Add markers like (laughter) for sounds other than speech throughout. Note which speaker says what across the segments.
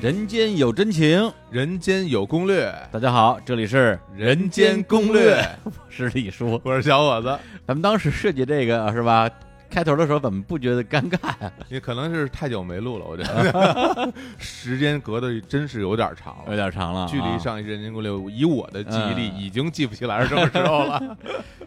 Speaker 1: 人间有真情，
Speaker 2: 人间有攻略， (laughs)
Speaker 1: 大家好，这里是
Speaker 2: 人间攻略，
Speaker 1: 是李叔。
Speaker 2: 我是小伙子。
Speaker 1: 咱们当时设计这个啊是吧？开头的时候怎么不觉得尴尬呀、
Speaker 2: 你可能是太久没录了，我觉得
Speaker 1: (laughs)
Speaker 2: 时间隔的真是有点长
Speaker 1: 有
Speaker 2: 了。
Speaker 1: 点长了、啊，
Speaker 2: 哦距离上一次人间攻略，以我的记忆力
Speaker 1: 嗯
Speaker 2: 已经记不起来是什么时候了。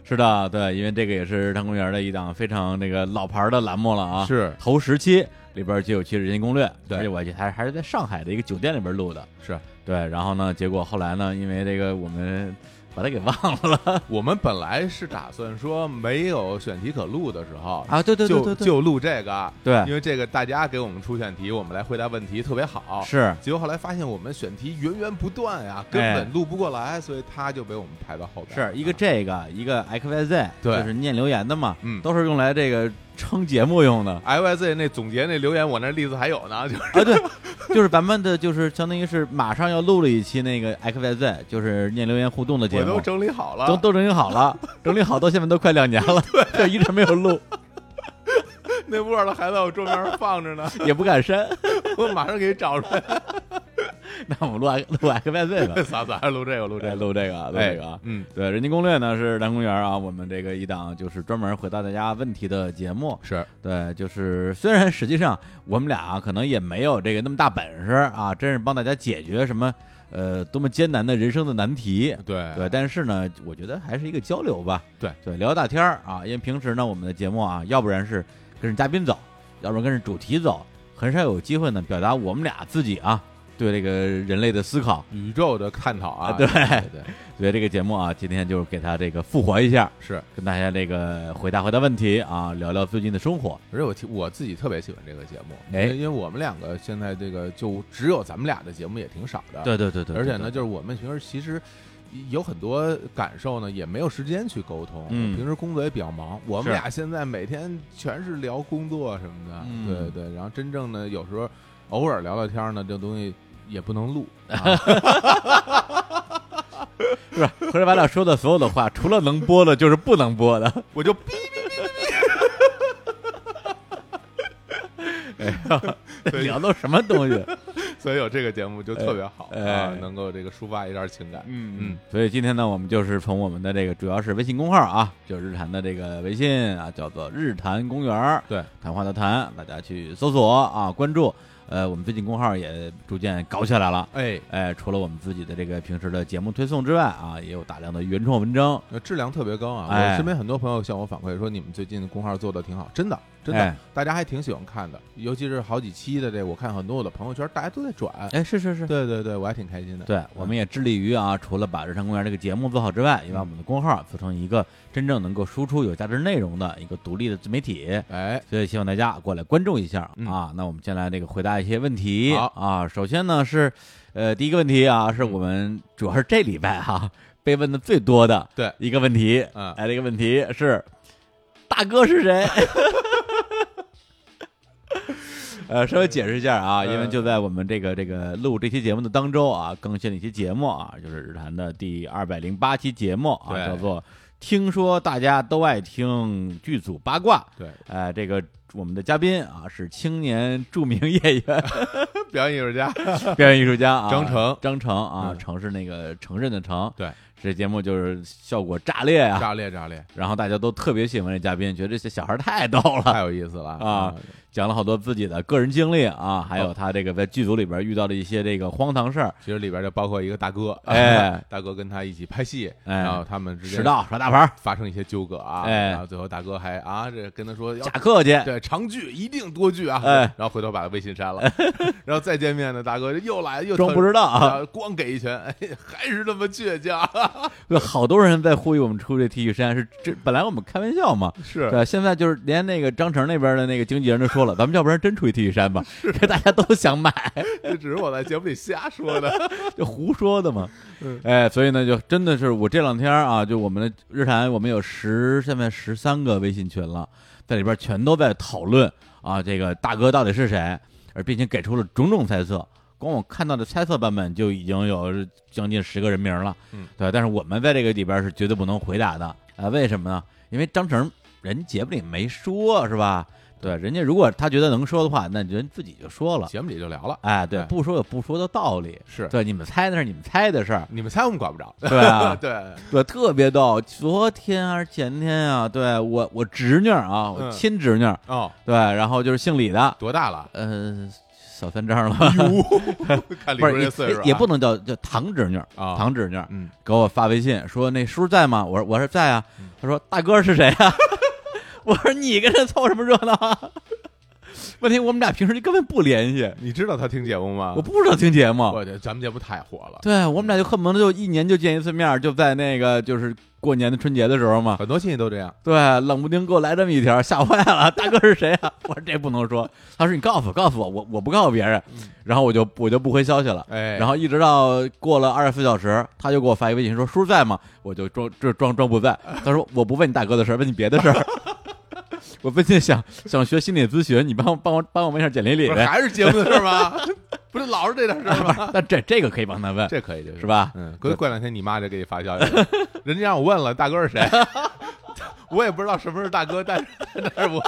Speaker 1: 是的，对，因为这个也是日坛公园的一档非常那个老牌的栏目了 (laughs) 啊。
Speaker 2: 是
Speaker 1: 头十期里边就有期《人间攻略》，
Speaker 2: 对
Speaker 1: 而且我记得还还是在上海的一个酒店里边录的。
Speaker 2: 是
Speaker 1: 对，然后呢，结果后来呢，因为这个我们把它给忘了
Speaker 2: 我们本来是打算说没有选题可录的时候，
Speaker 1: 啊。对对对
Speaker 2: 就
Speaker 1: 对对，
Speaker 2: 就录这个，
Speaker 1: 对
Speaker 2: 因为这个大家给我们出选题，我们来回答问题特别好。
Speaker 1: 是哎
Speaker 2: 结果后来发现我们选题源源不断呀，根本录不过来，所以他就被我们排到后边啊了。
Speaker 1: 是一个这个一个 X Y Z，
Speaker 2: 嗯对
Speaker 1: 就是念留言的嘛，
Speaker 2: 嗯
Speaker 1: 都是用来这个撑节目用
Speaker 2: (laughs)
Speaker 1: 的
Speaker 2: I Y Z 那总结那留言，我那例子还有呢， (laughs) 就是
Speaker 1: 啊。对，就是咱们的就是相当于是马上要录了一期那个 X Y Z，就是念留言互动的节
Speaker 2: 我
Speaker 1: 目，
Speaker 2: 都整理好了，
Speaker 1: 都都整理好了，
Speaker 2: (laughs)
Speaker 1: 整理好到现在都快两年了，就一直没有录，
Speaker 2: 那味儿的还在我桌面上放着
Speaker 1: (laughs)
Speaker 2: 呢，
Speaker 1: 也不敢删。
Speaker 2: 我马上给你找
Speaker 1: (laughs)
Speaker 2: 出来。
Speaker 1: 那我们录 X 录 X Y Z 吧，
Speaker 2: (laughs) 咱咱还录这个，录
Speaker 1: 来
Speaker 2: 这个，
Speaker 1: 录这个啊，录
Speaker 2: 哎
Speaker 1: 这个啊。
Speaker 2: 嗯，
Speaker 1: 对，《人间攻略》呢是蓝公园啊，我们这个一档就是专门回答大家问题的节目。
Speaker 2: 是
Speaker 1: 对，就是虽然实际上我们俩、啊、可能也没有这个那么大本事啊，真是帮大家解决什么呃多么艰难的人生的难题。
Speaker 2: 对
Speaker 1: 对，但是呢，我觉得还是一个交流吧。
Speaker 2: 对
Speaker 1: 对，聊大天儿啊，因为平时呢，我们的节目啊，要不然是跟着嘉宾走，要不然跟着主题走，很少有机会呢表达我们俩自己啊对这个人类的思考。
Speaker 2: 宇宙的探讨啊，
Speaker 1: 啊 (laughs) 对
Speaker 2: 对，
Speaker 1: 所以这个节目啊，今天就是给他这个复活一下，
Speaker 2: 是。
Speaker 1: 跟大家这个回答回答问题啊，聊聊最近的生活。
Speaker 2: 而且我听我自己特别喜欢这个节目，
Speaker 1: 哎
Speaker 2: 因为因为我们两个现在这个就只有咱们俩的节目也挺少的，
Speaker 1: 对对对对，
Speaker 2: 而
Speaker 1: 对
Speaker 2: 且呢，，就是我们平时其实有很多感受呢，也没有时间去沟通。
Speaker 1: 嗯
Speaker 2: 平时工作也比较忙，我
Speaker 1: 是
Speaker 2: 们俩现在每天全是聊工作什么的，
Speaker 1: 嗯
Speaker 2: 对对。然后真正的有时候偶尔聊聊天儿呢，这东西也
Speaker 1: (laughs)
Speaker 2: 不能录，啊、
Speaker 1: 是吧？回来咱俩说的所有的话，除了能播的，就是不能播的。
Speaker 2: 我就哔
Speaker 1: 哎
Speaker 2: 对
Speaker 1: 聊都什么东西？
Speaker 2: 所以有这个节目就特别好、
Speaker 1: (laughs) 哎
Speaker 2: 啊
Speaker 1: 哎，
Speaker 2: 能够这个抒发一下情感。
Speaker 1: 嗯
Speaker 2: 嗯。
Speaker 1: 所以今天呢，我们就是从我们的这个主要是微信公号啊，就是日坛的这个微信啊，叫做日坛公园儿，
Speaker 2: 对，
Speaker 1: 谈话的谈，大家去搜索啊，关注。呃，我们最近公号也逐渐搞起来了。
Speaker 2: 哎，
Speaker 1: 哎，除了我们自己的这个平时的节目推送之外啊，也有大量的原创文章，
Speaker 2: 那质量特别高啊！
Speaker 1: 哎
Speaker 2: 我身边很多朋友向我反馈说，你们最近的公号做的挺好，真的，真的，
Speaker 1: 哎
Speaker 2: 大家还挺喜欢看的，尤其是好几期的这，我看很多我的朋友圈大家都在转，
Speaker 1: 哎，是 (laughs) 是是，
Speaker 2: 对对对，我还挺开心的。
Speaker 1: 对，我们也致力于啊，除了把《日常公园》这个节目做好之外，也把我们的公号做成一个真正能够输出有价值内容的一个独立的自媒体。
Speaker 2: 哎，
Speaker 1: 所以希望大家过来关注一下、
Speaker 2: 嗯
Speaker 1: 啊。那我们先来这个回答一些问题
Speaker 2: 好
Speaker 1: 啊。首先呢是，呃，第一个问题啊，是我们主要是这礼拜哈、被问的最多的
Speaker 2: 对
Speaker 1: 一个问题。
Speaker 2: 嗯
Speaker 1: 哎，这个问题是大哥是
Speaker 2: (laughs)
Speaker 1: 谁？呃，稍微解释一下啊，因为
Speaker 2: 嗯
Speaker 1: 就在我们这个这个录这期节目的当周啊，更新了一期节目啊，就是日坛的第二百零八期节目啊，
Speaker 2: 对
Speaker 1: 叫做《听说大家都爱听剧组八卦》。
Speaker 2: 对，
Speaker 1: 哎，这个我们的嘉宾啊是青年著名演
Speaker 2: (laughs)
Speaker 1: 员、
Speaker 2: 表演艺术家，
Speaker 1: 表演艺术家啊，
Speaker 2: 张成
Speaker 1: 张成啊，
Speaker 2: 嗯
Speaker 1: 成是那个承认的成。
Speaker 2: 对，
Speaker 1: 这节目就是效果炸裂啊，
Speaker 2: 炸裂炸裂，
Speaker 1: 然后大家都特别喜欢这嘉宾，觉得这小孩太逗了，
Speaker 2: 太有意思了
Speaker 1: 啊！讲了好多自己的个人经历
Speaker 2: 哦
Speaker 1: 啊，还有他这个在剧组里边遇到的一些这个荒唐事儿，
Speaker 2: 其实里边就包括一个大哥，
Speaker 1: 哎，
Speaker 2: 大哥跟他一起拍戏，
Speaker 1: 哎
Speaker 2: 然后他们之间
Speaker 1: 迟到耍大牌儿，
Speaker 2: 发生一些纠葛啊，
Speaker 1: 哎
Speaker 2: 然后最后大哥还啊，这跟他说要
Speaker 1: 假客气，
Speaker 2: 对，长句一定多句啊。
Speaker 1: 哎
Speaker 2: 然后回头把他微信删
Speaker 1: (laughs)
Speaker 2: 了，然后再见面呢，大哥又来又
Speaker 1: 装不知道啊，
Speaker 2: 啊，光给一拳，哎，还是那么倔强。
Speaker 1: 有好多人在呼吁我们出这 T 恤衫，是这本来我们开玩笑嘛，
Speaker 2: 是
Speaker 1: 对，现在 (laughs) 就是连那个张成那边的那个经纪人都说了，咱们要不然真出一 T 恤
Speaker 2: (laughs)
Speaker 1: 衫吧，这 (laughs) 大家都想买，
Speaker 2: (laughs) 这只是我在节目里瞎
Speaker 1: (laughs)
Speaker 2: 说的。
Speaker 1: 就胡说的嘛
Speaker 2: (laughs) 嗯。
Speaker 1: 哎，所以呢，就真的是我这两天啊，就我们的日坛，我们有十现在十三个微信群了，在里边全都在讨论啊，这个大哥到底是谁，而并且给出了种种猜测。光我看到的猜测版本就已经有将近十个人名了，
Speaker 2: 嗯，
Speaker 1: 对，但是我们在这个里边是哎绝对不能回答的，啊、为什么呢？因为张成人节目里没说，是吧？对，人家如果他觉得能说的话，那人自己就说了。
Speaker 2: 节目里就聊了，
Speaker 1: 哎，对
Speaker 2: 哎，
Speaker 1: 不说有不说的道理，
Speaker 2: 是
Speaker 1: 对，你们猜那是你们猜的事
Speaker 2: (laughs)
Speaker 1: 儿，
Speaker 2: 你们猜我们管不着，
Speaker 1: 对啊
Speaker 2: 对，
Speaker 1: (laughs) 对，特别逗。昨天还是前天啊，对我我侄女儿啊，我
Speaker 2: 嗯
Speaker 1: 亲侄女儿，
Speaker 2: 哦，
Speaker 1: 对，然后就是姓李的，
Speaker 2: 多大了？
Speaker 1: 呃，小三
Speaker 2: (laughs)
Speaker 1: 张了，
Speaker 2: 哎哟， (laughs) 看
Speaker 1: (laughs)
Speaker 2: 李
Speaker 1: 不
Speaker 2: 叔
Speaker 1: 是
Speaker 2: 这岁数
Speaker 1: 也
Speaker 2: 啊，
Speaker 1: 也不能叫叫堂侄女儿，
Speaker 2: 啊
Speaker 1: 堂侄女儿
Speaker 2: 嗯，
Speaker 1: 给我发微信说那叔在吗？我说我说在啊
Speaker 2: 嗯。
Speaker 1: 他说大哥是谁啊？ (laughs) 我说你跟这凑什么热闹啊？ (laughs) 问题我们俩平时就根本不联系，
Speaker 2: 你知道他听节目吗？
Speaker 1: 我不知道听节目。
Speaker 2: 我的，咱们节目太火了，
Speaker 1: 对我们俩就恨不得就一年就见一次面儿，就在那个就是过年的春节的时候嘛。
Speaker 2: 很多亲戚都这样。
Speaker 1: 对，冷不丁给我来这么一条，吓坏了。大哥是谁啊？我说这不能说。他说你告诉我，告诉我，我我不告诉别人。然后我就我就不回消息了。
Speaker 2: 嗯哎，
Speaker 1: 然后一直到过了二十四小时，他就给我发一微信说叔在吗？我就装这装装不在。他说我不问你大哥的事儿，问你别的事儿。 (laughs) 我最近想想学心理咨询，你帮我帮我帮我问一下简历里
Speaker 2: 不是
Speaker 1: 呗。
Speaker 2: 啊还是节目的事儿
Speaker 1: (laughs)
Speaker 2: 吗？不是老是这点事儿吗？
Speaker 1: 但这这个可以帮他问，
Speaker 2: 这可以，这
Speaker 1: 是？吧？
Speaker 2: 嗯，过过两天你妈就给你发消息
Speaker 1: (laughs)
Speaker 2: 了，人家让我问了大哥是谁， (laughs) 我也不知道什么是大哥，但是 (laughs) 但是我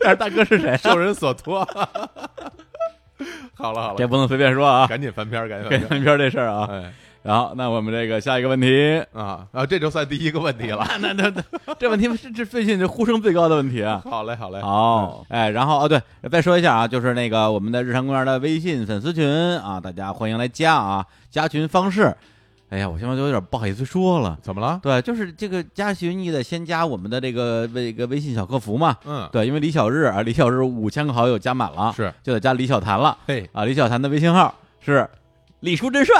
Speaker 1: 但是大哥是谁？啊
Speaker 2: 受人所托。 (laughs) 好了好
Speaker 1: 这
Speaker 2: 了，
Speaker 1: 不能随便说啊，
Speaker 2: 赶紧翻篇儿，
Speaker 1: (laughs)
Speaker 2: 赶紧
Speaker 1: 跟
Speaker 2: 翻篇
Speaker 1: 翻篇这事儿
Speaker 2: 儿。
Speaker 1: 啊。
Speaker 2: 哎
Speaker 1: 然后那我们这个下一个问题，
Speaker 2: 啊啊，这就算第一个问题了。
Speaker 1: (laughs) 那那那这问题是这最近这呼声最高的问题啊。
Speaker 2: 好嘞好嘞，
Speaker 1: 哦，哎，然后哦，对，再说一下啊，就是那个我们的日常公园的微信粉丝群啊，大家欢迎来加啊，加群方式，哎呀，我现在都有点不好意思说了，
Speaker 2: 怎么了？
Speaker 1: 对，就是这个加群，你得先加我们的这个这个微信小客服嘛，
Speaker 2: 嗯，
Speaker 1: 对，因为李小日啊，李小日五千个好友加满了，
Speaker 2: 是，
Speaker 1: 就得加李小谭了
Speaker 2: 嘿
Speaker 1: 啊，李小谭的微信号是李叔真帅，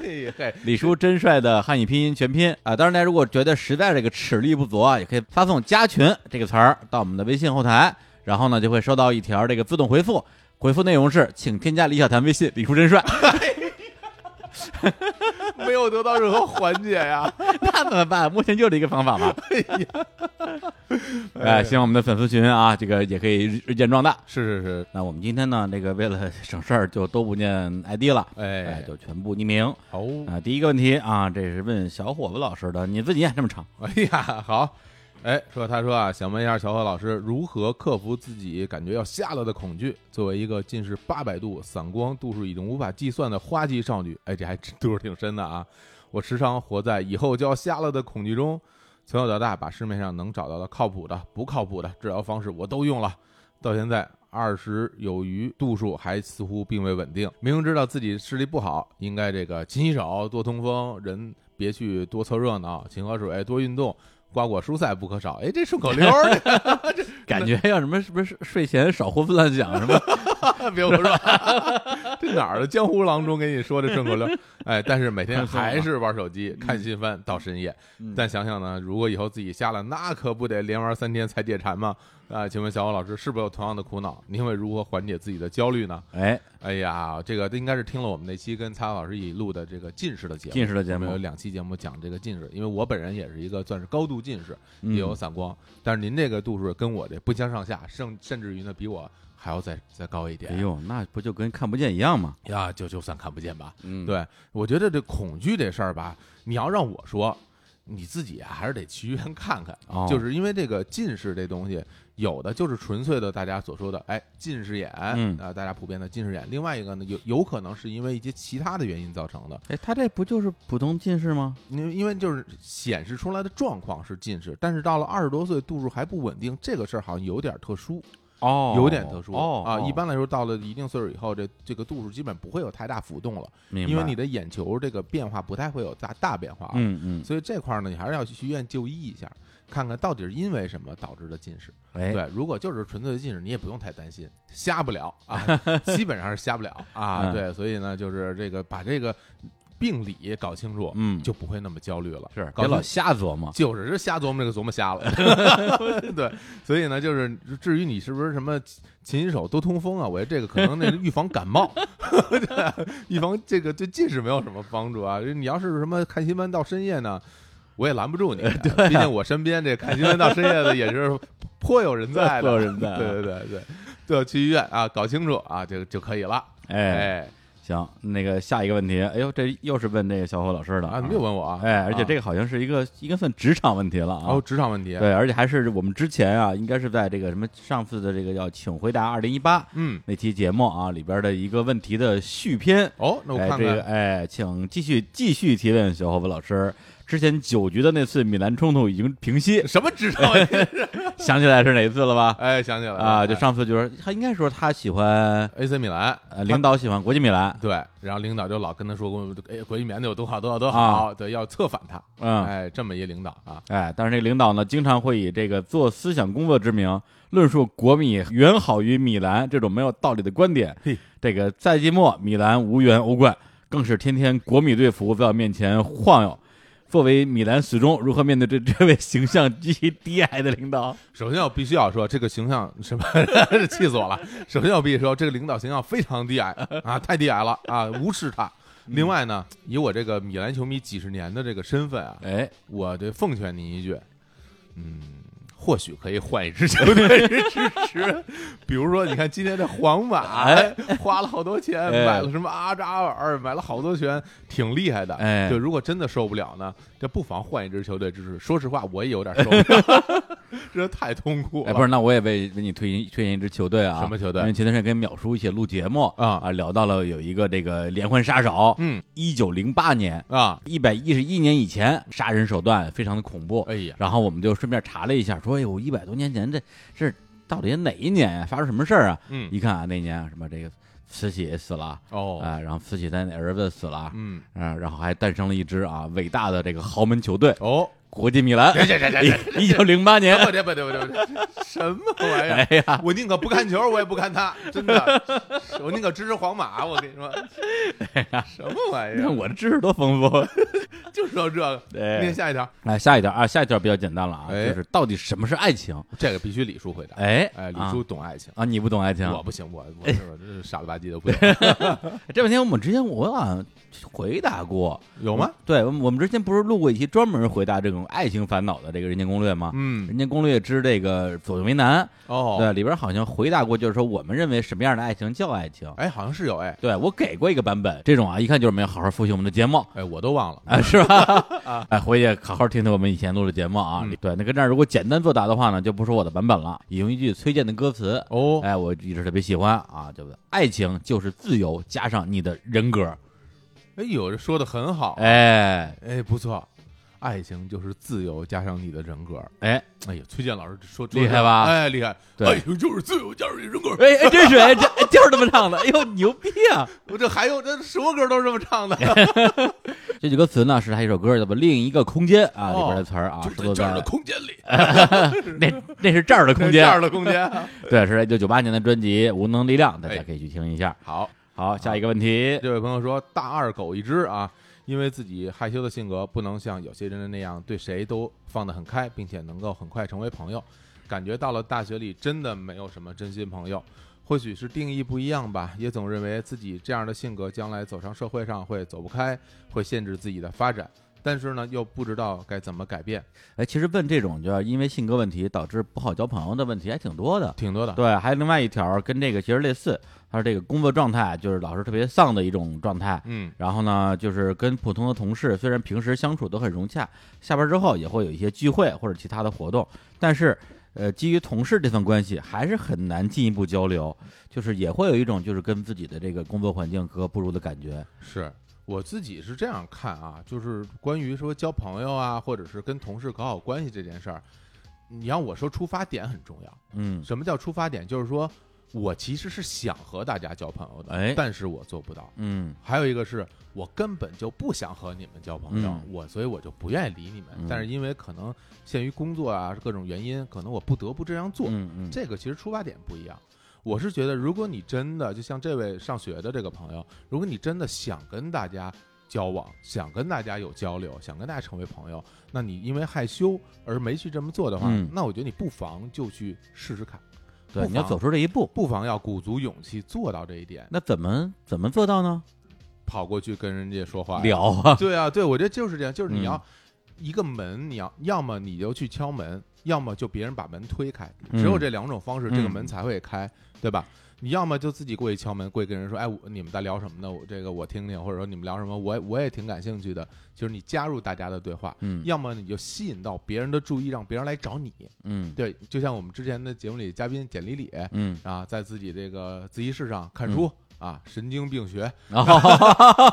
Speaker 2: 嘿嘿，
Speaker 1: 李叔真帅的汉语拼音全拼啊！当然，大家如果觉得实在这个齿力不足啊，也可以发送“加群”这个词儿到我们的微信后台，然后呢就会收到一条这个自动回复，回复内容是“请添加李小谭微信，李叔真帅。
Speaker 2: 没有得到任何缓解呀。”
Speaker 1: 那怎么办？目前就这一个方法吧。
Speaker 2: 哎呀
Speaker 1: (laughs) 哎，希望我们的粉丝群啊，这个也可以日日渐壮大。
Speaker 2: (laughs) 是是是，
Speaker 1: 那我们今天呢，这个为了省事儿，就都不念 ID 了，哎，
Speaker 2: 哎，
Speaker 1: 就全部匿名。
Speaker 2: 哦，
Speaker 1: 啊，第一个问题啊，这是问小伙子老师的，你自己念这么长，
Speaker 2: (laughs) 哎呀，好，哎，说他说啊，想问一下小何老师，如何克服自己感觉要瞎了的恐惧？作为一个近视八百度、散光度数已经无法计算的花季少女，哎，这还真度数挺深的啊！我时常活在以后就要瞎了的恐惧中。从小到大，把市面上能找到的靠谱的、不靠谱的治疗方式我都用了，到现在二十有余度数还似乎并未稳定。明知道自己视力不好，应该这个勤洗手、多通风，人别去多凑热闹，勤喝水、哎多运动，瓜果蔬菜不可少。哎，这顺口溜儿，
Speaker 1: (laughs) 感觉要什么是不是睡前少胡思乱想什么？
Speaker 2: 这别胡说，这哪儿的江湖郎中给你说的顺口
Speaker 1: (laughs)
Speaker 2: 溜儿？哎，但是每天还是玩手机、看新番到深夜。
Speaker 1: 嗯
Speaker 2: 但想想呢，如果以后自己瞎了，那可不得连玩三天才解馋吗？啊、请问小欧老师是不是有同样的苦恼？您会如何缓解自己的焦虑呢？
Speaker 1: (laughs) 哎，
Speaker 2: 哎呀，这个应该是听了我们那期跟蔡老师一起录的这个近视的节目，
Speaker 1: 近视的节
Speaker 2: 我们有
Speaker 1: 目，
Speaker 2: 两期节目讲这个近视，因为我本人也是一个算是高度近视，
Speaker 1: 嗯
Speaker 2: 也有散光，但是您这个度数跟我这不相上下，甚甚至于呢比我还要再再高一点。
Speaker 1: 哎呦，那不就跟看不见一样吗？
Speaker 2: 呀，就就算看不见吧。
Speaker 1: 嗯，
Speaker 2: 对我觉得这恐惧这事儿吧，你要让我说，你自己啊还是得去医院看看，
Speaker 1: 哦
Speaker 2: 就是因为这个近视这东西，有的就是纯粹的大家所说的哎近视眼，
Speaker 1: 嗯
Speaker 2: 啊、大家普遍的近视眼。另外一个呢，有有可能是因为一些其他的原因造成的，
Speaker 1: 哎，他这不就是普通近视吗？
Speaker 2: 因为因为就是显示出来的状况是近视，但是到了二十多岁度数还不稳定，这个事儿好像有点特殊，
Speaker 1: 哦
Speaker 2: 有点特殊
Speaker 1: 哦
Speaker 2: 啊。一般来说，到了一定岁数以后，这这个度数基本不会有太大浮动了，因为你
Speaker 1: 的
Speaker 2: 的眼球这个变化不太会有大大变化啊。
Speaker 1: 嗯嗯，
Speaker 2: 所以这块儿呢，你还是要去医院就医一下，看看到底是因为什么导致的近视。
Speaker 1: 哎，
Speaker 2: 对，如果就是纯粹的近视，你也不用太担心，瞎不了
Speaker 1: (laughs)
Speaker 2: 啊，基本上是瞎不了啊。
Speaker 1: 嗯
Speaker 2: 对，所以呢，就是这个把这个病理搞清楚，
Speaker 1: 嗯，
Speaker 2: 就不会那么焦虑了。
Speaker 1: 是别
Speaker 2: 搞清
Speaker 1: 老瞎琢 (laughs) 磨，
Speaker 2: 就是这瞎琢磨，这个琢磨瞎了。 (laughs) 对，所以呢，就是至于你是不是什么勤洗手、多通风啊，我觉得这个可能那个预防感冒， (laughs) 对预防这个对近视没有什么帮助啊。你要是什么看新闻到深夜呢，我也拦
Speaker 1: (laughs)
Speaker 2: 不住你。啊
Speaker 1: 啊
Speaker 2: 毕竟我身边这看新闻到深夜的也是颇有人在
Speaker 1: (laughs)
Speaker 2: 的，
Speaker 1: 颇有人在啊
Speaker 2: 对对对对，对，去医院啊，搞清楚啊，就就可以了。
Speaker 1: 哎，
Speaker 2: 哎，
Speaker 1: 行，那个下一个问题，哎呦，这又是问这个小伙老师的
Speaker 2: 啊，你又问我啊？
Speaker 1: 哎，而且这
Speaker 2: 个
Speaker 1: 个好像是一个应该算职场问题了啊。
Speaker 2: 哦，职场问题，
Speaker 1: 对，而且还是我们之前啊，应该是在这个什么上次的这个叫《请回答二零一八》
Speaker 2: 嗯，
Speaker 1: 那期节目啊里边的一个问题的续篇。
Speaker 2: 哦，那我
Speaker 1: 哎，
Speaker 2: 看
Speaker 1: 这个
Speaker 2: 看，，
Speaker 1: 哎，请继续继续提问小伙伴老师。之前九局的那次米兰冲突已经平息
Speaker 2: (laughs) (laughs) 什么职场问题？
Speaker 1: 想起来是哪一次了
Speaker 2: (laughs)
Speaker 1: 吧？
Speaker 2: 哎，想起来了
Speaker 1: 啊，就
Speaker 2: 哎
Speaker 1: 上次就是他应该说他喜欢
Speaker 2: AC 米兰
Speaker 1: 呃领导喜欢国际米兰，
Speaker 2: 对，然后领导就老跟他说过，哎，国际棉的有多好多好多好，对，要策反他，
Speaker 1: 啊嗯，
Speaker 2: 哎，这么一领导啊，
Speaker 1: 哎，但是这个领导呢，经常会以这个做思想工作之名，论述国米远好于米兰这种没有道理的观点
Speaker 2: 嘿。
Speaker 1: 这个赛季末，米兰无缘欧冠，更是天天国米队服务在我面前晃悠。作为米兰死忠，如何面对这这位形象极其低矮的领导？
Speaker 2: 首先我必须要说，这个形象什么， (laughs) 气死我了。首先我必须说，这个领导形象非常低
Speaker 1: (laughs)
Speaker 2: 矮啊，太低矮了啊，无视他。
Speaker 1: 嗯
Speaker 2: 另外呢，以我这个米兰球迷几十年的这个身份啊，
Speaker 1: 哎，
Speaker 2: 我这奉劝您一句，嗯，或许可以换一支球队支持，比如说，你看今天这皇马、
Speaker 1: 哎
Speaker 2: 花了好多钱、
Speaker 1: 哎
Speaker 2: 买了什么阿扎尔，买了好多钱，挺厉害的。
Speaker 1: 哎
Speaker 2: 就如果真的受不了呢，这不妨换一支球队支持。说实话，我也有点受不了，这太痛苦了。
Speaker 1: 哎，不是，那我也为为你推荐推荐一支球队啊，
Speaker 2: 什么球队
Speaker 1: 因为前段时间跟淼叔一起录节目
Speaker 2: 啊
Speaker 1: 啊，聊到了有一个这个连环杀手，
Speaker 2: 嗯
Speaker 1: 一九零八年，
Speaker 2: 啊，
Speaker 1: 一百一十一年以前，杀人手段非常的恐怖。
Speaker 2: 哎呀，
Speaker 1: 然后我们就顺便查了一下，说：“哎呦，一百多年前这这到底哪一年呀、发生什么事儿啊？”
Speaker 2: 嗯
Speaker 1: 一看啊，那年啊什么这个慈禧死了啊、
Speaker 2: 哦，
Speaker 1: 然后慈禧他那儿子死了啊、
Speaker 2: 嗯
Speaker 1: 啊然后还诞生了一支啊伟大的这个豪门球队
Speaker 2: 哦，
Speaker 1: 国际米兰，
Speaker 2: 这这这这这，
Speaker 1: 一九零八年。
Speaker 2: 不对不对不对不对，什么玩意儿
Speaker 1: 哎？呀，
Speaker 2: (laughs) 我宁可不看球，我也不看 (laughs) 他，真的，我宁可支持皇马。我跟你 (laughs) 说，什么玩意
Speaker 1: 你看
Speaker 2: 儿？
Speaker 1: 我的知识多丰富！
Speaker 2: 哎就说这个。
Speaker 1: 对
Speaker 2: 念下一条，
Speaker 1: 来下一条啊，下一条比较简单了啊，
Speaker 2: 哎
Speaker 1: 就是到底什么是爱情？
Speaker 2: 这个必须李叔回答。
Speaker 1: 哎
Speaker 2: 哎，李
Speaker 1: 啊
Speaker 2: 叔懂爱情，
Speaker 1: 啊，你不懂爱情？
Speaker 2: 我不行，哎我我是我这是傻了吧唧的不 (laughs) 行，
Speaker 1: 这两天我们之前我好像回答过，
Speaker 2: 有吗？
Speaker 1: 对，我们我们之前不是录过一期专门回答这种爱情烦恼的这个《人间攻略》吗？
Speaker 2: 嗯，
Speaker 1: 人间攻略之这个左右为难》
Speaker 2: 哦，
Speaker 1: 对，里边好像回答过，就是说我们认为什么样的爱情叫爱情？
Speaker 2: 哎，好像是有，哎，
Speaker 1: 对我给过一个版本，这种啊，一看就是没有好好复习我们的节目。
Speaker 2: 哎，我都忘了，
Speaker 1: 啊，
Speaker 2: (laughs)
Speaker 1: 是吧？哎，回去好好听听我们以前录的节目啊。
Speaker 2: 嗯
Speaker 1: 对，那跟这儿如果简单作答的话呢，就不是我的版本了，引用一句崔健的歌词，
Speaker 2: 哦，
Speaker 1: 哎，我一直特别喜欢啊，就是爱情就是自由加上你的人格，
Speaker 2: 哎呦，这说的很好，
Speaker 1: 哎
Speaker 2: 哎，不错，爱情就是自由加上你的人格，
Speaker 1: 哎
Speaker 2: 哎呀，崔健老师说
Speaker 1: 厉害吧
Speaker 2: 哎，厉害，
Speaker 1: 对
Speaker 2: 爱情就是自由加上你的人格，
Speaker 1: 哎哎，真是哎，这哎就是这么唱的，哎呦牛逼啊！
Speaker 2: 我这还有这什么歌都是这么唱的，
Speaker 1: (laughs) 这句歌词呢是他一首歌叫做《另一个空间》啊，里
Speaker 2: 哦
Speaker 1: 边的词儿啊，是
Speaker 2: 就
Speaker 1: 落
Speaker 2: 在这
Speaker 1: 在
Speaker 2: 儿的空间里，
Speaker 1: 那 (laughs) 那是这儿的空
Speaker 2: 这
Speaker 1: 间
Speaker 2: 儿，的空间。
Speaker 1: 对，是一九九八年的专辑《无能力量》，大
Speaker 2: 哎
Speaker 1: 家可以去听一下。
Speaker 2: (laughs) 好，
Speaker 1: 好，下一个问题，
Speaker 2: 这位朋友说大二狗一只啊，因为自己害羞的性格，不能像有些人那样对谁都放得很开，并且能够很快成为朋友。感觉到了大学里真的没有什么真心朋友，或许是定义不一样吧，也总认为自己这样的性格将来走上社会上会走不开，会限制自己的发展。但是呢，又不知道该怎么改变，
Speaker 1: 哎，其实问这种就是因为性格问题导致不好交朋友的问题还挺多的。
Speaker 2: 挺多的。
Speaker 1: 对，还有另外一条跟这个其实类似，他说这个工作状态就是老是特别丧的一种状态，
Speaker 2: 嗯，
Speaker 1: 然后呢，就是跟普通的同事，虽然平时相处都很融洽，下班之后也会有一些聚会或者其他的活动，但是，呃，基于同事这份关系，还是很难进一步交流，就是也会有一种就是跟自己的这个工作环境格格不入的感觉。
Speaker 2: 是我自己是这样看啊，就是关于说交朋友啊，或者是跟同事搞好关系这件事儿，你要我说出发点很重要。
Speaker 1: 嗯，
Speaker 2: 什么叫出发点？就是说我其实是想和大家交朋友的，
Speaker 1: 哎
Speaker 2: 但是我做不到。
Speaker 1: 嗯，
Speaker 2: 还有一个是我根本就不想和你们交朋友，
Speaker 1: 嗯
Speaker 2: 我所以我就不愿意理你们。
Speaker 1: 嗯
Speaker 2: 但是因为可能限于工作啊各种原因，可能我不得不这样做。
Speaker 1: 嗯嗯，
Speaker 2: 这个其实出发点不一样。我是觉得，如果你真的就像这位上学的这个朋友，如果你真的想跟大家交往，想跟大家有交流，想跟大家成为朋友，那你因为害羞而没去这么做的话，
Speaker 1: 嗯
Speaker 2: 那我觉得你不妨就去试试看，
Speaker 1: 对，
Speaker 2: 不
Speaker 1: 你要
Speaker 2: 妨
Speaker 1: 走出这一步，
Speaker 2: 不妨要鼓足勇气做到这一点，
Speaker 1: 那怎么怎么做到呢？
Speaker 2: 跑过去跟人家说话呀
Speaker 1: 聊 (laughs) 啊，
Speaker 2: 对啊，对，我觉得就是这样，就是你
Speaker 1: 嗯
Speaker 2: 要一个门，你要要么你就去敲门，要么就别人把门推开，只有
Speaker 1: 嗯
Speaker 2: 这两种方式，这个门
Speaker 1: 嗯
Speaker 2: 才会开，对吧？你要么就自己过去敲门，过去跟人说，哎，我你们在聊什么呢？我这个我听听，或者说你们聊什么，我也我也挺感兴趣的。就是你加入大家的对话，
Speaker 1: 嗯
Speaker 2: 要么你就吸引到别人的注意，让别人来找你。
Speaker 1: 嗯
Speaker 2: 对，就像我们之前的节目里，嘉宾简丽丽
Speaker 1: (laughs) 嗯，
Speaker 2: 啊，在自己这个自习室上看书。啊，神经病学！
Speaker 1: 然后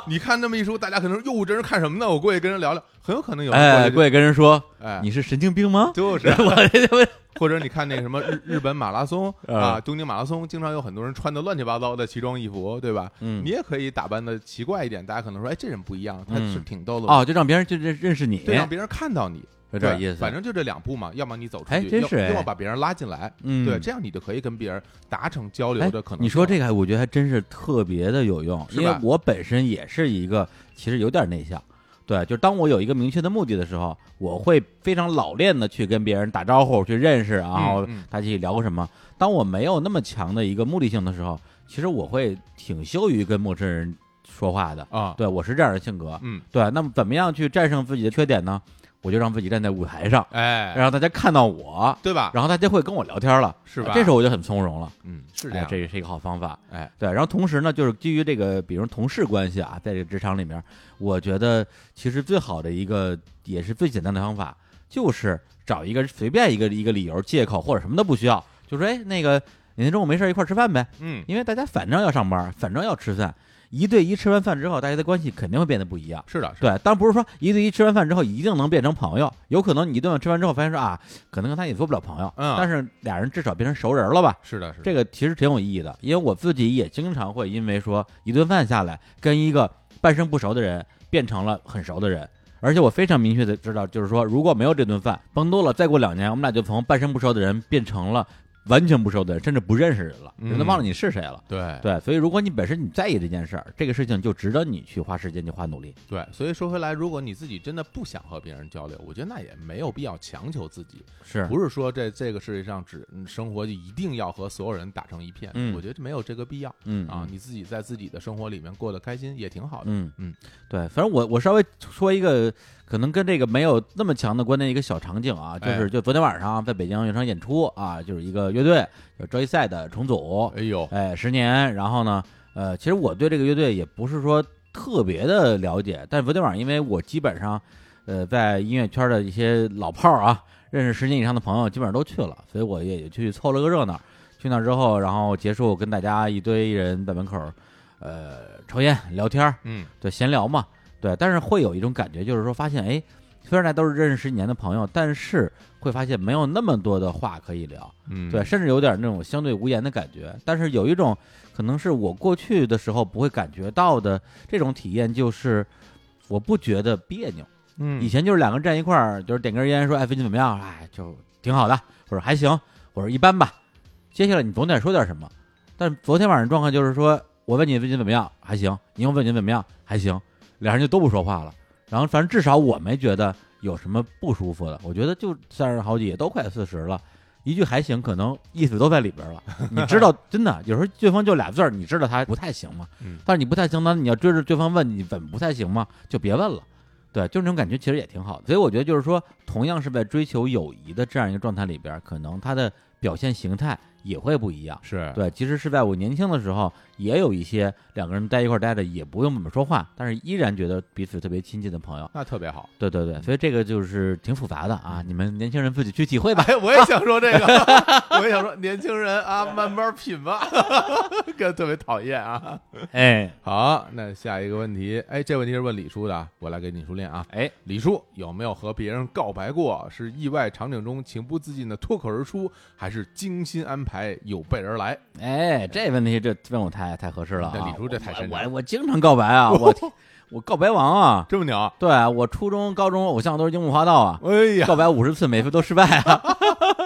Speaker 2: 你看这么一说，大家可能说哟，这人看什么呢？我过去跟人聊聊，很有可能有
Speaker 1: 哎，
Speaker 2: 人
Speaker 1: 过
Speaker 2: 过去
Speaker 1: 去跟人说
Speaker 2: 就，哎，
Speaker 1: 你是神经病 (laughs) 吗？
Speaker 2: 就是
Speaker 1: 我这不
Speaker 2: (laughs) 或者你看那个什么日日本马拉松啊，
Speaker 1: 嗯
Speaker 2: 东京马拉松，经常有很多人穿的乱七八糟的奇装异服，对吧？
Speaker 1: 嗯 (laughs)
Speaker 2: 你也可以打扮的奇怪一点，大家可能说，哎，这人不一样，他
Speaker 1: 嗯
Speaker 2: 是挺逗
Speaker 1: (laughs)
Speaker 2: 的，
Speaker 1: 哦，就让别人就认认识你，
Speaker 2: 对，让别人看到你，
Speaker 1: 有点意思。
Speaker 2: 对反正就这两步嘛，要么你走出
Speaker 1: 哎
Speaker 2: 去，
Speaker 1: 真
Speaker 2: 要
Speaker 1: 是哎
Speaker 2: 要么把别人拉进来，
Speaker 1: 嗯，
Speaker 2: 对，这样你就可以跟别人达成交流
Speaker 1: 哎
Speaker 2: 的可能性。
Speaker 1: 你说这个，我觉得还真是特别的有用，
Speaker 2: 是吧
Speaker 1: 因为我本身也是一个其实有点内向，对，就是当我有一个明确的目的的时候，我会非常老练的去跟别人打招呼、去认识，然后
Speaker 2: 嗯
Speaker 1: 大家一起聊个什么。当我没有那么强的一个目的性的时候，其实我会挺羞于跟陌生人说话的。
Speaker 2: 啊，
Speaker 1: 对我是这样的性格，
Speaker 2: 嗯，
Speaker 1: 对，那么怎么样去战胜自己的缺点呢？我就让自己站在舞台上，
Speaker 2: 哎，
Speaker 1: 让大家看到我，
Speaker 2: 对吧？
Speaker 1: 然后大家会跟我聊天了，
Speaker 2: 是吧
Speaker 1: 这时候我就很从容了。
Speaker 2: 嗯，是这
Speaker 1: 哎
Speaker 2: 样，，
Speaker 1: 这也是一个好方法。
Speaker 2: 哎，
Speaker 1: 对，然后同时呢，就是基于这个，比如同事关系啊，在这个职场里面，我觉得其实最好的一个也是最简单的方法，就是找一个随便一个一个理由、借口或者什么都不需要，就说哎，那个你中午没事儿一块儿吃饭呗，
Speaker 2: 嗯，
Speaker 1: 因为大家反正要上班，反正要吃饭，一对一吃完饭之后，大家的关系肯定会变得不一样。
Speaker 2: 是的，是的，
Speaker 1: 对，当然不是说一对一吃完饭之后一定能变成朋友，有可能你一顿饭吃完之后发现说啊，可能跟他也做不了朋友，
Speaker 2: 嗯
Speaker 1: 但是俩人至少变成熟人了吧？
Speaker 2: 是的，是的，
Speaker 1: 这个其实挺有意义的，因为我自己也经常会因为说一顿饭下来，跟一个半生不熟的人变成了很熟的人，而且我非常明确的知道，就是说如果没有这顿饭，甭多了，再过两年，我们俩就从半生不熟的人变成了完全不熟的人，甚至不认识人了，人都忘了你是谁了。
Speaker 2: 对
Speaker 1: 对，所以如果你本身你在意这件事儿，这个事情就值得你去花时间去花努力。
Speaker 2: 对，所以说回来，如果你自己真的不想和别人交流，我觉得那也没有必要强求自己，
Speaker 1: 是
Speaker 2: 不是说这这个世界上只嗯生活就一定要和所有人打成一片，
Speaker 1: 嗯
Speaker 2: 我觉得没有这个必要
Speaker 1: 嗯
Speaker 2: 啊。你自己在自己的生活里面过得开心也挺好的。
Speaker 1: 嗯
Speaker 2: 嗯，
Speaker 1: 对，反正我我稍微说一个可能跟这个没有那么强的关联一个小场景啊，就
Speaker 2: 哎
Speaker 1: 是就昨天晚上在北京有场演出啊，就是一个乐队叫 Joyside 的重组，
Speaker 2: 哎呦，
Speaker 1: 哎，十年，然后呢，呃，其实我对这个乐队也不是说特别的了解，但是昨天晚上因为我基本上呃在音乐圈的一些老炮儿啊，认识十年以上的朋友基本上都去了，所以我也去凑了个热闹。去那之后，然后结束跟大家一堆人在门口儿，呃，抽烟聊天儿
Speaker 2: 嗯，
Speaker 1: 对，闲聊嘛，对，但是会有一种感觉，就是说发现，哎，虽然大家都是认识十几年的朋友，但是会发现没有那么多的话可以聊，
Speaker 2: 嗯
Speaker 1: 对，，甚至有点那种相对无言的感觉。但是有一种可能是我过去的时候不会感觉到的这种体验，就是我不觉得别扭。以
Speaker 2: 嗯，
Speaker 1: 前就是两个人站一块儿，就是点根烟说，哎，最近怎么样？哎，就挺好的，或者还行，或者一般吧。接下来你总得说点什么。但是昨天晚上状况就是说，我问你最近怎么样，还行；你又问你怎么样，还行，俩人就都不说话了。然后反正至少我没觉得有什么不舒服的。我觉得就三十好几，也都快四十了，一句还行，可能意思都在里边了。你知道， (laughs) 真的有时候对方就俩字儿，你知道他 (laughs) 不太行吗？
Speaker 2: 嗯
Speaker 1: 但是你不太行呢，你要追着对方问你怎么不太行吗？就别问了。对，就那种感觉其实也挺好的。所以我觉得就是说，同样是在追求友谊的这样一个状态里边儿，可能他的表现形态也会不一样。
Speaker 2: 是，
Speaker 1: 对，其实是在我年轻的时候，也有一些两个人待一块儿待着，也不用怎么说话，但是依然觉得彼此特别亲近的朋友。
Speaker 2: 那特别 (laughs) 好。
Speaker 1: 对对对，所以这个就是挺复杂的啊，你们年轻人自己去体
Speaker 2: (laughs)
Speaker 1: 会吧。
Speaker 2: 哎，我也想说这个， (laughs) 我也想说，年轻人啊，慢慢品吧， (laughs) 哥特别讨厌啊。
Speaker 1: 哎
Speaker 2: 好，那下一个问题，哎，这问题是问李叔的啊，我来给李叔念啊。
Speaker 1: 哎，
Speaker 2: 李叔有没有和别人告白过？是意外场景中情不自禁的脱口而出，还是精心安排有备而来？
Speaker 1: 哎，这问题这问我太太合适了、啊。
Speaker 2: 那李叔这太擅
Speaker 1: 我
Speaker 2: 长
Speaker 1: 我我经常告白啊，我
Speaker 2: (laughs)
Speaker 1: 我告白王啊，
Speaker 2: 这么牛？
Speaker 1: 对啊我初中、高中偶像都是樱木花道啊，
Speaker 2: 哎
Speaker 1: (laughs)
Speaker 2: 呀，
Speaker 1: 告白五十次，每一次都失败啊， (laughs)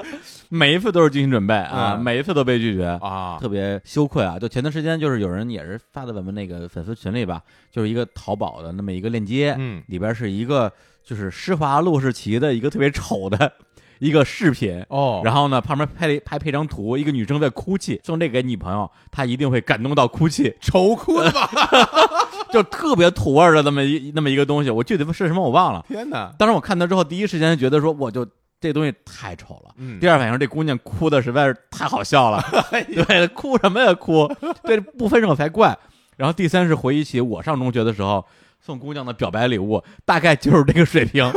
Speaker 1: 每一次都是精心准备啊，
Speaker 2: 嗯
Speaker 1: 每一次都被拒绝。
Speaker 2: 啊，
Speaker 1: 特别羞愧啊！就前段时间，就是有人也是发在咱们那个粉丝群里吧，就是一个淘宝的那么一个链接，
Speaker 2: 嗯
Speaker 1: 里边是一个就是施华洛世奇的一个特别丑的一个视频，
Speaker 2: 哦，
Speaker 1: 然后呢，旁边拍了一拍配张图，一个女生在哭泣，送这个给女朋友，她一定会感动到哭泣，
Speaker 2: 愁哭了吧？
Speaker 1: 就特别土味儿的那么一那么一个东西，我具体是什么我忘了。
Speaker 2: (laughs) 天哪！
Speaker 1: 当时我看到之后，第一时间觉得说我就这东西太丑了。
Speaker 2: 嗯，
Speaker 1: 第二反应，这姑娘哭的实在是太好笑了，对，哭什么呀哭？对，不分手才怪。然后第三是回忆起我上中学的时候送姑娘的表白礼物，大概就是这个水平，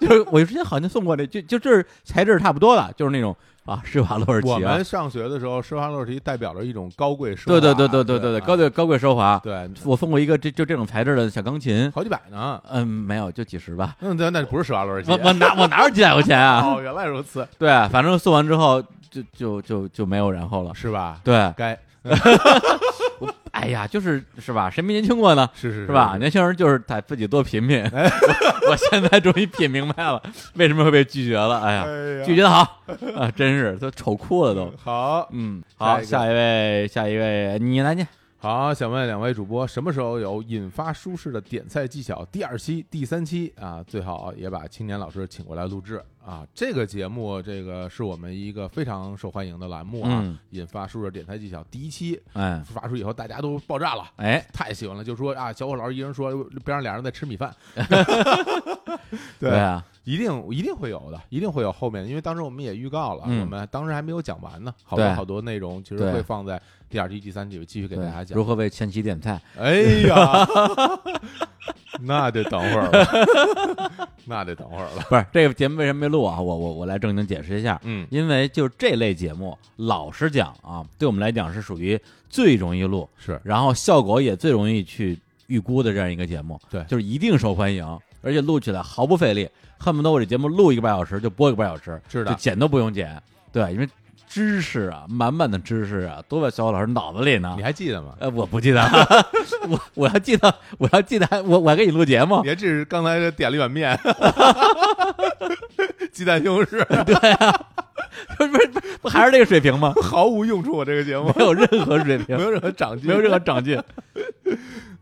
Speaker 1: 就是我之前好像送过这，就就这材质差不多了，就是那种啊施华洛世奇、啊，
Speaker 2: 我们上学的时候，施华洛世奇代表着一种高贵奢华，
Speaker 1: 对对对对对对对，
Speaker 2: 啊
Speaker 1: 高贵高贵奢华。
Speaker 2: 对，
Speaker 1: 我送过一个这就这种材质的小钢琴，
Speaker 2: 好几百呢。
Speaker 1: 嗯，没有，就几十吧。
Speaker 2: 嗯，那那不是施华洛世奇 (laughs)
Speaker 1: 我，我哪我哪有几百块钱啊？
Speaker 2: 哦，原来如此，
Speaker 1: 对，反正送完之后就就就就没有然后了。
Speaker 2: 是吧？
Speaker 1: 对，
Speaker 2: 该
Speaker 1: 哎呀，就是是吧？谁没年轻过呢？
Speaker 2: 是是哎
Speaker 1: 是吧？？年轻人就是得自己多品品。 (laughs) 我我现在终于品明白了，为什么会被拒绝了。哎
Speaker 2: 哎
Speaker 1: 呀，
Speaker 2: 呀
Speaker 1: 拒绝的好啊，真是都丑哭了都。
Speaker 2: 好
Speaker 1: 嗯，
Speaker 2: 下
Speaker 1: 好，
Speaker 2: 一个
Speaker 1: 下一位，下一位，你来念。
Speaker 2: 好，想问两位主播，什么时候有引发舒适的点菜技巧？第二期、第三期啊，最好也把青年老师请过来录制啊。这个节目，这个是我们一个非常受欢迎的栏目啊。
Speaker 1: 嗯
Speaker 2: 引发舒适点菜技巧第一期
Speaker 1: 哎
Speaker 2: 发出以后，大家都爆炸了。
Speaker 1: 哎，
Speaker 2: 太喜欢了，就说啊，小伙老师一人说，边上俩人在吃
Speaker 1: (laughs)
Speaker 2: 米饭，
Speaker 1: 对啊，
Speaker 2: 一定一定会有的，一定会有后面的，因为当时我们也预告了，
Speaker 1: 嗯
Speaker 2: 我们当时还没有讲完呢，好多
Speaker 1: 对
Speaker 2: 好多内容其实
Speaker 1: 对
Speaker 2: 会放在第二期、第三期继续给大家
Speaker 1: 对，
Speaker 2: 讲
Speaker 1: 如。何为前妻点菜？
Speaker 2: 哎
Speaker 1: (laughs)
Speaker 2: 呀，那得等会儿了，那得等会儿了。
Speaker 1: 不是这个节目为什么没录啊？我我我来正经解释一下，
Speaker 2: 嗯，
Speaker 1: 因为就这类节目，老实讲啊，对我们来讲是属于最容易录，
Speaker 2: 是
Speaker 1: 然后效果也最容易去预估的这样一个节目，
Speaker 2: 对
Speaker 1: 就是一定受欢迎，而且录起来毫不费力，恨不得我这节目录一个半小时就播一个半小时，
Speaker 2: 是
Speaker 1: 就
Speaker 2: 的，
Speaker 1: 剪都不用剪，对，因为知识啊，满满的知识啊，都在小伙老师脑子里呢
Speaker 2: 你。还记得吗？
Speaker 1: 呃，我不记得， (laughs) 我我要记得，我要记得还，我我还给你录节目
Speaker 2: 你，还这是刚才这点了一碗面，鸡蛋西红柿，
Speaker 1: (laughs) 不是不是，不还是这个水平
Speaker 2: (laughs)
Speaker 1: 吗？
Speaker 2: 毫无用处。我这个节目
Speaker 1: 没有任何水平
Speaker 2: 没，有任何长进，
Speaker 1: 没有任何长进。 (laughs)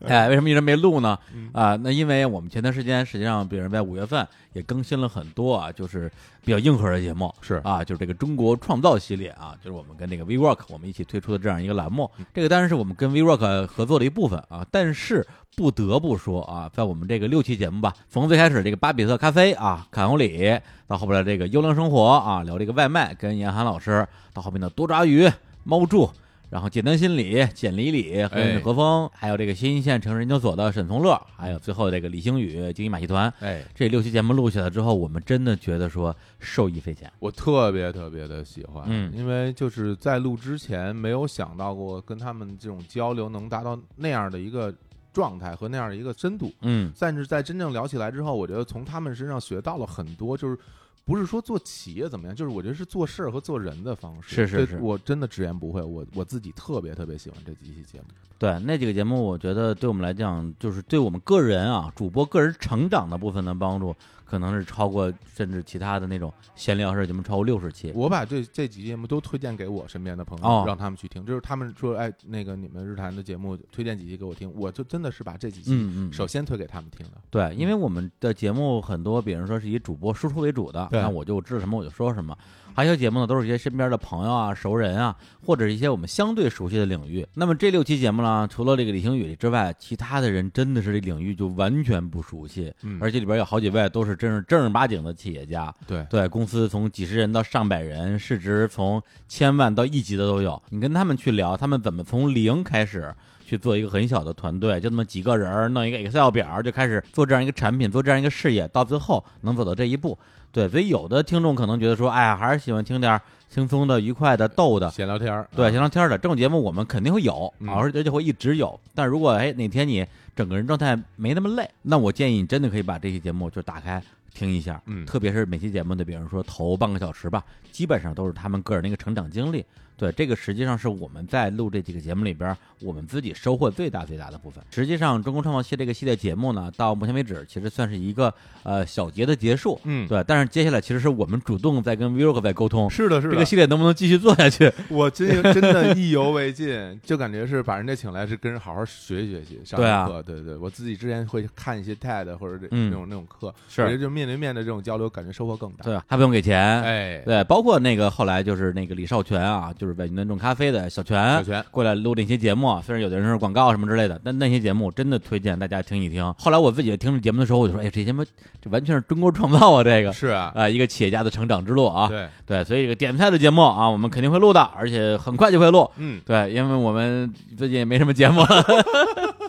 Speaker 1: 哎，为什么一直没录呢
Speaker 2: 嗯？
Speaker 1: 啊、那因为我们前段时间实际上，比如在五月份也更新了很多啊，就是比较硬核的节目，
Speaker 2: 是
Speaker 1: 啊，就是这个中国创造系列啊，就是我们跟那个 WeWork 我们一起推出的这样一个栏目。这个当然是我们跟 WeWork 合作的一部分啊，但是不得不说啊，在我们这个六期节目吧，从最开始这个巴比特咖啡啊、坎欧里，到后边这个优良生活啊，聊这个外卖，跟严寒老师，到后面的多抓鱼、猫柱。然后简单心理、简理理和
Speaker 2: 哎
Speaker 1: 何峰，还有这个新一线城市研究所的沈从乐，还有最后这个李星宇、经济马戏团，
Speaker 2: 哎，
Speaker 1: 这六期节目录下来之后，我们真的觉得说受益匪浅。
Speaker 2: 我特别特别的喜欢，
Speaker 1: 嗯
Speaker 2: 因为就是在录之前没有想到过跟他们这种交流能达到那样的一个状态和那样的一个深度，
Speaker 1: 嗯，
Speaker 2: 但是在真正聊起来之后，我觉得从他们身上学到了很多，就是。不是说做企业怎么样，就是我觉得是做事儿和做人的方
Speaker 1: 是
Speaker 2: 式。
Speaker 1: 是
Speaker 2: 这
Speaker 1: 是
Speaker 2: 我真的直言不讳，我我自己特别特别喜欢这几期节目。
Speaker 1: 对，那几个节目，我觉得对我们来讲，就是对我们个人啊，主播个人成长的部分的帮助，可能是超过甚至其他的那种闲聊式节目超过六十期。
Speaker 2: 我把这这几期节目都推荐给我身边的朋友，
Speaker 1: 哦
Speaker 2: 让他们去听。就是他们说，哎，那个你们日坛的节目推荐几期给我听，我就真的是把这几期
Speaker 1: 嗯嗯，
Speaker 2: 首先推给他们听的。
Speaker 1: 对，因为我们的节目很多，比如说是以主播输出为主的，
Speaker 2: 对
Speaker 1: 那我就知道什么我就说什么。还有些节目呢，都是一些身边的朋友啊、熟人啊，或者一些我们相对熟悉的领域。那么这六期节目呢，除了这个李星宇之外，其他的人真的是这领域就完全不熟悉，
Speaker 2: 嗯
Speaker 1: 而且里边有好几位都是正正儿八经的企业家，
Speaker 2: 对，
Speaker 1: 对，公司从几十人到上百人，市值从千万到亿级的都有。你跟他们去聊，他们怎么从零开始去做一个很小的团队，就那么几个人儿弄一个 Excel 表儿就开始做这样一个产品，做这样一个事业，到最后能走到这一步。对，所以有的听众可能觉得说，哎呀，还是喜欢听点儿轻松的、愉快的、逗的。
Speaker 2: 闲聊天儿，
Speaker 1: 对，
Speaker 2: 啊
Speaker 1: 闲聊天儿的这种节目，我们肯定会有，
Speaker 2: 嗯
Speaker 1: 而而且会一直有。但如果哎哪天你整个人状态没那么累，那我建议你真的可以把这期节目就打开听一下，
Speaker 2: 嗯
Speaker 1: 特别是每期节目的，比如说头半个小时吧，基本上都是他们个人的一个成长经历。对，这个实际上是我们在录这几个节目里边，我们自己收获最大最大的部分。实际上，中国创造系这个系列节目呢，到目前为止其实算是一个呃小节的结束。
Speaker 2: 嗯，
Speaker 1: 对，但是接下来其实是我们主动在跟 Virgo 在沟通，
Speaker 2: 是的，啊是
Speaker 1: 这个系列能不能继续做下去？
Speaker 2: (laughs) 我真真的意犹未尽，就感觉是把人家请来是跟人好好学习学习，上
Speaker 1: 对啊
Speaker 2: 课，对对，我自己之前会看一些 TED 或者这
Speaker 1: 嗯
Speaker 2: 那种那种课，
Speaker 1: 是
Speaker 2: 我觉得就面对面的这种交流，感觉收获更大。
Speaker 1: 啊对，还不用给钱。
Speaker 2: 哎，
Speaker 1: 对，包括那个后来就是那个李少全啊，就是就是在云南种咖啡的小泉，
Speaker 2: 小泉
Speaker 1: 过来录那些节目，啊虽然有的人是广告什么之类的，但那些节目真的推荐大家听一听。后来我自己听这节目的时候，我就说，哎，这节目这完全是中国创造啊，这个
Speaker 2: 是啊，
Speaker 1: 啊、一个企业家的成长之路啊，
Speaker 2: 对，
Speaker 1: 对，所以这个点菜的节目啊，我们肯定会录的，而且很快就会录。
Speaker 2: 嗯，
Speaker 1: 对，因为我们最近也没什么节目了，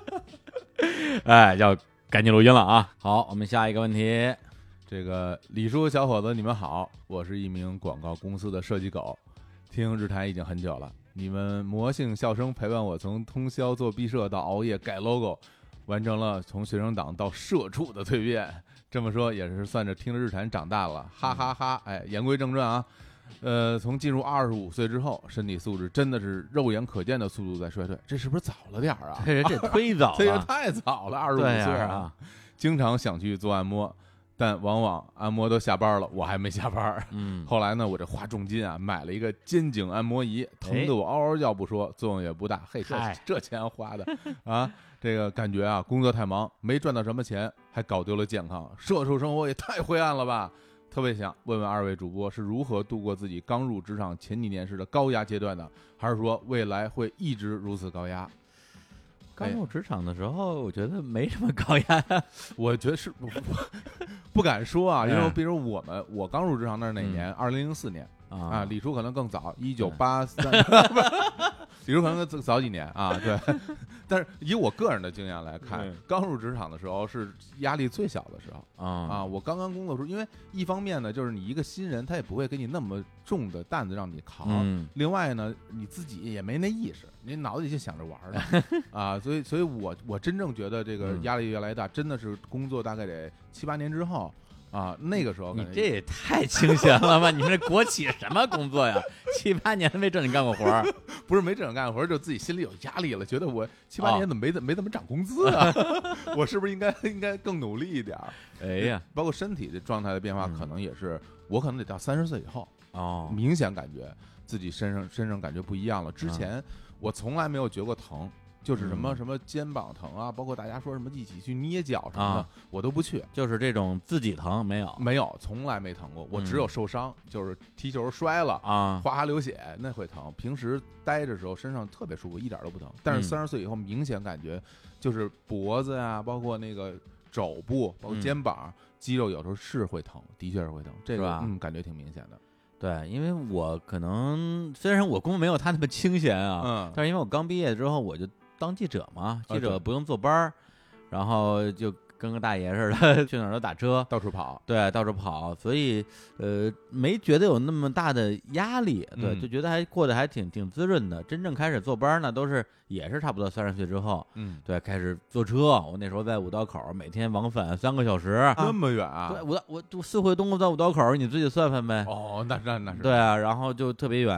Speaker 1: (laughs) 哎，要赶紧录音了啊！好，我们下一个问题，
Speaker 2: 哎这个李叔小伙子，你们好，我是一名广告公司的设计狗，听日坛已经很久了，你们魔性笑声陪伴我从通宵做毕设到熬夜改 logo，完成了从学生党到社畜的蜕变。这么说也是算着听着日坛长大了，哈哈哈
Speaker 1: 嗯
Speaker 2: 哎，言归正传啊，呃，从进入二十五岁之后，身体素质真的是肉眼可见的速度在衰退，这是不是早了点儿啊？
Speaker 1: 这人这忒早
Speaker 2: (laughs) 这也
Speaker 1: (laughs) 了，
Speaker 2: 太早了，啊二十五
Speaker 1: 对
Speaker 2: 岁
Speaker 1: 呀
Speaker 2: 啊！
Speaker 1: 啊，
Speaker 2: 经常想去做按摩，但往往按摩都下班了，我还没下
Speaker 1: (laughs)
Speaker 2: 班儿。
Speaker 1: 嗯，
Speaker 2: 后来呢，我这花重金啊，买了一个肩颈按摩仪，疼得我嗷嗷叫不说，作用也不大。嘿，这
Speaker 1: 嗨
Speaker 2: 这钱花的 (laughs) 啊，这个感觉啊，工作太忙，没赚到什么钱，还搞丢了健康，社畜生活也太灰暗了吧！特别想问问二位主播是如何度过自己刚入职场前几年时的高压阶段的，还是说未来会一直如此高压？哎
Speaker 1: 刚入职场的时候，我觉得没什么高压，
Speaker 2: 我觉得是 (laughs) 不不敢说啊，因为
Speaker 1: 嗯
Speaker 2: 比如我们我刚入职场那是哪年？二零零四年啊，
Speaker 1: 啊，
Speaker 2: 李叔可能更早，一九
Speaker 1: (laughs)
Speaker 2: 八三，李叔可能更早几年啊，对。 (laughs) 但是以我个人的经验来看
Speaker 1: 嗯，
Speaker 2: 刚入职场的时候是压力最小的时候啊。
Speaker 1: 啊，
Speaker 2: 我刚刚工作的时候，因为一方面呢，就是你一个新人，他也不会给你那么重的担子让你扛，
Speaker 1: 嗯，
Speaker 2: 另外呢，你自己也没那意识，你脑子里就想着玩
Speaker 1: (laughs)
Speaker 2: 儿呢啊，所以，所以我我真正觉得这个
Speaker 1: 嗯
Speaker 2: 压力越来越大，真的是工作大概得七八年之后啊，那个时候
Speaker 1: 你
Speaker 2: 感觉
Speaker 1: 这也太清闲了吧？你们这国企什么工作呀？七八年没正经干过活儿，
Speaker 2: 不是没正经干活儿，就自己心里有压力了，觉得我七八
Speaker 1: 啊
Speaker 2: 年怎么没怎么没怎么涨工资啊？ (laughs) 我是不是应该应该更努力一点儿？
Speaker 1: 哎呀，
Speaker 2: 包括身体的状态的变化，
Speaker 1: 嗯
Speaker 2: 可能也是我可能得到三十岁以后，
Speaker 1: 哦，
Speaker 2: 明显感觉自己身上身上感觉不一样了。之前我从来没有觉过疼，就是什么
Speaker 1: 嗯
Speaker 2: 什么肩膀疼啊，包括大家说什么一起去捏脚什么的
Speaker 1: 啊，
Speaker 2: 我都不去，
Speaker 1: 就是这种自己疼没有
Speaker 2: 没有，从来没疼过。我只有受伤，就是踢球摔了。
Speaker 1: 啊？
Speaker 2: 哗哗流血，那会疼。平时待着时候身上特别舒服，一点都不疼。但是
Speaker 1: 嗯
Speaker 2: 三十岁以后，明显感觉就是脖子啊，包括那个肘部，包括
Speaker 1: 嗯
Speaker 2: 肩膀、肌肉，有时候是会疼，的确是会疼。这
Speaker 1: 是
Speaker 2: 个
Speaker 1: 吧
Speaker 2: 嗯，感觉挺明显的。
Speaker 1: 对，因为我可能虽然我工作没有他那么清闲啊，
Speaker 2: 嗯，
Speaker 1: 但是因为我刚毕业之后我就当记者嘛，
Speaker 2: 啊
Speaker 1: 记
Speaker 2: 对
Speaker 1: 者不用坐班儿，然后就跟个大爷似的 (laughs) 去哪儿都打车，
Speaker 2: 到处跑，
Speaker 1: 对，到处跑，所以呃没觉得有那么大的压力，对，
Speaker 2: 嗯
Speaker 1: 就觉得还过得还挺挺滋润的。真正开始坐班儿呢，都是也是差不多三十岁之后，
Speaker 2: 嗯，
Speaker 1: 对，开始坐车。我那时候在五道口，每天往返三个小时。
Speaker 2: (laughs) 那么远啊？
Speaker 1: 对，五道我我四回东路到五道口，你自己算算呗。
Speaker 2: 哦，那那那是
Speaker 1: 对啊，然后就特别远，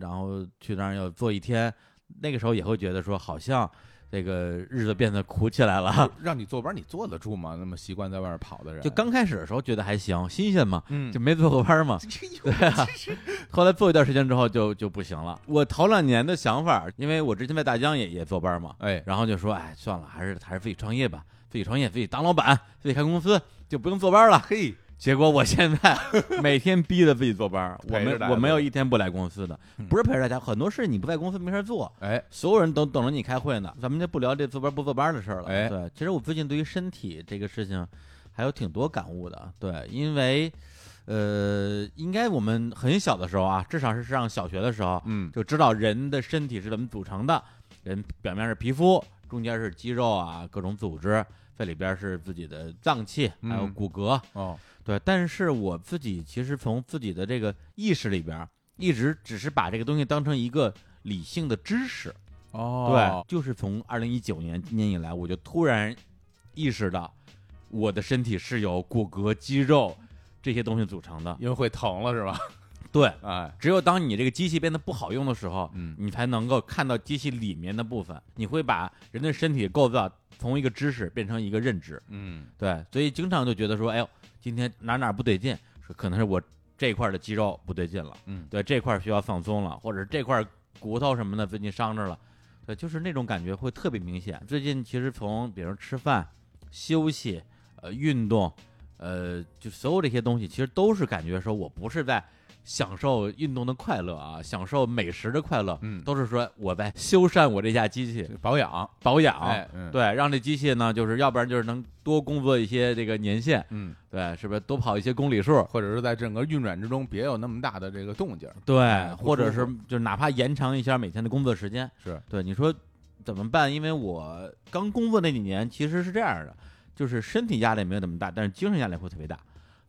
Speaker 1: 然后去那儿要坐一天，那个时候也会觉得说，好像这个日子变得苦起来了。
Speaker 2: 让你坐班，你坐得住吗？那么习惯在外边跑的人，
Speaker 1: 就刚开始的时候觉得还行，新鲜嘛，
Speaker 2: 嗯哎
Speaker 1: 就，没坐过班
Speaker 2: (laughs)
Speaker 1: 儿嘛。对啊，后来做一段时间之后就就不行了。我头两年的想法，因为我之前在大疆也也坐班嘛，
Speaker 2: 哎，
Speaker 1: 然后就说，哎，算了，还是还是自己创业吧，自己创业，自己当老板，自己开公司，就不用坐班了。
Speaker 2: 嘿，
Speaker 1: 结果我现
Speaker 2: (laughs)
Speaker 1: 在每天逼着自己坐班儿，我
Speaker 2: 陪着
Speaker 1: 没
Speaker 2: 大家
Speaker 1: 我没有一天不来公司的
Speaker 2: 嗯，
Speaker 1: 不是陪着大家，很多事你不在公司没法做，
Speaker 2: 哎，
Speaker 1: 所有人都等着你开会呢。咱们就不聊这坐班不坐班的事儿了。
Speaker 2: 哎
Speaker 1: 对，其实我最近对于身体这个事情还有挺多感悟的。对，因为呃，应该我们很小的时候啊，至少是上小学的时候，
Speaker 2: 嗯，
Speaker 1: 就知道人的身体是怎么组成的。人表面是皮肤，中间是肌肉啊，各种组织，在里边是自己的脏器，还有
Speaker 2: 嗯
Speaker 1: 骨骼。
Speaker 2: 哦，
Speaker 1: 对，但是我自己其实从自己的这个意识里边儿，一直只是把这个东西当成一个理性的知识。
Speaker 2: 哦，
Speaker 1: 对，就是从二零一九年今年以来，我就突然意识到，我的身体是由骨骼、肌肉这些东西组成的。
Speaker 2: 因为会疼了是吧？
Speaker 1: 对，
Speaker 2: (laughs) 哎，
Speaker 1: 只有当你这个机器变得不好用的时候，
Speaker 2: 嗯
Speaker 1: 你才能够看到机器里面的部分。你会把人的身体构造从一个知识变成一个认知。
Speaker 2: 嗯，
Speaker 1: 对，所以经常就觉得说，哎呦，今天哪哪不对劲，说可能是我这一块的肌肉不对劲了，
Speaker 2: 嗯
Speaker 1: 对，这块需要放松了，或者是这块骨头什么的最近伤着了，对，就是那种感觉会特别明显。最近其实从比如吃饭、休息、呃运动，呃，就所有这些东西，其实都是感觉说我不是在享受运动的快乐啊，享受美食的快乐，
Speaker 2: 嗯，
Speaker 1: 都是说我在修缮我这架机器，
Speaker 2: 保养，
Speaker 1: 保养。
Speaker 2: 哎，
Speaker 3: 嗯，
Speaker 1: 啊对，让这机器呢，就是要不然就是能多工作一些这个年限，
Speaker 2: 嗯，
Speaker 1: 对，是不是多跑一些公里数？
Speaker 2: 或者是在整个运转之中别有那么大的这个动静儿，
Speaker 1: 对，
Speaker 2: 不
Speaker 1: 哎或者是
Speaker 2: 舒
Speaker 1: 就是哪怕延长一下每天的工作时间，
Speaker 2: 是
Speaker 1: 对你说怎么办？因为我刚工作那几年其实是这样的，就是身体压力没有那么大，但是精神压力会特别大。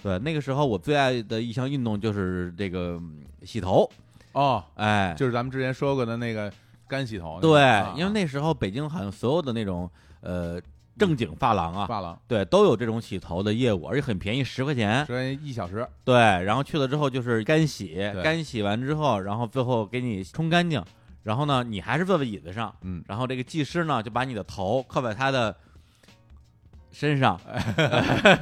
Speaker 1: 对，那个时候我最爱的一项运动就是这个嗯洗头，
Speaker 2: 哦，
Speaker 1: 哎，
Speaker 2: 就是咱们之前说过的那个干洗头那个，啊
Speaker 1: 对，因为那时候北京好像所有的那种呃正经发廊啊，
Speaker 2: 发廊
Speaker 1: 对，都有这种洗头的业务，而且很便宜，十块钱。
Speaker 2: 虽然一小时，
Speaker 1: 对，然后去了之后就是干洗，干洗完之后，然后最后给你冲干净，然后呢，你还是坐在椅子上，
Speaker 2: 嗯，
Speaker 1: 然后这个技师呢就把你的头靠在他的身上，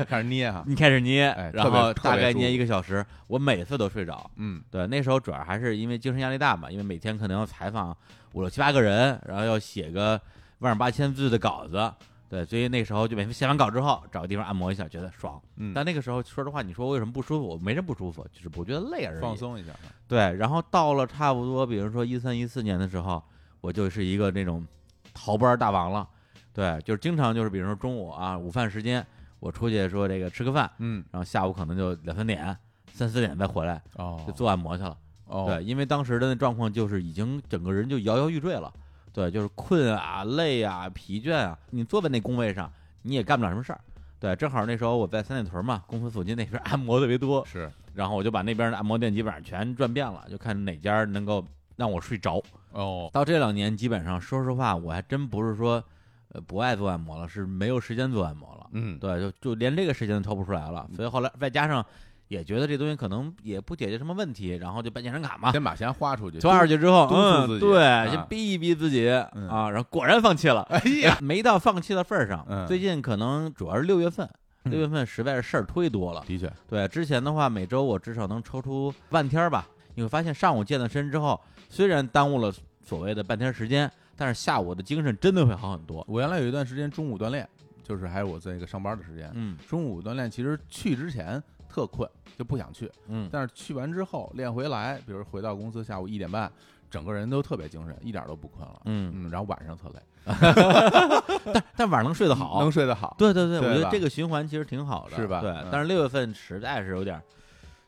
Speaker 2: 开始捏哈，
Speaker 1: 你开始捏，
Speaker 2: 哎
Speaker 1: 然
Speaker 2: 特别
Speaker 1: 后
Speaker 2: 特别
Speaker 1: 大概
Speaker 2: 舒服
Speaker 1: 捏一个小时，我每次都睡着。
Speaker 2: 嗯，
Speaker 1: 对，那时候主要还是因为精神压力大嘛，因为每天可能要采访五六七八个人，然后要写个万八千字的稿子，对，所以那时候就每次写完稿之后找个地方按摩一下，觉得爽。
Speaker 2: 嗯
Speaker 1: 但那个时候说实话，你说我有什么不舒服？我没什么不舒服，就是我觉得累而已。
Speaker 2: 放。松一下，
Speaker 1: 对，然后到了差不多，比如说一三一四年的时候，我就是一个那种逃班大王了。对，就是经常就是比如说中午啊午饭时间，我出去说这个吃个饭，
Speaker 2: 嗯，
Speaker 1: 然后下午可能就两三点、三四点再回来，
Speaker 2: 哦
Speaker 1: 就做按摩去了。
Speaker 2: 哦，
Speaker 1: 对，因为当时的那状况就是已经整个人就摇摇欲坠了，对，就是困啊、累啊、疲倦啊，你坐在那工位上你也干不了什么事儿。对，正好那时候我在三里屯嘛，公司附近那边按摩特别多，
Speaker 2: 哦是
Speaker 1: 然后我就把那边的按摩店基本上全转遍了，就看哪家能够让我睡着。
Speaker 2: 哦，
Speaker 1: 到这两年，基本上说实话，我还真不是说，呃，不爱做按摩了，是没有时间做按摩了。
Speaker 2: 嗯，
Speaker 1: 对，就就连这个时间都抽不出来了。所以后来再加上也觉得这东西可能也不解决什么问题，然后就办健身卡嘛，
Speaker 2: 先把钱花出去，
Speaker 1: 从二去之后，
Speaker 2: 督促自
Speaker 1: 嗯，
Speaker 2: 己
Speaker 1: 对，
Speaker 2: 啊
Speaker 1: 先逼一逼自己
Speaker 2: 嗯
Speaker 1: 啊，然后果然放弃了，
Speaker 2: 哎呀，
Speaker 1: 没到放弃的份儿上。
Speaker 2: 嗯
Speaker 1: 最近可能主要是六月份，
Speaker 2: 嗯
Speaker 1: 六月份实在是事儿忒多了。
Speaker 2: 的确，
Speaker 1: 对，之前的话每周我至少能抽出半天儿吧。你会发现上午健了身之后，虽然耽误了所谓的半天时间，但是下午的精神真的会好很多。
Speaker 2: 我原来有一段时间中午锻炼，就是还有我这个上班的时间，
Speaker 1: 嗯
Speaker 2: 中午锻炼其实去之前特困，就不想去，
Speaker 1: 嗯，
Speaker 2: 但是去完之后练回来，比如回到公司下午一点半，整个人都特别精神，一点都不困了。
Speaker 1: 嗯，
Speaker 2: 嗯，然后晚上特累，
Speaker 1: 但但晚上能睡得好，
Speaker 2: 能睡得好。
Speaker 1: 对对对，
Speaker 2: 对
Speaker 1: 我觉得
Speaker 2: 吧
Speaker 1: 这个循环其实挺好的，
Speaker 2: 是吧
Speaker 1: 对
Speaker 2: 嗯，
Speaker 1: 但是六月份实在是有点儿，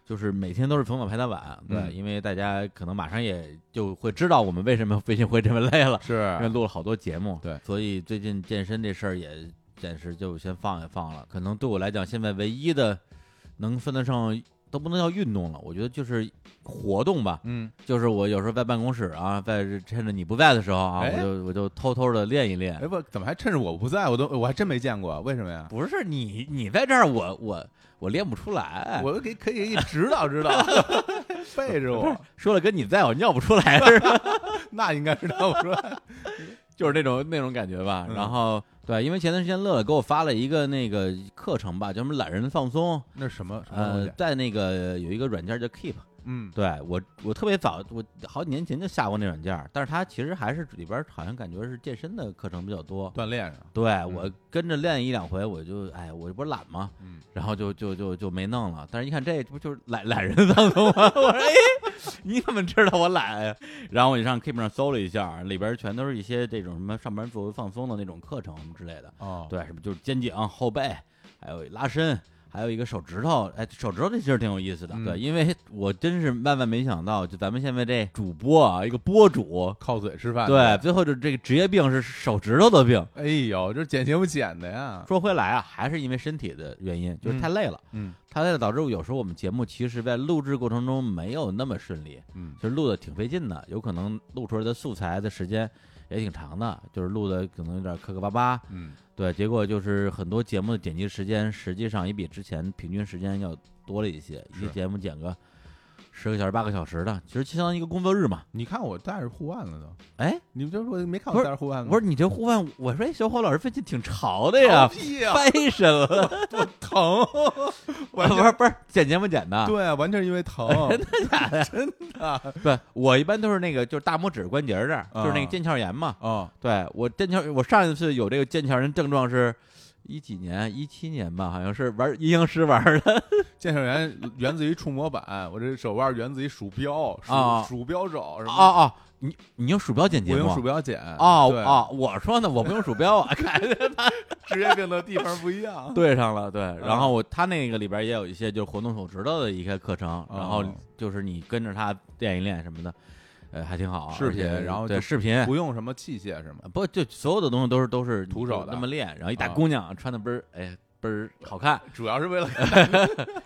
Speaker 1: 就是每天都是从早排到晚，对，
Speaker 2: 嗯
Speaker 1: 因为大家可能马上也就会知道我们为什么 (laughs) 最近会这么累了，因为
Speaker 2: 是，
Speaker 1: 录了好多节目，
Speaker 2: 啊对
Speaker 1: 所以最近健身这事儿也暂时就先放一放了。可能对我来讲，现在唯一的能算得上。都不能叫运动了，我觉得就是活动吧，
Speaker 2: 嗯，
Speaker 1: 就是我有时候在办公室啊，在趁着你不在的时候啊，
Speaker 2: 哎
Speaker 1: 我就我就偷偷的练一练
Speaker 2: 哎，不，怎么还趁着我不在，我都我还真没见过，为什么呀？
Speaker 1: 不是你，你在这儿我，我我练不出来。
Speaker 2: 我给可以给你指导 (laughs) 指导，背着我，
Speaker 1: 说了跟你在我尿不出 (laughs) 来似的，
Speaker 2: 那应该知道我说，
Speaker 1: 就是那种那种感觉吧。
Speaker 2: 嗯
Speaker 1: 然后对，因为前段时间乐乐给我发了一个那个课程吧，叫什么懒人放松，
Speaker 2: (laughs) 那是什么什么东
Speaker 1: 呃
Speaker 2: 西，？
Speaker 1: 在那个有一个软件叫 Keep，
Speaker 2: 嗯，
Speaker 1: 对我我特别早，我好几年前就下过那软件，但是它其实还是里边好像感觉是健身的课程比较多。
Speaker 2: 锻炼啊上，
Speaker 1: 对我跟着练一两回，我就哎，我这不是懒吗？
Speaker 2: 嗯，
Speaker 1: 然后就就就就没弄了。但是一看这不就是懒懒人当中吗？ (laughs) 我说哎，你怎么知道我懒呀？然后我就上 Keep 上搜了一下，里边全都是一些这种什么上班作为放松的那种课程什么之类的。
Speaker 2: 哦，
Speaker 1: 对，什么就是肩颈、后背，还有拉伸，还有一个手指头。哎，手指头这其实挺有意思的。
Speaker 2: 嗯
Speaker 1: 对，因为我真是万万没想到，就咱们现在这主播啊，一个播主，
Speaker 2: 靠嘴吃饭，
Speaker 1: 对，，最后就这个职业病是手指头的病。
Speaker 2: 哎呦，这减刑不减的呀，
Speaker 1: 说回来啊，还是因为身体的原因，就是太累了。
Speaker 2: 嗯
Speaker 1: 它在导致有时候我们节目其实，在录制过程中没有那么顺利，
Speaker 2: 嗯，
Speaker 1: 就是录的挺费劲的，有可能录出来的素材的时间也挺长的，就是录的可能有点磕磕巴巴，
Speaker 2: 嗯，
Speaker 1: 对，结果就是很多节目的剪辑时间实际上也比之前平均时间要多了一些，一
Speaker 2: 是
Speaker 1: 个节目剪个十个小时八个小时的，其实相当于一个工作日嘛。
Speaker 2: 你看我带着护腕了都，
Speaker 1: 哎，
Speaker 2: 你们就说没看
Speaker 1: 不
Speaker 2: 我
Speaker 1: 是
Speaker 2: 带着护腕吗？
Speaker 1: 我说你这护腕，我说哎小伙老师最近挺潮的呀
Speaker 2: 屁呀，
Speaker 1: ，fashion
Speaker 2: (laughs)
Speaker 1: 了，
Speaker 2: 疼，
Speaker 1: 不
Speaker 2: 完全
Speaker 1: 是不是剪剪不剪的，
Speaker 2: 对，啊完全是因为
Speaker 1: (laughs)
Speaker 2: 疼， (laughs)
Speaker 1: 对，我一般都是那个，就是大拇指关节儿这儿，就是那个
Speaker 2: 啊
Speaker 1: 腱鞘炎嘛。
Speaker 2: 哦，
Speaker 1: 对我腱鞘，我上一次有这个腱鞘炎症状是一几年，一七年吧，好像是玩阴阳师玩的，
Speaker 2: 鉴赏员源自于触摸板，我这手腕源自于鼠标，鼠、
Speaker 1: 啊
Speaker 2: 鼠标肘
Speaker 1: 哦
Speaker 2: 什么。
Speaker 1: 哦，你你用鼠标剪
Speaker 2: 我
Speaker 1: 节目
Speaker 2: 用
Speaker 1: 啊
Speaker 2: 鼠？标剪
Speaker 1: 哦
Speaker 2: 对
Speaker 1: 哦，我说呢，我不用鼠标啊，
Speaker 2: (laughs) 职业病的地方不一样。
Speaker 1: 对上了，对。
Speaker 2: 嗯
Speaker 1: 然后我他那个里边也有一些就是活动手指头的一些课程，然后
Speaker 2: 哦
Speaker 1: 就是你跟着他练一练什么的，呃，还挺好。
Speaker 2: 视频
Speaker 1: 而且
Speaker 2: 然后
Speaker 1: 对
Speaker 2: 就
Speaker 1: 视频，
Speaker 2: 不用什么器械是吗？
Speaker 1: 不就所有的东西都是都是
Speaker 2: 徒手的
Speaker 1: 那么练，然后一大
Speaker 2: 啊
Speaker 1: 姑娘穿的倍儿哎倍儿好看，
Speaker 2: 主要
Speaker 1: (laughs)
Speaker 2: 是为了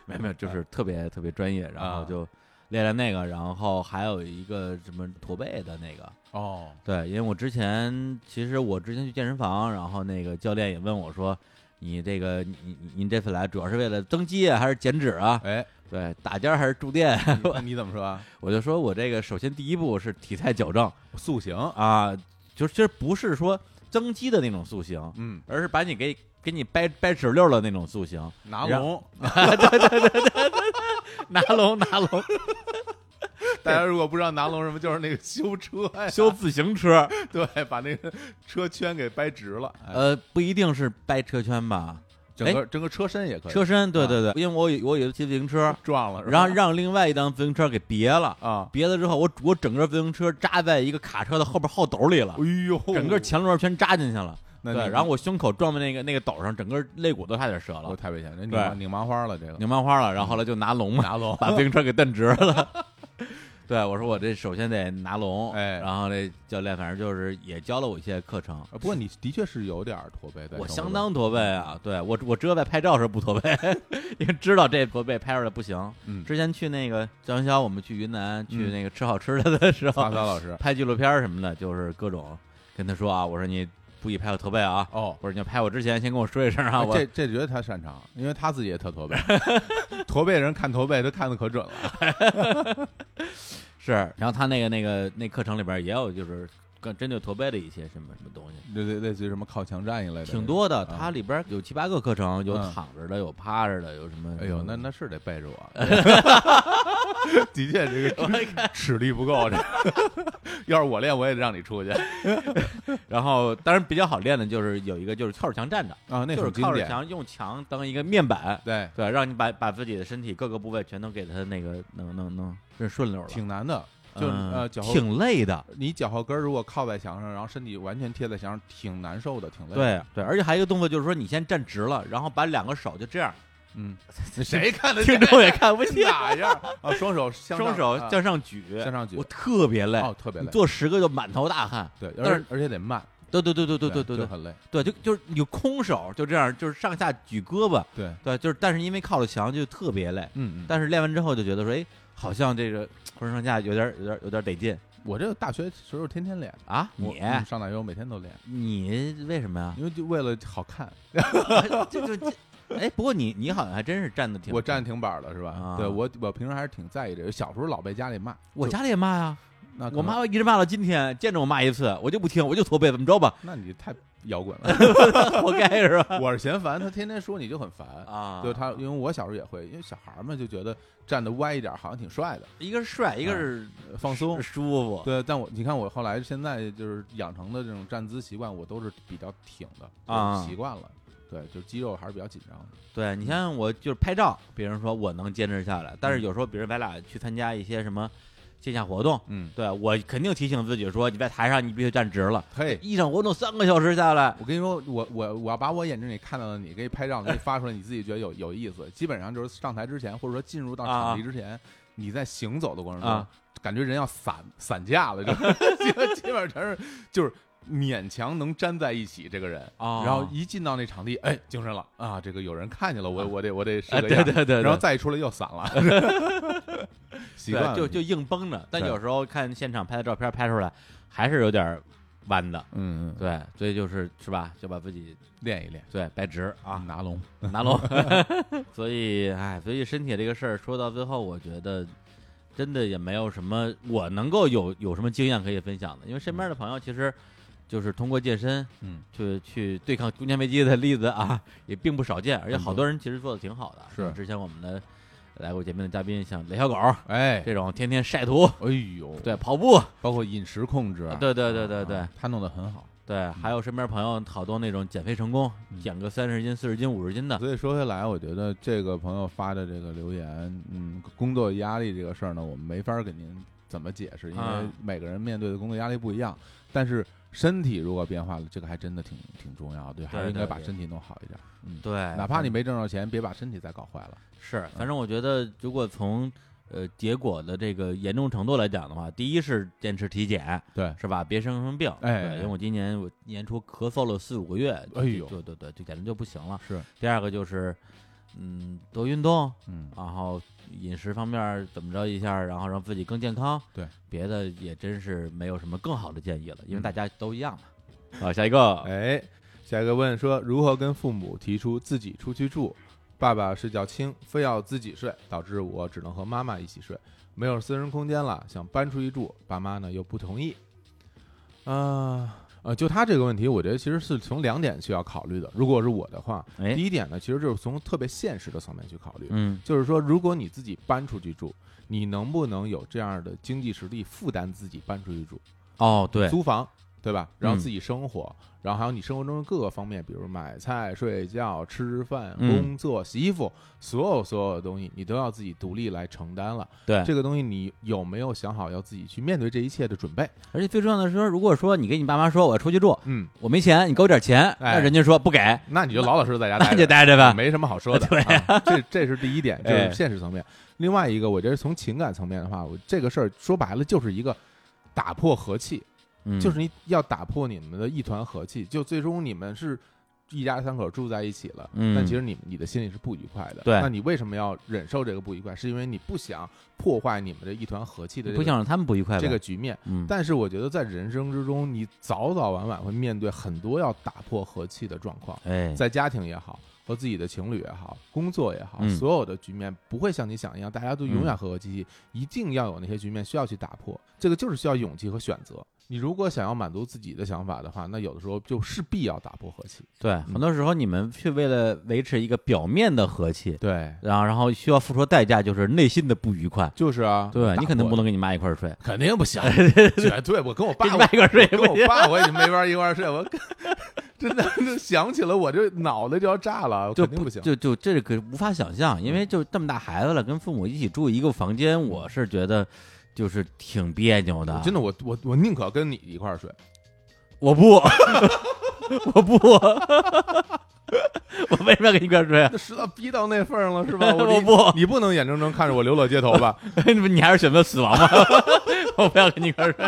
Speaker 1: 没有没有，就是特别特别专业，然后
Speaker 2: 啊
Speaker 1: 就练练那个，然后还有一个什么驼背的那个。
Speaker 2: 哦，
Speaker 1: 对，因为我之前其实我之前去健身房，然后那个教练也问我说：“你这个你你你你这次来主要是为了增肌啊，还是减脂啊？
Speaker 2: 哎，
Speaker 1: 对，打尖儿还是住店
Speaker 2: 你你怎么说啊？？”
Speaker 1: (laughs) 我就说我这个首先第一步是体态矫正
Speaker 2: 塑形，
Speaker 1: 啊，就是其实不是说增肌的那种塑形，
Speaker 2: 嗯，
Speaker 1: 而是把你给给你掰掰直溜儿的那种塑形，
Speaker 2: 拿
Speaker 1: 然
Speaker 2: 龙。
Speaker 1: 拿龙拿龙
Speaker 2: 大家如果不知道拿龙什么，就是那个修车
Speaker 1: (laughs)
Speaker 2: 呀，
Speaker 1: 修自行 (laughs) 车，
Speaker 2: 对，把那个车圈给掰直了，哎
Speaker 1: 呃，不一定是掰车圈吧，
Speaker 2: 整个整个车身也可以，
Speaker 1: 车身，对啊对对，因为我有我有骑自行车，
Speaker 2: 撞了，是吧
Speaker 1: 然后让另外一辆自行车给别了，
Speaker 2: 啊，
Speaker 1: 别了之后，我我整个自行车扎在一个卡车的后边后斗里了
Speaker 2: 哎，呦，
Speaker 1: 整个前轮全扎进去了。
Speaker 2: 那
Speaker 1: 对，
Speaker 2: 你
Speaker 1: 然后我胸口撞在那个那个斗上，整个肋骨都差点折
Speaker 2: 我
Speaker 1: 了，
Speaker 2: 太危险了，拧
Speaker 1: 对
Speaker 2: 麻拧麻花了这个，
Speaker 1: 拧麻花了。然后后来就拿龙
Speaker 2: 嗯
Speaker 1: 嘛，拿龙把自行车给蹬直了。
Speaker 2: (laughs)
Speaker 1: 对，我说我这首先得拿龙，
Speaker 2: 哎
Speaker 1: 然后这教练反正就是也教了我一些课程，
Speaker 2: 啊不过你的确是有点儿驼背，在
Speaker 1: 我
Speaker 2: 生活
Speaker 1: 相
Speaker 2: 中
Speaker 1: 当驼背
Speaker 2: 嗯
Speaker 1: 啊，对我我只有在拍照时候不驼背， (laughs) 因为知道这驼背拍出来不行。
Speaker 2: 嗯
Speaker 1: 之前去那个张潇，我们去云南去
Speaker 2: 嗯
Speaker 1: 那个吃好吃的的时候，
Speaker 2: 发骚老师
Speaker 1: 拍纪录片儿什么的，就是各种跟他说啊，我说你不许拍我驼背啊，
Speaker 2: 哦。
Speaker 1: 我说你要拍我之前先跟我说一声啊，
Speaker 2: 哎
Speaker 1: 我
Speaker 2: 这这绝对他擅长，因为他自己也特驼背，驼背人看驼背都看得可准了。
Speaker 1: 是。然后他那个那个那课程里边也有就是跟针对驼背的一些什么什么东西。
Speaker 2: 类类类似于什么靠墙站一类的，
Speaker 1: 挺。多的，
Speaker 2: 啊
Speaker 1: 它里边有七八个课程，有
Speaker 2: 嗯
Speaker 1: 躺着的，有趴着的，有什么？
Speaker 2: 哎呦，那那是得背
Speaker 1: (laughs)
Speaker 2: 着我，的确这个齿力不够。这 (laughs) 要是我练，我也得让你
Speaker 1: (laughs)
Speaker 2: 出去啊。
Speaker 1: 然后当然比较好练的就是有一个就是靠着墙站着，
Speaker 2: 啊那
Speaker 1: 就是
Speaker 2: 很经
Speaker 1: 靠着
Speaker 2: 典，
Speaker 1: 墙用墙当一个面板，
Speaker 2: 对，
Speaker 1: 对，让你把把自己的身体各个部位全都给它那个能能能顺顺溜了，
Speaker 2: 挺难的。就
Speaker 1: 嗯
Speaker 2: 呃脚后
Speaker 1: 挺累的，
Speaker 2: 你脚后跟儿如果靠在墙上，然后身体完全贴在墙上，挺难受的，挺累。，
Speaker 1: 对对，而且还有一个动作就是说你先站直了，然后把两个手就这样， (laughs)
Speaker 2: 嗯，谁看得
Speaker 1: 听
Speaker 2: 见？
Speaker 1: 众也看不见，
Speaker 2: 哪样啊？双手 (laughs) 向
Speaker 1: 双
Speaker 2: 上
Speaker 1: 手
Speaker 2: 啊
Speaker 1: 向上举，
Speaker 2: 向上举
Speaker 1: 我，特别累，
Speaker 2: 哦，特别
Speaker 1: 你
Speaker 2: 累。
Speaker 1: 做十个就满头大汗，
Speaker 2: 对，
Speaker 1: 但
Speaker 2: 而
Speaker 1: 是
Speaker 2: 而且得慢，
Speaker 1: 对对对对对对
Speaker 2: 对，
Speaker 1: 对
Speaker 2: 就
Speaker 1: 对
Speaker 2: 很累。
Speaker 1: 对，就就是你空手就这样，就是上下举胳膊，
Speaker 2: 对，
Speaker 1: 对，就是但是因为靠着墙就特别累，
Speaker 2: 嗯嗯。
Speaker 1: 但是练完之后就觉得说，哎，好像这个浑身上下有点有点有点得劲
Speaker 2: 我这个大学时候天天练，
Speaker 1: 啊，
Speaker 2: 我
Speaker 1: 你。啊
Speaker 2: 嗯上大学我每天都练，
Speaker 1: 你为什么
Speaker 2: (laughs)
Speaker 1: 呀？
Speaker 2: 因为就为了好看。
Speaker 1: 这就这，哎，不过你你好像还真是站的挺，
Speaker 2: 我站挺板儿的是吧
Speaker 1: 啊？
Speaker 2: 对我我平时还是挺在意这个，小时候老被家里骂，
Speaker 1: 我
Speaker 2: 就
Speaker 1: 家里也骂呀、
Speaker 2: 啊那可
Speaker 1: 我
Speaker 2: 能
Speaker 1: 妈一直骂到今天，见着我骂一次，我就不听，我就驼背，怎么着
Speaker 2: (laughs)
Speaker 1: 吧，
Speaker 2: 那你太摇滚
Speaker 1: (laughs)
Speaker 2: 了，
Speaker 1: 活该是吧？
Speaker 2: 我是嫌烦，他天天说你就很烦。
Speaker 1: 啊，
Speaker 2: 就他，因为我小时候也会，因为小孩儿嘛就觉得站得歪一点儿好像挺帅的，
Speaker 1: 一个是帅，一个是
Speaker 2: 呃放松。
Speaker 1: 舒服，
Speaker 2: 对，但我你看我后来现在就是养成的这种站姿习惯，我都是比较挺的
Speaker 1: 啊
Speaker 2: 就是习惯了。对，就肌肉还是比较紧张的。
Speaker 1: 对你像我就是拍照，别人说我能坚持下来，
Speaker 2: 嗯
Speaker 1: 但是有时候别人咱俩去参加一些什么线下活动，
Speaker 2: 嗯，
Speaker 1: 对我肯定提醒自己说，你在台上你必须站直了，
Speaker 2: 嘿，
Speaker 1: 一场活动三个小时下来，
Speaker 2: 我跟你说，我我我要把我眼睛里看到的你给你拍照，给你发出来，你自己觉得有有意思。基本上就是上台之前，或者说进入到场地之前，你在行走的过程中，
Speaker 1: 啊
Speaker 2: 感觉人要散散架
Speaker 1: (laughs)
Speaker 2: 了，就是基本基本上全是就是勉强能粘在一起这个人。
Speaker 1: 哦
Speaker 2: 然后一进到那场地，哎，精神了啊！这个有人看见了，我我得我得是
Speaker 1: 啊，
Speaker 2: 个
Speaker 1: 对
Speaker 2: 样
Speaker 1: 对
Speaker 2: 子。
Speaker 1: 对对，
Speaker 2: 然后再一出来又散
Speaker 1: (laughs)
Speaker 2: 了，习
Speaker 1: 对
Speaker 2: 惯，了
Speaker 1: 就就硬绷着。但
Speaker 2: 对
Speaker 1: 有时候看现场拍的照片拍出来，还是有点儿弯的。
Speaker 2: 嗯嗯，
Speaker 1: 对，所以就是是吧，就把自己
Speaker 2: 练一练嗯
Speaker 1: 对掰直啊，
Speaker 2: 拿龙
Speaker 1: 拿拢。 (laughs) 所以哎，所以身体这个事儿说到最后，我觉得真的也没有什么我能够有有什么经验可以分享的，因为身边的朋友其实就是通过健身
Speaker 2: 嗯
Speaker 1: 去去对抗中年危机的例子啊，也并不少见，而且好多人其实做的挺好的。
Speaker 2: 是
Speaker 1: 之前我们的来过节目的嘉宾，像雷小狗
Speaker 2: 哎
Speaker 1: 这种天天晒图。
Speaker 2: 哎呦，
Speaker 1: 对，跑步，
Speaker 2: 包括饮食控制，
Speaker 1: 对对对对对
Speaker 2: 啊，他弄得很好，
Speaker 1: 对，还有身边朋友好多那种减肥成功，
Speaker 3: 嗯
Speaker 1: 减个三十斤、四十斤、五十斤的，
Speaker 3: 所以说回来，我觉得这个朋友发的这个留言，嗯，工作压力这个事儿呢，我们没法给您怎么解释，因为
Speaker 1: 啊
Speaker 3: 每个人面对的工作压力不一样。但是身体如果变化了，这个还真的挺挺重要的，对，还是应该
Speaker 1: 对
Speaker 3: 把
Speaker 1: 对
Speaker 3: 身体弄好一点。嗯，
Speaker 1: 对，
Speaker 3: 哪怕你没挣着钱，别把身体再搞坏了。
Speaker 1: 是，反正我觉得，如果从呃结果的这个严重程度来讲的话，第一是坚持体检，
Speaker 3: 对，
Speaker 1: 是吧？别生生病。
Speaker 3: 哎
Speaker 1: 对因为我今年我年初咳嗽了四五个月，就
Speaker 3: 哎呦
Speaker 1: 就对对，就简直就不行了。
Speaker 3: 是，
Speaker 1: 第二个就是，嗯，多运动，
Speaker 3: 嗯，
Speaker 1: 然后饮食方面怎么着一下，然后让自己更健康。
Speaker 3: 对，
Speaker 1: 别的也真是没有什么更好的建议了，因为
Speaker 3: 嗯
Speaker 1: 大家都一样嘛。好，下一个，
Speaker 2: 哎，下一个问说如何跟父母提出自己出去住？爸爸睡觉轻，非要自己睡，导致我只能和妈妈一起睡，没有私人空间了，想搬出去住，爸妈呢又不同意。啊、呃，就他这个问题，我觉得其实是从两点需要考虑的。如果是我的话，
Speaker 1: 哎
Speaker 2: 第，一点呢，其实就是从特别现实的层面去考虑，
Speaker 1: 嗯，
Speaker 2: 就是说，如果你自己搬出去住，你能不能有这样的经济实力负担自己搬出去住？
Speaker 1: 哦，对，
Speaker 2: 租房，对吧？然后
Speaker 1: 嗯
Speaker 2: 自己生活，然后还有你生活中的各个方面，比如买菜、睡觉、吃饭、
Speaker 1: 嗯
Speaker 2: 工作、洗衣服，所有所有的东西，你都要自己独立来承担了。
Speaker 1: 对，
Speaker 2: 这个东西，你有没有想好要自己去面对这一切的准备？
Speaker 1: 而且最重要的是说，如果说你跟你爸妈说我要出去住，
Speaker 2: 嗯，
Speaker 1: 我没钱，你给我点钱，
Speaker 2: 哎
Speaker 1: 那人家说不给，
Speaker 2: 那你就老老实实在家
Speaker 1: 那
Speaker 2: 待
Speaker 1: 就
Speaker 2: 着。嗯
Speaker 1: 待着呗。
Speaker 2: 没什么好说的，
Speaker 1: 对
Speaker 2: 啊这这是第一
Speaker 1: (laughs)
Speaker 2: 点，就是
Speaker 1: 哎
Speaker 2: 现实层面。另外一个，我觉得从情感层面的话，我这个事儿说白了就是一个打破和气，
Speaker 1: 嗯
Speaker 2: 就是你要打破你们的一团和气，就最终你们是一家三口住在一起了，
Speaker 1: 嗯
Speaker 2: 但其实你你的心里是不愉快的。
Speaker 1: 对
Speaker 2: 那你为什么要忍受这个不愉快？是因为你不想破坏你们的一团和气的、这个、
Speaker 1: 不想让他们不愉快呗。
Speaker 2: 这个局面。
Speaker 1: 嗯，
Speaker 2: 但是我觉得在人生之中，你早早晚晚会面对很多要打破和气的状况，
Speaker 1: 哎，
Speaker 2: 在家庭也好。和自己的情侣也好，工作也好，
Speaker 1: 嗯
Speaker 2: 所有的局面不会像你想一样，大家都永远和和气气。一定要有那些局面需要去打破，这个就是需要勇气和选择。你如果想要满足自己的想法的话，那有的时候就势必要打破和气。
Speaker 1: 对，很多时候你们去为了维持一个表面的和气，
Speaker 2: 对，
Speaker 1: 然后然后需要付出代价就是内心的不愉快。
Speaker 2: 就是啊，
Speaker 1: 对
Speaker 2: 打
Speaker 1: 你
Speaker 2: 破
Speaker 1: 可能不能跟你妈一块儿睡，
Speaker 2: 肯定不行，绝对我跟我爸
Speaker 1: 跟你妈一块儿睡也
Speaker 2: 跟
Speaker 1: 不行，
Speaker 2: 我爸我也没法一块儿睡，我真的就想起了我这脑袋就要炸了，
Speaker 1: 就
Speaker 2: 肯定不行。嗯
Speaker 1: 就就这个无法想象，因为就这么大孩子了，跟父母一起住一个房间，我是觉得就是挺别扭的。
Speaker 2: 真的，我我我宁可跟你一块儿睡，
Speaker 1: 我不， (laughs) 我不， (laughs) 我为什么要跟你一块儿
Speaker 2: (laughs)
Speaker 1: 睡啊？
Speaker 2: 那实在逼到那份儿了是吧？哦
Speaker 1: (laughs)
Speaker 2: 我
Speaker 1: 我
Speaker 2: 你
Speaker 1: 不
Speaker 2: (laughs) 你不能眼睁睁看着我流落街头吧？ (laughs)
Speaker 1: (laughs) 你还是选择死亡吧， (laughs) 我不要跟你一块儿睡。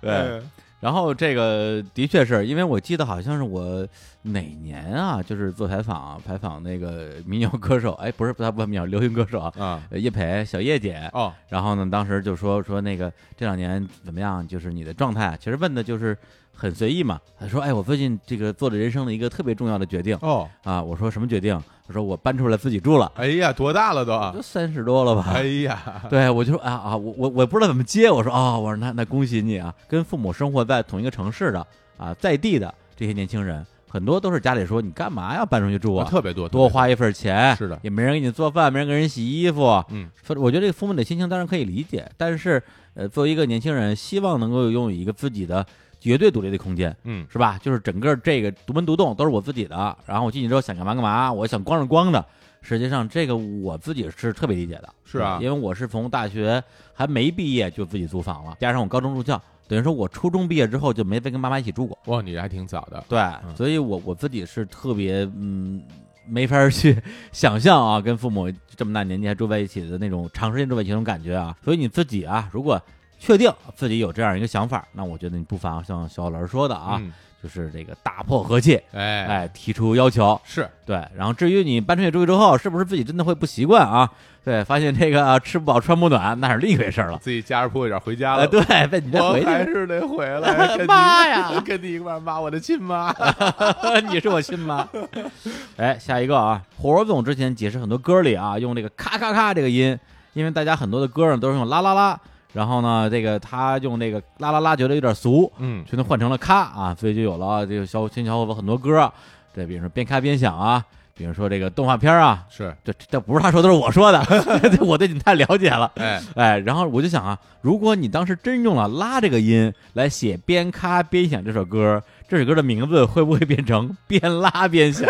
Speaker 1: 对，
Speaker 2: 哎，
Speaker 1: 然后这个的确是因为我记得好像是我哪年啊，就是做采访、采访那个民谣歌手， (laughs) 哎，不是不他不是民谣，流行歌手啊，
Speaker 2: 啊
Speaker 1: 呃叶培小叶姐。
Speaker 2: 哦，
Speaker 1: 然后呢，当时就说说那个这两年怎么样，就是你的状态啊，其实问的就是很随意嘛。她说，哎，我最近这个做了人生的一个特别重要的决定
Speaker 2: 哦，
Speaker 1: 啊。我说什么决定？她说我搬出来自己住了，
Speaker 2: 哎呀，多大了都啊
Speaker 1: 都！三十多了吧？
Speaker 2: 哎呀，
Speaker 1: (laughs) 对，我就说啊啊，我我我不知道怎么接，我说啊、我说那那恭喜你啊，跟父母生活在同一个城市的啊，在地的这些年轻人，很多都是家里说你干嘛要搬出去住啊，
Speaker 2: 特别多，
Speaker 1: 多花一份钱，
Speaker 2: 是的
Speaker 1: 也没人给你做饭，没人给人洗衣服，
Speaker 2: 嗯，
Speaker 1: 所以我觉得这个父母的心情当然可以理解，但是呃，作为一个年轻人，希望能够拥有一个自己的绝对独立的空间。
Speaker 2: 嗯，
Speaker 1: 是吧？就是整个这个独门独栋都是我自己的，然后我进去之后想干嘛干嘛，我想光是光的。实际上，这个我自己是特别理解的，
Speaker 2: 是啊
Speaker 1: 因为我是从大学还没毕业就自己租房了，加上我高中住校，等于说我初中毕业之后就没再跟妈妈一起住过。
Speaker 2: 哇，你还挺早的，
Speaker 1: 对，所以我我自己是特别嗯。没法儿去 (laughs) 想象啊，跟父母这么大年纪还住在一起的那种长时间住在一起那种感觉啊，所以你自己啊，如果确定自己有这样一个想法，那我觉得你不妨像小老师说的啊，
Speaker 2: 嗯，
Speaker 1: 就是这个打破和气，
Speaker 2: 哎
Speaker 1: 哎，提出要求。
Speaker 2: 是
Speaker 1: 对，然后至于你搬出去住之后，是不是自己真的会不习惯啊？对，发现这个、啊吃不饱穿不暖，那是另一回事儿了。
Speaker 2: 自己家人铺一点回家
Speaker 1: 啊，
Speaker 2: 了，
Speaker 1: 对，被你再
Speaker 2: 我
Speaker 1: 回
Speaker 2: 还
Speaker 1: 去，
Speaker 2: 是得哎回 (laughs) 来，跟你
Speaker 1: 妈呀，
Speaker 2: 跟你一块儿骂我的亲 (laughs) 妈，
Speaker 1: (laughs) 你是我亲妈。 (laughs) 哎，下一个啊，火儿总之前解释很多歌里啊，用这个咔咔咔这个音，因为大家很多的歌呢都是用啦啦啦，然后呢，这个他用这个啦啦啦觉得有点俗，
Speaker 2: 嗯，
Speaker 1: 全都换成了咔啊，所以就有了这个小新小伙子很多歌，这比如说边咔边响啊，比如说这个动画片啊，
Speaker 2: 是，
Speaker 1: 这这不是他说，都是我说的， (laughs) 这我对你太了解了。
Speaker 2: 哎，
Speaker 1: 哎，然后我就想啊，如果你当时真用了拉这个音来写边咔边响这首歌，这首歌的名字会不会变成边拉边响？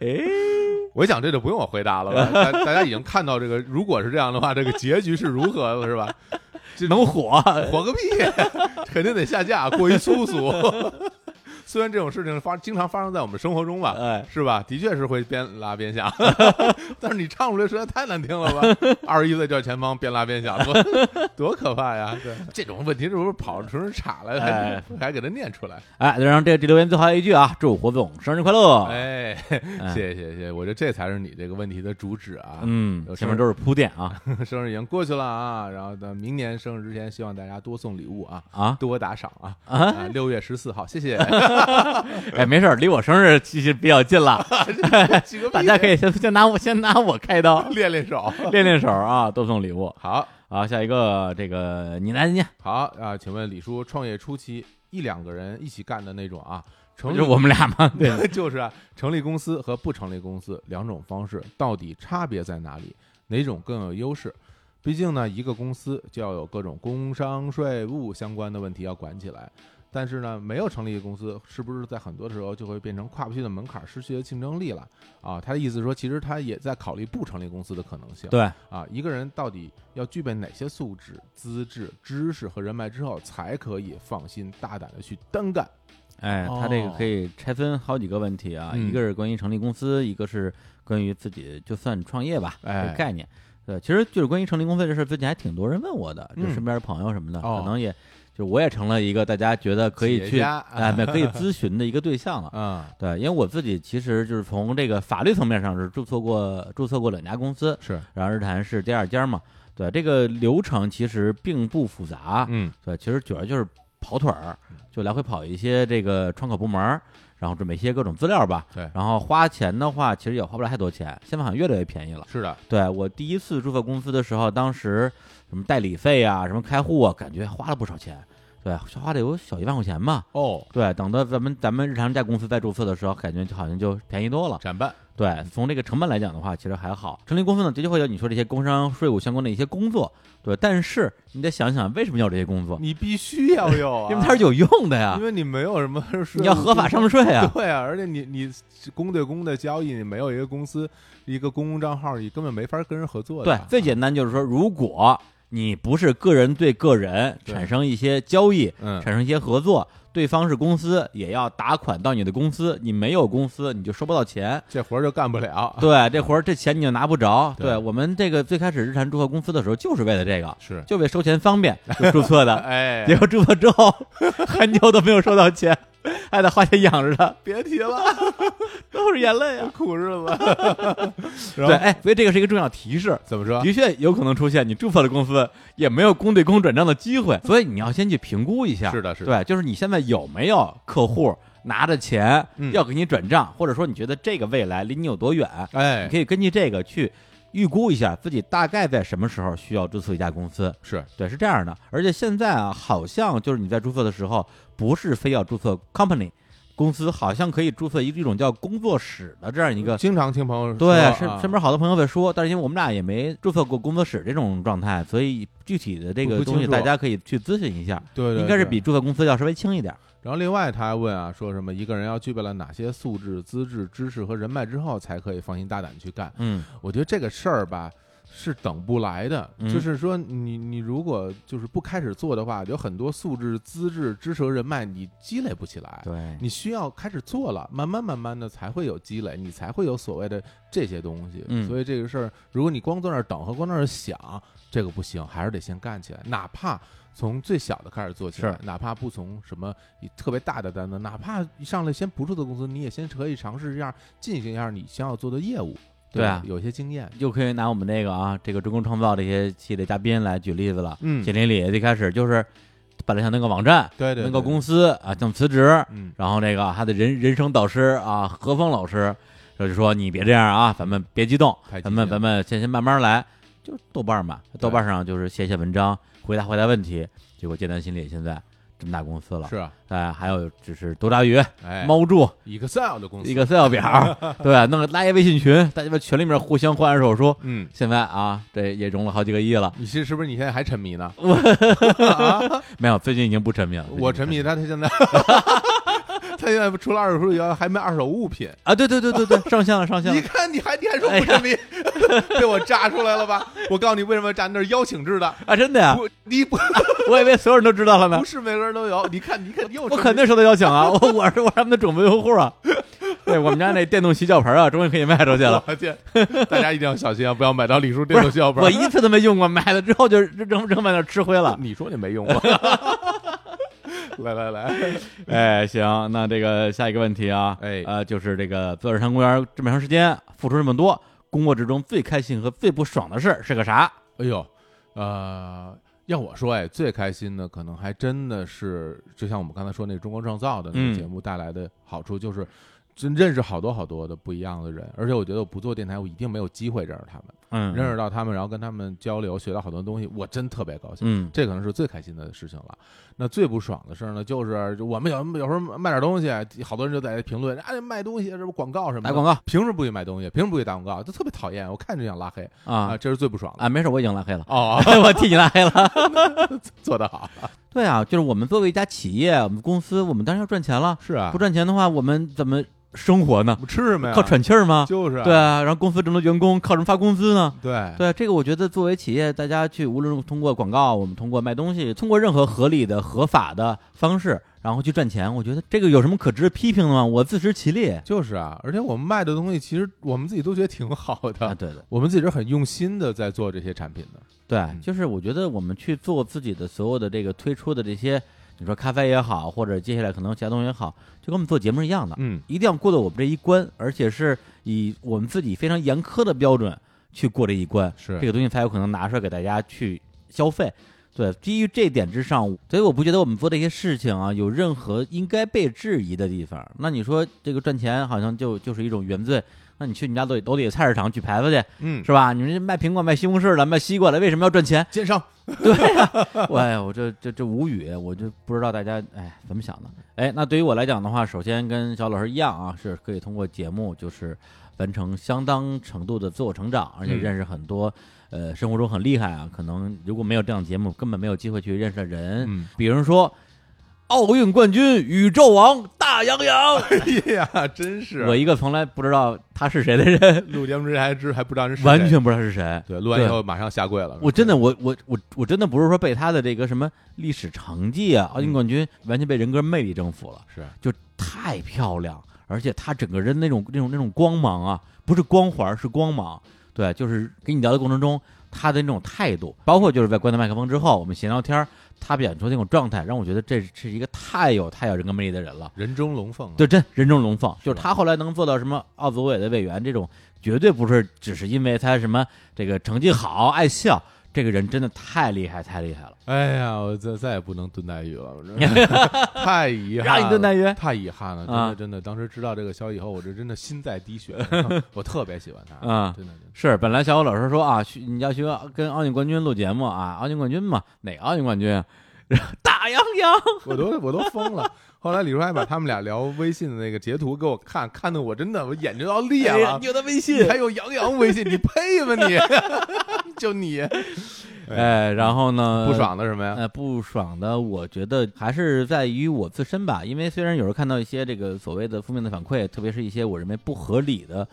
Speaker 1: 哎，
Speaker 2: 我想这就不用我回答了吧？大大家已经看到这个，如果是这样的话，这个结局是如何了，是吧？
Speaker 1: 这能火？
Speaker 2: (laughs) 火个屁，肯定得下架，过于粗俗。 (laughs) 虽然这种事情发经常发生在我们生活中吧，
Speaker 1: 哎，
Speaker 2: 是吧？的确是会边拉边响， (laughs) 但是你唱出来实在太难听了吧？二十一岁叫前方边拉边响，多多可怕呀！对，这种问题这不是跑着纯是岔来，还
Speaker 1: 哎
Speaker 2: 还给他念出来？
Speaker 1: 哎，然后这这留言最后一句啊，祝火总生日快乐！
Speaker 2: 哎， (laughs) 谢谢谢谢，我觉得这才是你这个问题的主旨啊！
Speaker 1: 嗯，前面都是铺垫啊
Speaker 2: (laughs) 生日已经过去了啊，然后呢，明年生日之前，希望大家多送礼物啊，
Speaker 1: 啊！
Speaker 2: 多打赏啊！
Speaker 1: 啊
Speaker 2: 啊，六月十四号，谢谢，
Speaker 1: 哎，没事儿，离我生日其实比较近了，
Speaker 2: 几个，
Speaker 1: 大家可以先先拿我先拿我开刀
Speaker 2: 练练手。
Speaker 1: 练练手啊，多送礼物。
Speaker 2: (laughs) 好
Speaker 1: 好，下一个这个你来念，
Speaker 2: 好啊，请问李叔，创业初期一两个人一起干的那种啊，成
Speaker 1: 就
Speaker 2: 立
Speaker 1: 是
Speaker 2: (laughs)
Speaker 1: 我们俩嘛，对，
Speaker 2: 就是啊，成立公司和不成立公司两种方式到底差别在哪里？哪种更有优势？毕竟呢，一个公司就要有各种工商税务相关的问题要管起来。但是呢，没有成立的公司，是不是在很多时候就会变成跨不去的门槛，失去了竞争力了？啊，他的意思是说，其实他也在考虑不成立公司的可能
Speaker 1: (laughs)
Speaker 2: 性。
Speaker 1: 对，
Speaker 2: 啊，一个人到底要具备哪些素质、资质、知识和人脉之后，才可以放心大胆的去单干？
Speaker 1: 哎，他这个可以拆分好几个问题啊，
Speaker 2: 哦嗯
Speaker 1: 一个是关于成立公司，一个是关于自己就算创业吧，
Speaker 2: 哎
Speaker 1: 这个概念。对，其实就是关于成立公司这事儿，最近还挺多人问我的，就
Speaker 2: 嗯
Speaker 1: 身边的朋友什么的，
Speaker 2: 哦
Speaker 1: 可能也就我也成了一个大家觉得可以
Speaker 2: 企业
Speaker 1: 去
Speaker 2: 家
Speaker 1: 哎，没有可以咨询的一个对象
Speaker 2: (laughs)
Speaker 1: 了。
Speaker 2: 啊、
Speaker 1: 对，因为我自己其实就是从这个法律层面上是注册过注册过两家公司，
Speaker 2: 是，
Speaker 1: 然后日坛是第二家嘛。对，这个流程其实并不复杂，
Speaker 2: 嗯，
Speaker 1: 对，其实主要就是跑腿儿，就来回跑一些这个窗口部门儿，然后准备一些各种资料吧。
Speaker 2: 对
Speaker 1: 然后花钱的话，其实也花不了太多钱，现在好像越来越便宜了。
Speaker 2: 是的，
Speaker 1: 对我第一次注册公司的时候，当时什么代理费啊，什么开户啊，感觉花了不少钱，对，花了有小一万块钱吧。
Speaker 2: 哦，
Speaker 1: 对，等到咱们咱们日常在公司再注册的时候，感觉就好像就便宜多了。
Speaker 2: 展办，
Speaker 1: 对，从这个成本来讲的话，其实还好。成立公司呢，的确会有你说这些工商税务相关的一些工作，对。但是你得想想，为什么要这些工作？
Speaker 2: 你必须
Speaker 1: (laughs)
Speaker 2: 要有、啊，
Speaker 1: 哦因为它是有用的呀
Speaker 2: 因，为你没有什么税务，
Speaker 1: 你要合法上税啊。
Speaker 2: (laughs) 对啊，而且你你公对公的交易，你没有一个公司一个公共账号，你根本没法跟人合作的
Speaker 1: 对
Speaker 2: 啊。，
Speaker 1: 最简单就是说，如果你不是个人对个人
Speaker 2: 对
Speaker 1: 产生一些交易，
Speaker 2: 嗯，
Speaker 1: 产生一些合作，对方是公司，也要打款到你的公司。你没有公司，你就收不到钱。
Speaker 2: 这活儿就干不了。
Speaker 1: 对，这活儿这钱你就拿不着。
Speaker 2: 啊对
Speaker 1: 对我们这个最开始日产注册公司的时候，就是为了这个， (laughs)
Speaker 2: 是，
Speaker 1: 就为收钱方便就注册
Speaker 2: (laughs)
Speaker 1: 的。
Speaker 2: 哎，
Speaker 1: 结果注册之后，很久都没有收到钱，还得花钱养着它，
Speaker 2: 别提了，
Speaker 1: 都是眼泪啊。
Speaker 2: (laughs) 苦
Speaker 1: (laughs)
Speaker 2: 日子。然
Speaker 1: 对，
Speaker 2: 后
Speaker 1: 哎，所以这个是一个重要提示。
Speaker 2: 怎么说？
Speaker 1: 的确有可能出现你注册的公司也没有公对公转账的机会，所以你要先去评估一下。
Speaker 2: 是的，是的，
Speaker 1: 对，就是你现在有没有客户拿着钱
Speaker 2: 嗯
Speaker 1: 要给你转账，或者说你觉得这个未来离你有多远，你
Speaker 2: 哎，
Speaker 1: 可以根据这个去预估一下自己大概在什么时候需要注册一家公司。
Speaker 2: 是
Speaker 1: 对，是这样的。而且现在啊，好像就是你在注册的时候，不是非要注册 company 公司，好像可以注册一一种叫工作室的这样一个。
Speaker 2: 经常听朋友说
Speaker 1: 对，
Speaker 2: 啊
Speaker 1: 身身边好多朋友在说，但是因为我们俩也没注册过工作室这种状态，所以具体的这
Speaker 2: 不
Speaker 1: 个
Speaker 2: 不
Speaker 1: 东西
Speaker 2: 清楚
Speaker 1: 大家可以去咨询一下，
Speaker 2: 对对
Speaker 1: 应该是
Speaker 2: 对
Speaker 1: 比注册公司要稍微轻一点。
Speaker 2: 然后另外他还问啊，说什么一个人要具备了哪些素质、资质、知识和人脉之后，才可以放心大胆地去干？
Speaker 1: 嗯，
Speaker 2: 我觉得这个事儿吧。是等不来的，
Speaker 1: 嗯
Speaker 2: 就是说你你如果就是不开始做的话，有很多素质、资质、知识和人脉你积累不起来，
Speaker 1: 对，
Speaker 2: 你需要开始做了，慢慢慢慢的才会有积累，你才会有所谓的这些东西。
Speaker 1: 嗯
Speaker 2: 所以这个事儿，如果你光坐那儿等和光坐那儿想，这个不行，还是得先干起来，哪怕从最小的开始做起来，哪怕不从什么一特别大的单子，哪怕一上来先不注册公司，你也先可以尝试一下进行一下你想要做的业务，
Speaker 1: 对
Speaker 2: 吧
Speaker 1: 啊？
Speaker 2: 有些经验，
Speaker 1: 又可以拿我们那个啊，这个中国创造这些系列嘉宾来举例子了。
Speaker 2: 嗯
Speaker 1: 简林里最开始就是本来想弄个网站，
Speaker 2: 对对，
Speaker 1: 弄个
Speaker 2: 司，
Speaker 1: 公司啊，想辞职，
Speaker 2: 嗯，
Speaker 1: 然后那个他的人人生导师啊，何峰老师，就就说你别这样啊，咱们别激动
Speaker 2: 太，激
Speaker 1: 咱
Speaker 2: 进
Speaker 1: 们
Speaker 2: 了
Speaker 1: 咱们先先慢慢来，就是豆瓣儿嘛，豆瓣上就是写写文章，回答回答问题。结果艰难心理现在这么大公司了，
Speaker 2: 是啊，
Speaker 1: 哎，还有就是多抓鱼、
Speaker 2: 哎，
Speaker 1: 猫住、
Speaker 2: Excel 的公司，
Speaker 1: Excel
Speaker 2: (laughs)
Speaker 1: 表，对，啊弄个拉一微信群，大家把群里面互相换二手书。
Speaker 2: 嗯，
Speaker 1: 现在啊，这也融了好几个亿了，
Speaker 2: 你是是不是你现在还沉
Speaker 1: (laughs)
Speaker 2: 迷呢？啊
Speaker 1: 没有，最近已经不沉迷了。最近
Speaker 2: 我
Speaker 1: 不
Speaker 2: 沉迷他，他
Speaker 1: (laughs)
Speaker 2: 现在他现在除了二手书以外还卖二手物品。
Speaker 1: 啊，对对对
Speaker 2: (laughs)
Speaker 1: 对对，上线了上线
Speaker 2: 你
Speaker 1: 了，
Speaker 2: 看，你还你还说
Speaker 1: 哎
Speaker 2: 不沉迷，被我炸出来了吧？我告诉你，为什么炸？那是邀请制的，
Speaker 1: 啊，真的呀，
Speaker 2: 不，你不
Speaker 1: 我以为所有人都知道了呢
Speaker 2: 不。是每个人都有。你看，你看，又
Speaker 1: 我肯定收到邀请啊！我我是我是他们的准备用户啊！对我们家那电动洗脚盆啊，终于可以卖出去
Speaker 2: 见
Speaker 1: 了。
Speaker 2: 我见，大家一定要小心啊，不要买到李叔这
Speaker 1: 不
Speaker 2: 种
Speaker 1: 是，
Speaker 2: 小本
Speaker 1: 我。一次都没用过，买了之后就扔扔在那儿吃灰 (laughs) 了。
Speaker 2: 你说你没用过，来来来，
Speaker 1: 哎，行，那这个下一个问题啊，
Speaker 2: 哎
Speaker 1: 呃，就是这个《自由山公园》这么长时间，付出这么多，工作之中最开心和最不爽的事儿是个啥？
Speaker 2: 哎呦，呃，要我说，哎，最开心的可能还真的是，就像我们刚才说那《中国创造》的那
Speaker 1: 嗯
Speaker 2: 个节目带来的好处，就是真认识好多好多的不一样的人，而且我觉得我不做电台，我一定没有机会认识他们，
Speaker 1: 嗯，
Speaker 2: 认识到他们，然后跟他们交流，学到好多东西，我真特别高兴。
Speaker 1: 嗯
Speaker 2: 这可能是最开心的事情了。那最不爽的事儿呢，就是我们有有时候卖点东西，好多人就在评论，啊，卖东西什么广告什么
Speaker 1: 打
Speaker 2: 的，
Speaker 1: 广告
Speaker 2: 凭什么不许卖东西？凭什么不许打广告？就特别讨厌，我看着就想拉黑
Speaker 1: 啊
Speaker 2: 这是最不爽的。，
Speaker 1: 啊，没事，我已经拉黑 (laughs) 了
Speaker 2: (laughs) 哦，
Speaker 1: 我替你拉黑了。 (laughs)
Speaker 2: 做得好，
Speaker 1: 对啊，就是我们作为一家企业，我们公司，我们当然要赚钱了，
Speaker 2: 是啊，
Speaker 1: 不赚钱的话，我们怎么生活呢
Speaker 2: 我？们吃什么呀？
Speaker 1: 靠喘气儿吗？
Speaker 2: 就是啊
Speaker 1: 对啊，然后公司这么多员工，靠什么发工资呢？
Speaker 2: 对
Speaker 1: 对啊，这个我觉得作为企业，大家去无论通过广告，我们通过卖东西，通过任何合理的、合法的方式，然后去赚钱，我觉得这个有什么可值得批评的吗？我自食其力
Speaker 2: 就是啊，而且我们卖的东西，其实我们自己都觉得挺好
Speaker 1: 啊，
Speaker 2: 的，
Speaker 1: 对对
Speaker 2: 我们自己是很用心的在做这些产品的。
Speaker 1: 对，就是我觉得我们去做自己的所有的这个推出的这些，你说咖啡也好，或者接下来可能其他东西也好，就跟我们做节目是一样的，
Speaker 2: 嗯，
Speaker 1: 一定要过了我们这一关，而且是以我们自己非常严苛的标准去过这一关，
Speaker 2: 是
Speaker 1: 这个东西才有可能拿出来给大家去消费。对，基于这一点之上，所以我不觉得我们做这些事情啊有任何应该被质疑的地方。那你说这个赚钱好像就就是一种原罪，那你去你家楼底楼底下菜市场举牌子去
Speaker 2: 嗯，？
Speaker 1: 是吧？你们这卖苹果、卖西红柿的、卖西瓜的，为什么要赚钱
Speaker 2: 奸商 (laughs)
Speaker 1: 对呀、我哎呀，我这这这无语，我就不知道大家哎怎么想的。哎，那对于我来讲的话，首先跟小老师一样啊，是可以通过节目就是完成相当程度的自我成长，而且
Speaker 2: 嗯
Speaker 1: 认识很多、呃生活中很厉害啊，可能如果没有这档节目，根本没有机会去认识的人，
Speaker 2: 嗯
Speaker 1: 比如说奥运冠军、宇宙王大洋洋，
Speaker 2: (laughs) 哎呀，真是
Speaker 1: 我一个从来不知道他是谁的人，
Speaker 2: 录节目之前还知还不知道人是谁
Speaker 1: 完全不知道是谁。
Speaker 2: 对，录完以后马上下跪了。
Speaker 1: 我真的，我我我我真的不是说被他的这个什么历史成绩啊，奥运冠军完全被人格魅力征服了，
Speaker 2: 嗯是
Speaker 1: 就太漂亮，而且他整个人那种那种那种光芒啊，不是光环，是光芒。对，就是跟你聊的过程中，他的那种态度，包括就是在关掉麦克风之后，我们闲聊天儿，他表现出那种状态，让我觉得这这是一个太有太有人格魅力的人了。
Speaker 2: 人中龙凤啊，
Speaker 1: 对，真人中龙凤，就是
Speaker 2: 吧
Speaker 1: 他后来能做到什么奥组委的委员这种，绝对不是只是因为他什么这个成绩好爱笑，这个人真的太厉害太厉害了。
Speaker 2: 哎呀，我再再也不能炖带鱼了，我真的
Speaker 1: (laughs)
Speaker 2: 太遗憾了，
Speaker 1: 让你炖带鱼
Speaker 2: 太遗憾了，真
Speaker 1: 啊
Speaker 2: 的真的。当时知道这个消息以后，我这真的心在
Speaker 1: (laughs)
Speaker 2: 滴血，我特别喜欢他，
Speaker 1: 啊
Speaker 2: 真的真的
Speaker 1: 是，本来小虎老师说啊，去你要去跟奥运冠军录节目啊，奥运冠军嘛，哪个奥运冠 (laughs) 军啊？大洋洋，
Speaker 2: (laughs) 我都我都疯了。后来李叔还把他们俩聊微信的那个截图给我看，看的我真的我眼睛都要裂
Speaker 1: 哎呀
Speaker 2: 了啊
Speaker 1: 你。有他微
Speaker 2: 你
Speaker 1: 信。
Speaker 2: 还有杨洋微信，你配吗你？
Speaker 1: (laughs)
Speaker 2: 就你
Speaker 1: 呃哎，然后呢？
Speaker 2: 不。爽的什么呀？
Speaker 1: 呃，不爽的，我觉得还是在于我自身吧，因为虽然有时候看到一些这个所谓的负面的反馈，特别是一些我认为不合理的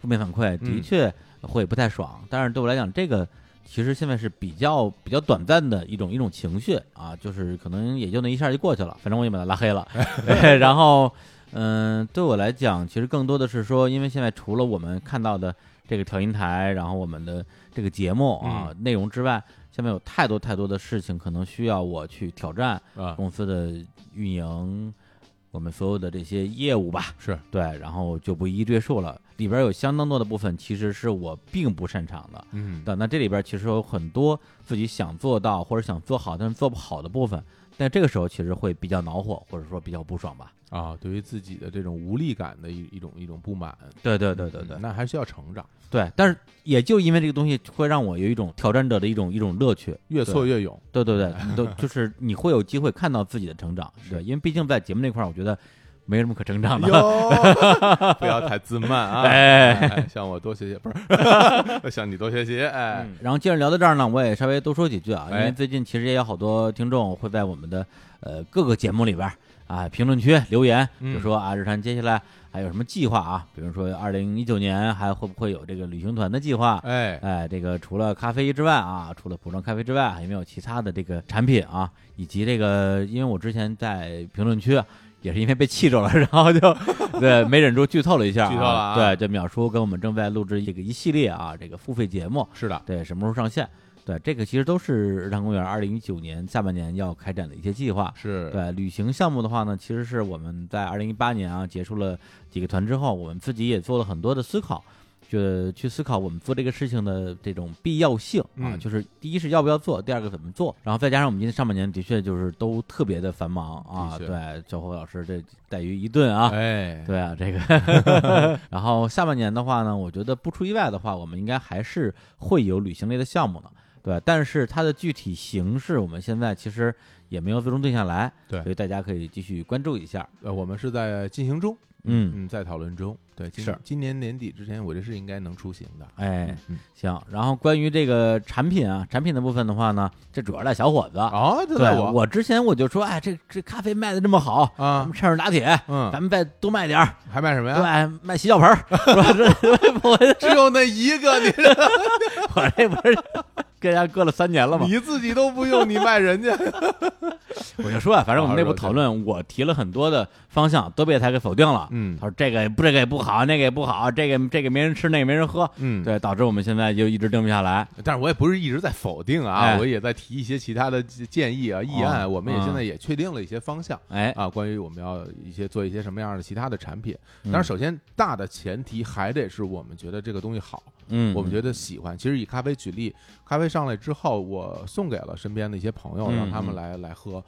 Speaker 1: 负面反馈，的
Speaker 2: 嗯
Speaker 1: 确会不太爽。但是对我来讲，这个其实现在是比较比较短暂的一种一种情绪啊，就是可能也就那一下就过去了，反正我也把他拉黑
Speaker 2: (laughs)
Speaker 1: 了。 (laughs) 对然后，嗯、对我来讲，其实更多的是说，因为现在除了我们看到的这个调音台，然后我们的这个节目啊、内容之外，下面有太多太多的事情可能需要我去挑战
Speaker 2: 啊，
Speaker 1: 公司的运营，我们所有的这些业务吧。
Speaker 2: 是
Speaker 1: 对，然后就不一一赘述了。里边有相当多的部分其实是我并不擅长的。
Speaker 2: 嗯，
Speaker 1: 对，那这里边其实有很多自己想做到或者想做好但是做不好的部分，但这个时候其实会比较恼火，或者说比较不爽吧。
Speaker 2: 啊，对于自己的这种无力感的一一种一种不满，
Speaker 1: 对对对对
Speaker 2: 嗯
Speaker 1: 对
Speaker 2: 那还需要成长，
Speaker 1: 对，但是也就因为这个东西会让我有一种挑战者的一种一种乐趣。
Speaker 2: 越挫越勇，
Speaker 1: 对对
Speaker 2: (laughs)
Speaker 1: 对，你都就是你会有机会看到自己的成长，对，因为毕竟在节目那块儿，我觉得没什么可成长的。
Speaker 2: 哟， (laughs) 不要太自慢啊！
Speaker 1: (laughs) 哎
Speaker 2: 哎，向我多学习，不是
Speaker 1: (laughs)
Speaker 2: 我向你多学习。哎，
Speaker 1: 嗯然后既然聊到这儿呢，我也稍微多说几句啊，因
Speaker 2: 哎
Speaker 1: 为最近其实也有好多听众会在我们的呃各个节目里边儿啊评论区留言，
Speaker 2: 嗯
Speaker 1: 就说啊日坛接下来还有什么计划啊？比如说二零一九年还会不会有这个旅行团的计划？
Speaker 2: 哎，
Speaker 1: 哎，这个除了咖啡之外啊，除了普通咖啡之外，还有没有其他的这个产品啊？以及这个，因为我之前在评论区啊也是因为被气着了， (laughs) 然后就对没忍住剧透了一下、啊，
Speaker 2: 剧透了啊
Speaker 1: 对，这淼叔跟我们正在录制这个一系列啊这个付费节目，
Speaker 2: 是的，
Speaker 1: 对，什么时候上线？对，这个其实都是日坛公园二零一九年下半年要开展的一些计划。
Speaker 2: 是，
Speaker 1: 对，旅行项目的话呢，其实是我们在二零一八年啊结束了几个团之后，我们自己也做了很多的思考，就去思考我们做这个事情的这种必要性啊，
Speaker 2: 嗯
Speaker 1: 就是第一是要不要做，第二个怎么做，然后再加上我们今年上半年的确就是都特别的繁忙啊，
Speaker 2: 的确
Speaker 1: 对，小侯老师这带鱼一顿啊，
Speaker 2: 哎，
Speaker 1: 对啊，这个。
Speaker 2: (laughs)
Speaker 1: 然后下半年的话呢，我觉得不出意外的话，我们应该还是会有旅行类的项目的，对。但是它的具体形式，我们现在其实也没有最终定下来，
Speaker 2: 对
Speaker 1: 所以大家可以继续关注一下。
Speaker 2: 呃，我们是在进行中，
Speaker 1: 嗯，
Speaker 2: 嗯，在讨论中。对，今
Speaker 1: 是
Speaker 2: 今年年底之前，我这是应该能出行的。
Speaker 1: 哎，
Speaker 2: 嗯
Speaker 1: 行。然后关于这个产品啊，产品的部分的话呢，这主要赖小伙子。
Speaker 2: 哦，就
Speaker 1: 啊对
Speaker 2: 在
Speaker 1: 我之前我就说，哎，这这咖啡卖的这么好，咱
Speaker 2: 啊
Speaker 1: 们，趁热打铁，
Speaker 2: 嗯
Speaker 1: 咱，们再多卖点儿，
Speaker 2: 还卖什么
Speaker 1: 对
Speaker 2: 呀？，
Speaker 1: 卖洗脚盆儿，是吧？ (laughs) 这我
Speaker 2: 只有那一个，你
Speaker 1: 我这
Speaker 2: (laughs)
Speaker 1: 不是跟人家搁了三年了吗？
Speaker 2: 你自己都不
Speaker 1: (laughs)
Speaker 2: 用，你卖人家？
Speaker 1: 我就说啊，反正我们内部讨论，我提了很多的方向，都被他给否定了。
Speaker 2: 嗯
Speaker 1: 他说这个不这个也不好，那个也不好，这个这个没人吃，那个没人喝，
Speaker 2: 嗯，
Speaker 1: 对，导致我们现在就一直定不下来。
Speaker 2: 但是我也不是一直在否定啊，
Speaker 1: 哎
Speaker 2: 我也在提一些其他的建议啊、议案。
Speaker 1: 哦
Speaker 2: 我们也
Speaker 1: 嗯
Speaker 2: 现在也确定了一些方向
Speaker 1: 哎，
Speaker 2: 啊，关于我们要一些做一些什么样的其他的产品。
Speaker 1: 嗯
Speaker 2: 当然，首先大的前提还得是我们觉得这个东西好，
Speaker 1: 嗯，
Speaker 2: 我们觉得喜欢。其实以咖啡举例，咖啡上来之后，我送给了身边的一些朋友，
Speaker 1: 嗯
Speaker 2: 让他们来来喝。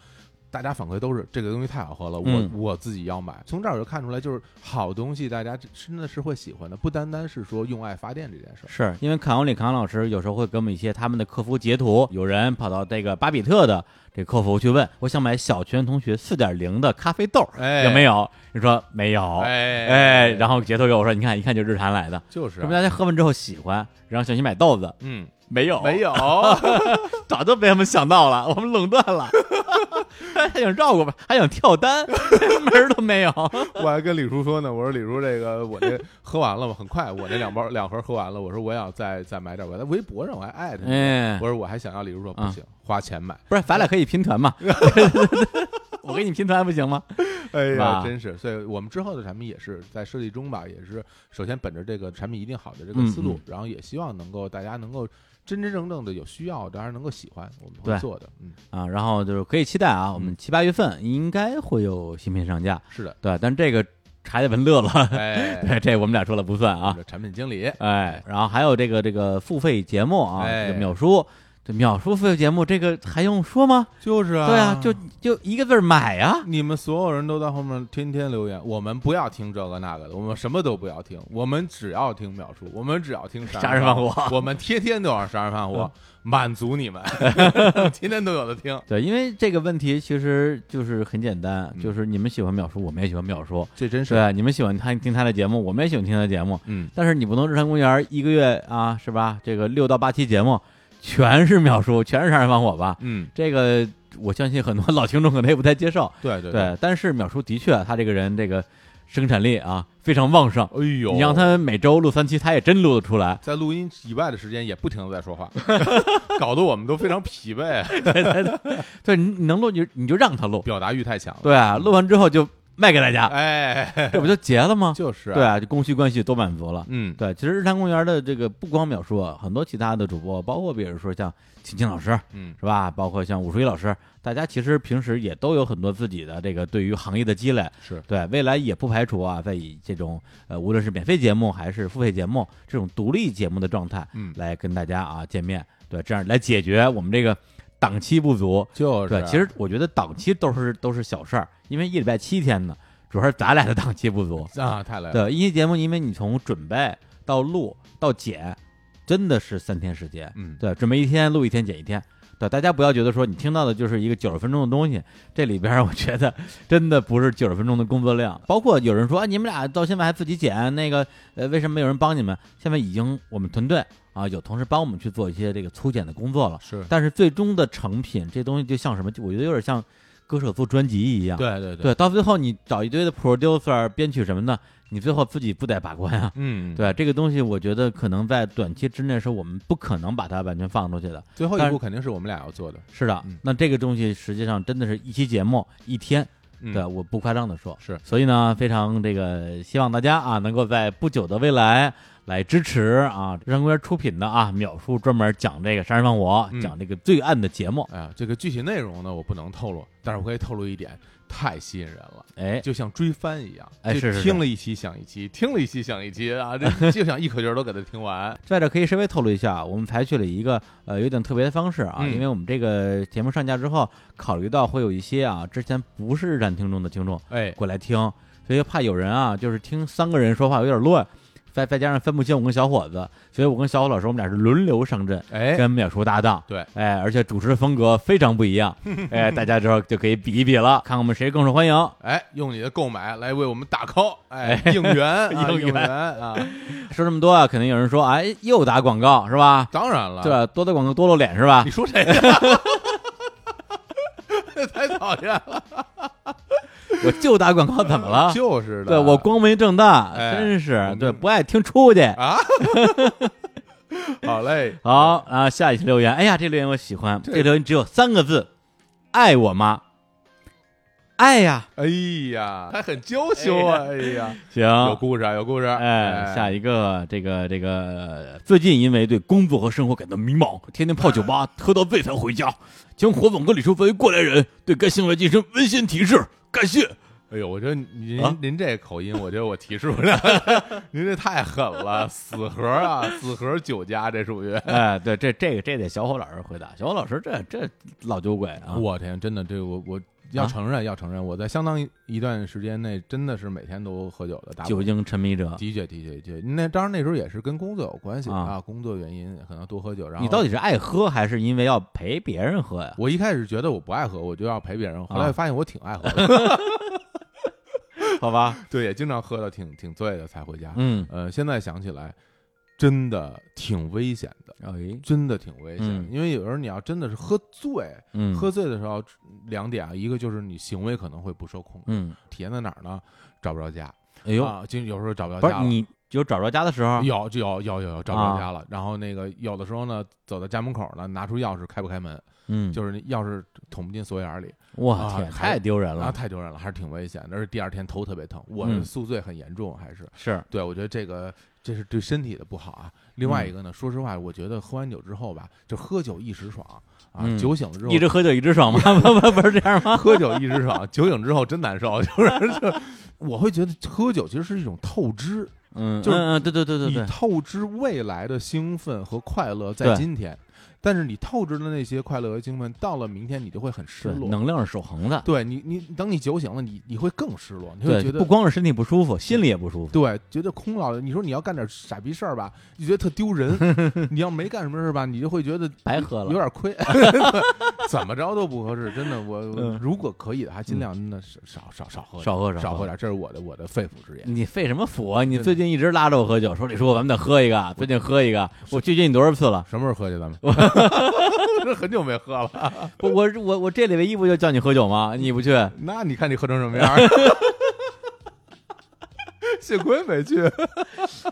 Speaker 2: 大家反馈都是这个东西太好喝了，我
Speaker 1: 嗯
Speaker 2: 我自己要买。从这儿我就看出来，就是好东西，大家真的是会喜欢的，不单单是说用爱发电这件事儿。
Speaker 1: 是因为坎欧里坎老师有时候会给我们一些他们的客服截图，有人跑到这个巴比特的这客服去问，我想买小泉同学四点零的咖啡豆，
Speaker 2: 哎
Speaker 1: 有没有？你说没有，
Speaker 2: 哎
Speaker 1: 哎，然后截图给我说，你看一看就日产来的，
Speaker 2: 就是
Speaker 1: 说
Speaker 2: 啊
Speaker 1: 明大家喝完之后喜欢，然后想去买豆子，
Speaker 2: 嗯，
Speaker 1: 没有，
Speaker 2: 没有， (laughs)
Speaker 1: 早就被他们想到了， (laughs) 我们垄断了。还想绕过吧，还想跳单， (laughs) 门儿都没有。
Speaker 2: 我还跟李叔说呢，我说李叔，这个我这喝完了嘛，很快，我这两包两盒喝完了，我说我想再再买点，我在微博上我还艾特你，
Speaker 1: (laughs) 哎
Speaker 2: 我，说我还想要，李叔说不
Speaker 1: 嗯
Speaker 2: 行，花钱买，
Speaker 1: 不是，咱俩可以拼团 (laughs) 嘛？我给你拼团不行吗？
Speaker 2: 哎呀，
Speaker 1: 吧
Speaker 2: 真是，所以我们之后的产品也是在设计中吧，也是首先本着这个产品一定好的这个
Speaker 1: 嗯
Speaker 2: 思路，然后也希望能够大家能够真真正正的有需要，当然能够喜欢，我们会
Speaker 1: 对
Speaker 2: 做的，嗯，
Speaker 1: 啊，然后就是可以期待啊，我们七八月份应该会有新品上架，(laughs)
Speaker 2: 是的，
Speaker 1: 对。但这个查理文乐了，
Speaker 2: 哎，
Speaker 1: (laughs) 对，啊这我们俩说了不算
Speaker 2: 我
Speaker 1: 啊
Speaker 2: 们。的产品经理，
Speaker 1: 哎，然后还有这个这个付费节目啊，
Speaker 2: 哎
Speaker 1: 这个秒叔，这秒叔付费节目这个还用说吗？
Speaker 2: 就是啊
Speaker 1: 对啊，就就一个字儿买啊。
Speaker 2: 你们所有人都在后面天天留言，我们不要听这个那个的，我们什么都不要听，我们只要听秒叔，我们只要
Speaker 1: (laughs)
Speaker 2: 听
Speaker 1: 杀人
Speaker 2: 人放
Speaker 1: 放火嗯
Speaker 2: 我们天天都要杀人放火，满足
Speaker 1: (laughs)
Speaker 2: 你们，天天都有的听。
Speaker 1: 对，因为这个问题其实就是很简单，
Speaker 2: 嗯
Speaker 1: 就是你们喜欢秒叔，我们也喜欢秒叔，
Speaker 2: 这真是，
Speaker 1: 对，啊你们喜欢他听他的节目，我们也喜欢听他的节目，
Speaker 2: 嗯，
Speaker 1: 但是你不能日常公园一个月啊，是吧？这个六到八期节目全是秒叔，全是杀人放火吧？
Speaker 2: 嗯，
Speaker 1: 这个我相信很多老听众可能也不太接受，
Speaker 2: 对对，
Speaker 1: 对，但是秒叔的确他这个人这个生产力啊非常旺盛，
Speaker 2: 哎呦，。
Speaker 1: 你让他每周录三期，他也真录得出来 (laughs)
Speaker 2: 在录音以外的时间也不停的在说话， (laughs) 搞得我们都非常疲惫，
Speaker 1: 对对对，对你你能录你就你就让他录，
Speaker 2: 表达欲太强了。
Speaker 1: 对啊，录完之后就卖给大家，
Speaker 2: 哎， (laughs)
Speaker 1: 这不就结了吗？
Speaker 2: 就是，
Speaker 1: 对，啊，就供需关系都满足了。
Speaker 2: 嗯，
Speaker 1: 对，其实日坛公园的这个不光秒叔啊，很多其他的主播，包括比如说像秦青老师
Speaker 2: 嗯，
Speaker 1: 是吧，包括像武术一老师，大家其实平时也都有很多自己的这个对于行业的积累。
Speaker 2: 是，
Speaker 1: 对，未来也不排除啊，在以这种呃，无论是免费节目还是付费节目这种独立节目的状态
Speaker 2: 嗯，
Speaker 1: 来跟大家啊见面。对，这样来解决我们这个档期不足。
Speaker 2: 就是啊
Speaker 1: 对，其实我觉得档期都是都是小事儿，因为一礼拜七天呢，主要是咱俩的档期不足。
Speaker 2: 啊，太累
Speaker 1: (laughs)
Speaker 2: 了。
Speaker 1: 对，一期节目，因为你从准备到录到剪，真的是三天时间。
Speaker 2: 嗯，
Speaker 1: 对，准备一天，录一天，剪一天。对，大家不要觉得说你听到的就是一个九十分钟的东西，这里边儿我觉得 (laughs) 真的不是九十分钟的工作量。包括有人说，啊，你们俩到现在还自己剪，那个呃，为什么没有人帮你们？现在已经我们团队啊有同事帮我们去做一些这个粗剪的工作了，
Speaker 2: 是，
Speaker 1: 但是最终的成品这东西就像什么，就我觉得有点像歌手做专辑一样。
Speaker 2: 对对，
Speaker 1: 对，到最后你找一堆的 producer、编曲什么的，你最后自己不得把关啊。
Speaker 2: 嗯，，
Speaker 1: 对这个东西，我觉得可能在短期之内是我们不可能把它完全放出去的。
Speaker 2: 最后一
Speaker 1: 但
Speaker 2: 步肯定是我们俩要做的。
Speaker 1: 是的
Speaker 2: 嗯，
Speaker 1: 那这个东西实际上真的是一期节目一天，
Speaker 2: 嗯
Speaker 1: 对，我不夸张的说，
Speaker 2: 是
Speaker 1: 所以呢，非常这个希望大家啊，能够在不久的未来来支持啊，日常公园出品的啊，秒叔专门讲这个杀人放火，
Speaker 2: 嗯
Speaker 1: 讲这个罪案的节目，
Speaker 2: 哎呀，这个具体内容呢，我不能透露，但是我可以透露一点，太吸引人了，
Speaker 1: 哎，
Speaker 2: 就像追番一样，
Speaker 1: 哎
Speaker 2: 就是
Speaker 1: 是
Speaker 2: 听了一期想一期，听了一期想一期啊，这 (laughs) 就想一口气儿都给它听完。
Speaker 1: 在这可以稍微透露一下，我们采取了一个呃有点特别的方式啊，
Speaker 2: 嗯
Speaker 1: 因为我们这个节目上架之后，考虑到会有一些啊之前不是日产听众的听众
Speaker 2: 哎，
Speaker 1: 过来听，所以怕有人啊就是听三个人说话有点乱，再再加上分不清我跟小伙子，所以我跟小伙老师我们俩是轮流上阵。
Speaker 2: 哎，
Speaker 1: 跟秒叔搭档，
Speaker 2: 对，
Speaker 1: 哎，而且主持风格非常不一
Speaker 2: (laughs)
Speaker 1: 样，哎，大家之后就可以比一比了，看看我们谁更受欢迎。
Speaker 2: 哎，用你的购买来为我们打 call，哎，应援，啊
Speaker 1: (laughs) 应
Speaker 2: 应
Speaker 1: 援
Speaker 2: 援啊！
Speaker 1: 说这么多啊，肯定有人说，哎，又打广告是吧？
Speaker 2: 当然了，
Speaker 1: 对，啊吧，多打广告多露脸是吧
Speaker 2: 你？说谁呀？ (laughs) 太讨厌了，
Speaker 1: 我就打广告，怎么了？
Speaker 2: 就是的，
Speaker 1: 对我光明正大，
Speaker 2: 哎
Speaker 1: 真是
Speaker 2: 们
Speaker 1: 对不爱听出去。
Speaker 2: 啊，好嘞，
Speaker 1: 好啊，下一期留言，哎呀，这留言我喜欢，
Speaker 2: 这
Speaker 1: 这留言只有三个字，爱我妈，爱呀，
Speaker 2: 哎呀，还很娇羞啊，哎呀，
Speaker 1: 行，
Speaker 2: 有故事啊，有故事，
Speaker 1: 哎，下
Speaker 2: 一
Speaker 1: 一个这个这个，最近因为对工作和生活感到迷茫，天天泡酒
Speaker 2: (laughs)
Speaker 1: 吧，喝到醉才回家。请火总跟李叔作为过来人，对该行为进行温馨提示，感谢。
Speaker 2: 哎呦，我觉得您、
Speaker 1: 啊
Speaker 2: 您这口音，我觉得我提示不了， (laughs) 您这太狠了，死
Speaker 1: (laughs)
Speaker 2: 核啊，死核酒家，这属于。
Speaker 1: 哎，对，这这个这得小火老师回答，小火老师这这老酒鬼啊，
Speaker 2: 我天，真的，这个我我要
Speaker 1: 啊
Speaker 2: 承认，要承认，我在相当一段时间内真的是每天都喝酒的，大部
Speaker 1: 酒精沉迷者。
Speaker 2: 的确的确的确。那当然那时候也是跟工作有关系
Speaker 1: 啊
Speaker 2: 啊，工作原因可能多喝酒。然后
Speaker 1: 你到底是爱喝还是因为要陪别人喝
Speaker 2: (laughs)
Speaker 1: 呀？
Speaker 2: 我一开始觉得我不爱喝，我就要陪别人，后来
Speaker 1: 啊
Speaker 2: 发现我挺爱
Speaker 1: (laughs)
Speaker 2: 喝的，
Speaker 1: 好吧，
Speaker 2: 对，也经常喝的挺挺醉的才回家。
Speaker 1: 嗯，
Speaker 2: 呃，现在想起来，真的挺危险的，
Speaker 1: 哎，
Speaker 2: 真的挺危险的
Speaker 1: 嗯
Speaker 2: 因为有时候你要真的是喝醉，
Speaker 1: 嗯，
Speaker 2: 喝，醉的时候两点啊，一个就是你行为可能会不受控制，
Speaker 1: 嗯，
Speaker 2: 体现在哪儿呢？找不着家，
Speaker 1: 哎呦，
Speaker 2: 啊，就有时候找不着
Speaker 1: 不是
Speaker 2: 家了。
Speaker 1: 你有找着家的时候，
Speaker 2: 有就有有有有找不着
Speaker 1: 啊
Speaker 2: 家了，然后那个有的时候呢，走到家门口呢，拿出钥匙开不开门，
Speaker 1: 嗯，
Speaker 2: 就是那钥匙捅不进锁眼里，
Speaker 1: 我
Speaker 2: 啊
Speaker 1: 天，
Speaker 2: 还
Speaker 1: 太丢人
Speaker 2: 然后
Speaker 1: 了，
Speaker 2: 太丢人了，还是挺危险的。而且第二天头特别疼，我是
Speaker 1: 嗯
Speaker 2: 宿醉很严重，还是
Speaker 1: 是，
Speaker 2: 对我觉得这个这是对身体的不好啊。另外
Speaker 1: 嗯
Speaker 2: 一个呢，说实话，我觉得喝完酒之后吧，就喝酒一时爽啊，
Speaker 1: 嗯
Speaker 2: 酒醒了之后
Speaker 1: 一直喝酒一直爽吗？ (laughs) 不不不是这样吗？
Speaker 2: 喝酒一时爽， (laughs) 酒醒之后真难受，就是就我会觉得喝酒其实是一种透支，
Speaker 1: 嗯，
Speaker 2: 就是
Speaker 1: 嗯嗯，对对对对
Speaker 2: 你
Speaker 1: 对，
Speaker 2: 透支未来的兴奋和快乐在
Speaker 1: 对
Speaker 2: 今天，但是你透支的那些快乐和兴奋，到了明天你就会很失
Speaker 1: 对
Speaker 2: 落。
Speaker 1: 能量是守恒的，
Speaker 2: 对你，你等你酒醒了，你你会更失落，你会
Speaker 1: 对
Speaker 2: 觉，得
Speaker 1: 不光是身体不舒服，心里也不舒服，
Speaker 2: 对，觉得空落。你说你要干点傻逼事儿吧，你觉得特丢人； (laughs) 你要没干什么事儿吧，你就会觉得
Speaker 1: 白喝了
Speaker 2: 有点亏， (laughs) 怎么着都不合适。真的，我我
Speaker 1: 嗯
Speaker 2: 如果可以的，还尽量那少少少少喝点，
Speaker 1: 少喝嗯
Speaker 2: 少
Speaker 1: 喝。
Speaker 2: 点，这是我的我的肺腑之言。
Speaker 1: 你费什么福啊？你
Speaker 2: 真的
Speaker 1: 最近一直拉着我喝酒，说李叔，咱们得喝一个，最近喝一个，我拒绝你多少次了？
Speaker 2: 什么时候喝去？咱们 (laughs) 很久没喝了，
Speaker 1: 我我我我这礼拜一不就叫你喝酒吗？你不去，
Speaker 2: 那你看你喝成什么样 (laughs) 儿？幸亏没去，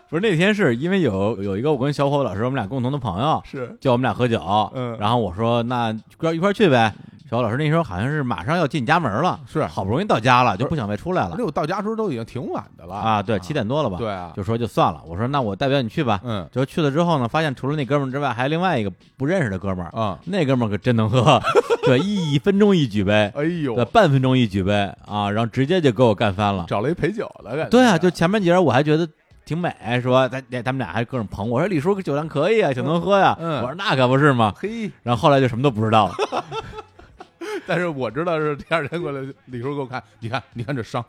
Speaker 1: 不是那天是因为有有一个我跟小伙老师我们俩共同的朋友，
Speaker 2: 是
Speaker 1: 叫我们俩喝酒，
Speaker 2: 嗯
Speaker 1: 然后我说那一块儿去呗。小伙老师那时候好像是马上要进你家门了，
Speaker 2: 是
Speaker 1: 好不容易到家了，就不想再出来
Speaker 2: 而
Speaker 1: 了
Speaker 2: 且我到家时候都已经挺晚的了
Speaker 1: 啊。对，七点多了吧？
Speaker 2: 对，啊，
Speaker 1: 就说就算了。我说那我代表你去吧。
Speaker 2: 嗯
Speaker 1: 就去了之后呢，发现除了那哥们儿之外，还有另外一个不认识的哥们儿。
Speaker 2: 啊，
Speaker 1: 那哥们儿可真能
Speaker 2: (laughs)
Speaker 1: 喝，对，一分钟一举杯，
Speaker 2: 哎呦
Speaker 1: 对，，半分钟一举杯啊，然后直接就给我干翻了。
Speaker 2: 找了一陪酒的感觉。
Speaker 1: 啊对啊，就前面几人我还觉得挺美，说咱咱们俩还各种捧我，我说李叔酒量可以啊，挺能喝呀、
Speaker 2: 嗯
Speaker 1: 我说那可不是嘛。
Speaker 2: 嘿，
Speaker 1: 然后后来就什么都不知
Speaker 2: (laughs)
Speaker 1: 道了，
Speaker 2: 但是我知道是第二天过来，李叔给我看，你看，你看这伤，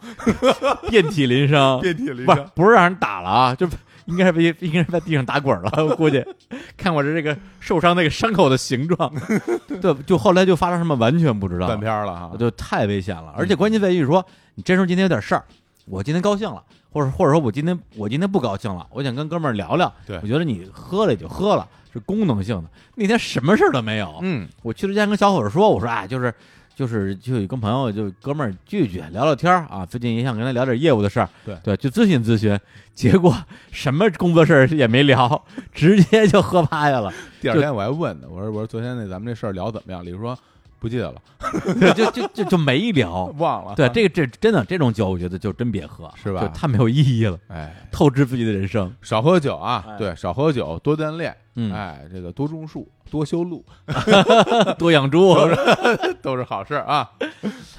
Speaker 1: 遍体鳞伤，
Speaker 2: 遍体鳞
Speaker 1: 不
Speaker 2: 伤
Speaker 1: 是。不是让人打了啊，就应该是被应该是在地上打滚了，我估计。看我这这个受伤那个伤口的形状， (laughs) 对，就后来就发生什么完全不知道
Speaker 2: 断，片儿了哈，
Speaker 1: 啊就太危险了。而且关键在于说，你真说今天有点事儿，我今天高兴了，或者或者说我今天我今天不高兴了，我想跟哥们儿聊聊，
Speaker 2: 对
Speaker 1: 我觉得你喝了也就喝了，是功能性的。那天什么事儿都没有，
Speaker 2: 嗯，
Speaker 1: 我去之前跟小伙子说，我说啊，就是就是就跟朋友就哥们儿聚聚聊聊天儿啊，最近也想跟他聊点业务的事儿，
Speaker 2: 对
Speaker 1: 对，就咨询咨询。结果什么工作事儿也没聊，直接就喝趴下了，
Speaker 2: 第二天我还问呢，我说我说昨天那咱们这事儿聊怎么样？李叔说不记得了，
Speaker 1: 对就就就就没聊。
Speaker 2: 忘了。
Speaker 1: 对，这个这真的这种酒，我觉得就真别喝，
Speaker 2: 是吧
Speaker 1: 就太没有意义了，
Speaker 2: 哎，
Speaker 1: 透支自己的人生。
Speaker 2: 少喝酒啊
Speaker 1: 哎，
Speaker 2: 对，少喝酒，多锻炼，
Speaker 1: 嗯，哎
Speaker 2: 哎，这个多种树，多修路，
Speaker 1: 多养猪。啊
Speaker 2: 都是好事儿
Speaker 1: (laughs)
Speaker 2: 啊。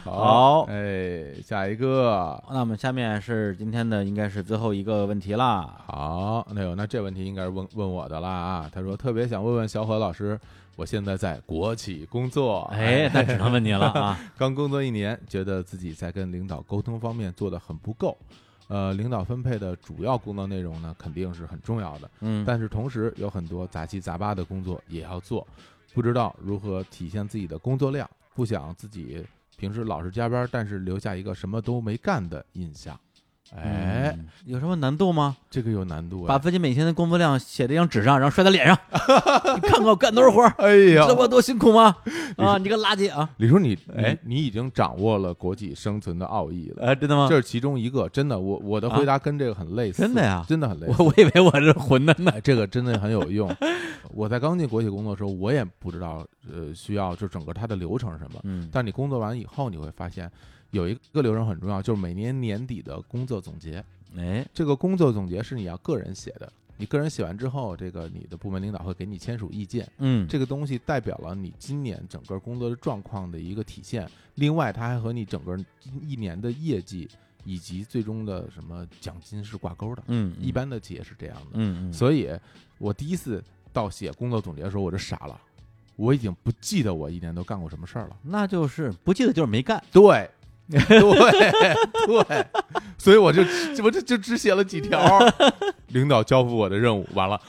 Speaker 1: 好
Speaker 2: 哎，下一个，
Speaker 1: (laughs) 那我们下面是今天的，应该是最后一个问题啦。
Speaker 2: 好，那有那这问题应该是问问我的啦啊。他说特别想问问小何老师，我现在在国企工作，
Speaker 1: 哎，那只能问您了啊。
Speaker 2: 刚工作一年，觉得自己在跟领导沟通方面做的很不够。呃，领导分配的主要工作内容呢，肯定是很重要的，
Speaker 1: (laughs) 嗯，
Speaker 2: 但是同时有很多杂七杂八的工作也要做，不知道如何体现自己的工作量，不想自己平时老是加班，但是留下一个什么都没干的印象。哎，
Speaker 1: 嗯，有什么难度吗？
Speaker 2: 这个有难度
Speaker 1: 把
Speaker 2: 啊！
Speaker 1: 自己每天的工作量写在一张纸上，然后摔在脸 (laughs) 上。你看看我干多少活 (laughs) 儿，
Speaker 2: 哎
Speaker 1: 知
Speaker 2: 呀
Speaker 1: 道我多辛苦吗？啊，你个垃圾 (laughs) 啊！
Speaker 2: 李叔你，
Speaker 1: 哎
Speaker 2: 你你已经掌握了国际生存的奥义了，
Speaker 1: 呃，真的吗
Speaker 2: 这？是其中一个。真的，我我的回答跟这个很类似，
Speaker 1: 啊真的呀
Speaker 2: 真的很类似。
Speaker 1: 我我以为我是混的呢。
Speaker 2: 哎，这个真的很有用。我在刚进国企工作的时候，我也不知道，呃，需要就整个它的流程是什么。
Speaker 1: 嗯，
Speaker 2: 但你工作完以后，你会发现有一个流程很重要，就是每年年底的工作总结。
Speaker 1: 哎，
Speaker 2: 这个工作总结是你要个人写的，你个人写完之后，这个你的部门领导会给你签署意见。
Speaker 1: 嗯，
Speaker 2: 这个东西代表了你今年整个工作的状况的一个体现，另外它还和你整个一年的业绩以及最终的什么奖金是挂钩的。
Speaker 1: 嗯，
Speaker 2: 一，般的企业是这样的。
Speaker 1: 嗯嗯，
Speaker 2: 所以我第一次到写工作总结的时候，我就傻了，我已经不记得我一年都干过什么事儿了。
Speaker 1: 那就是不记得就是没干。
Speaker 2: 对， (laughs) 对，对，所以我就我就就只写了几条，领导交付我的任务，完了，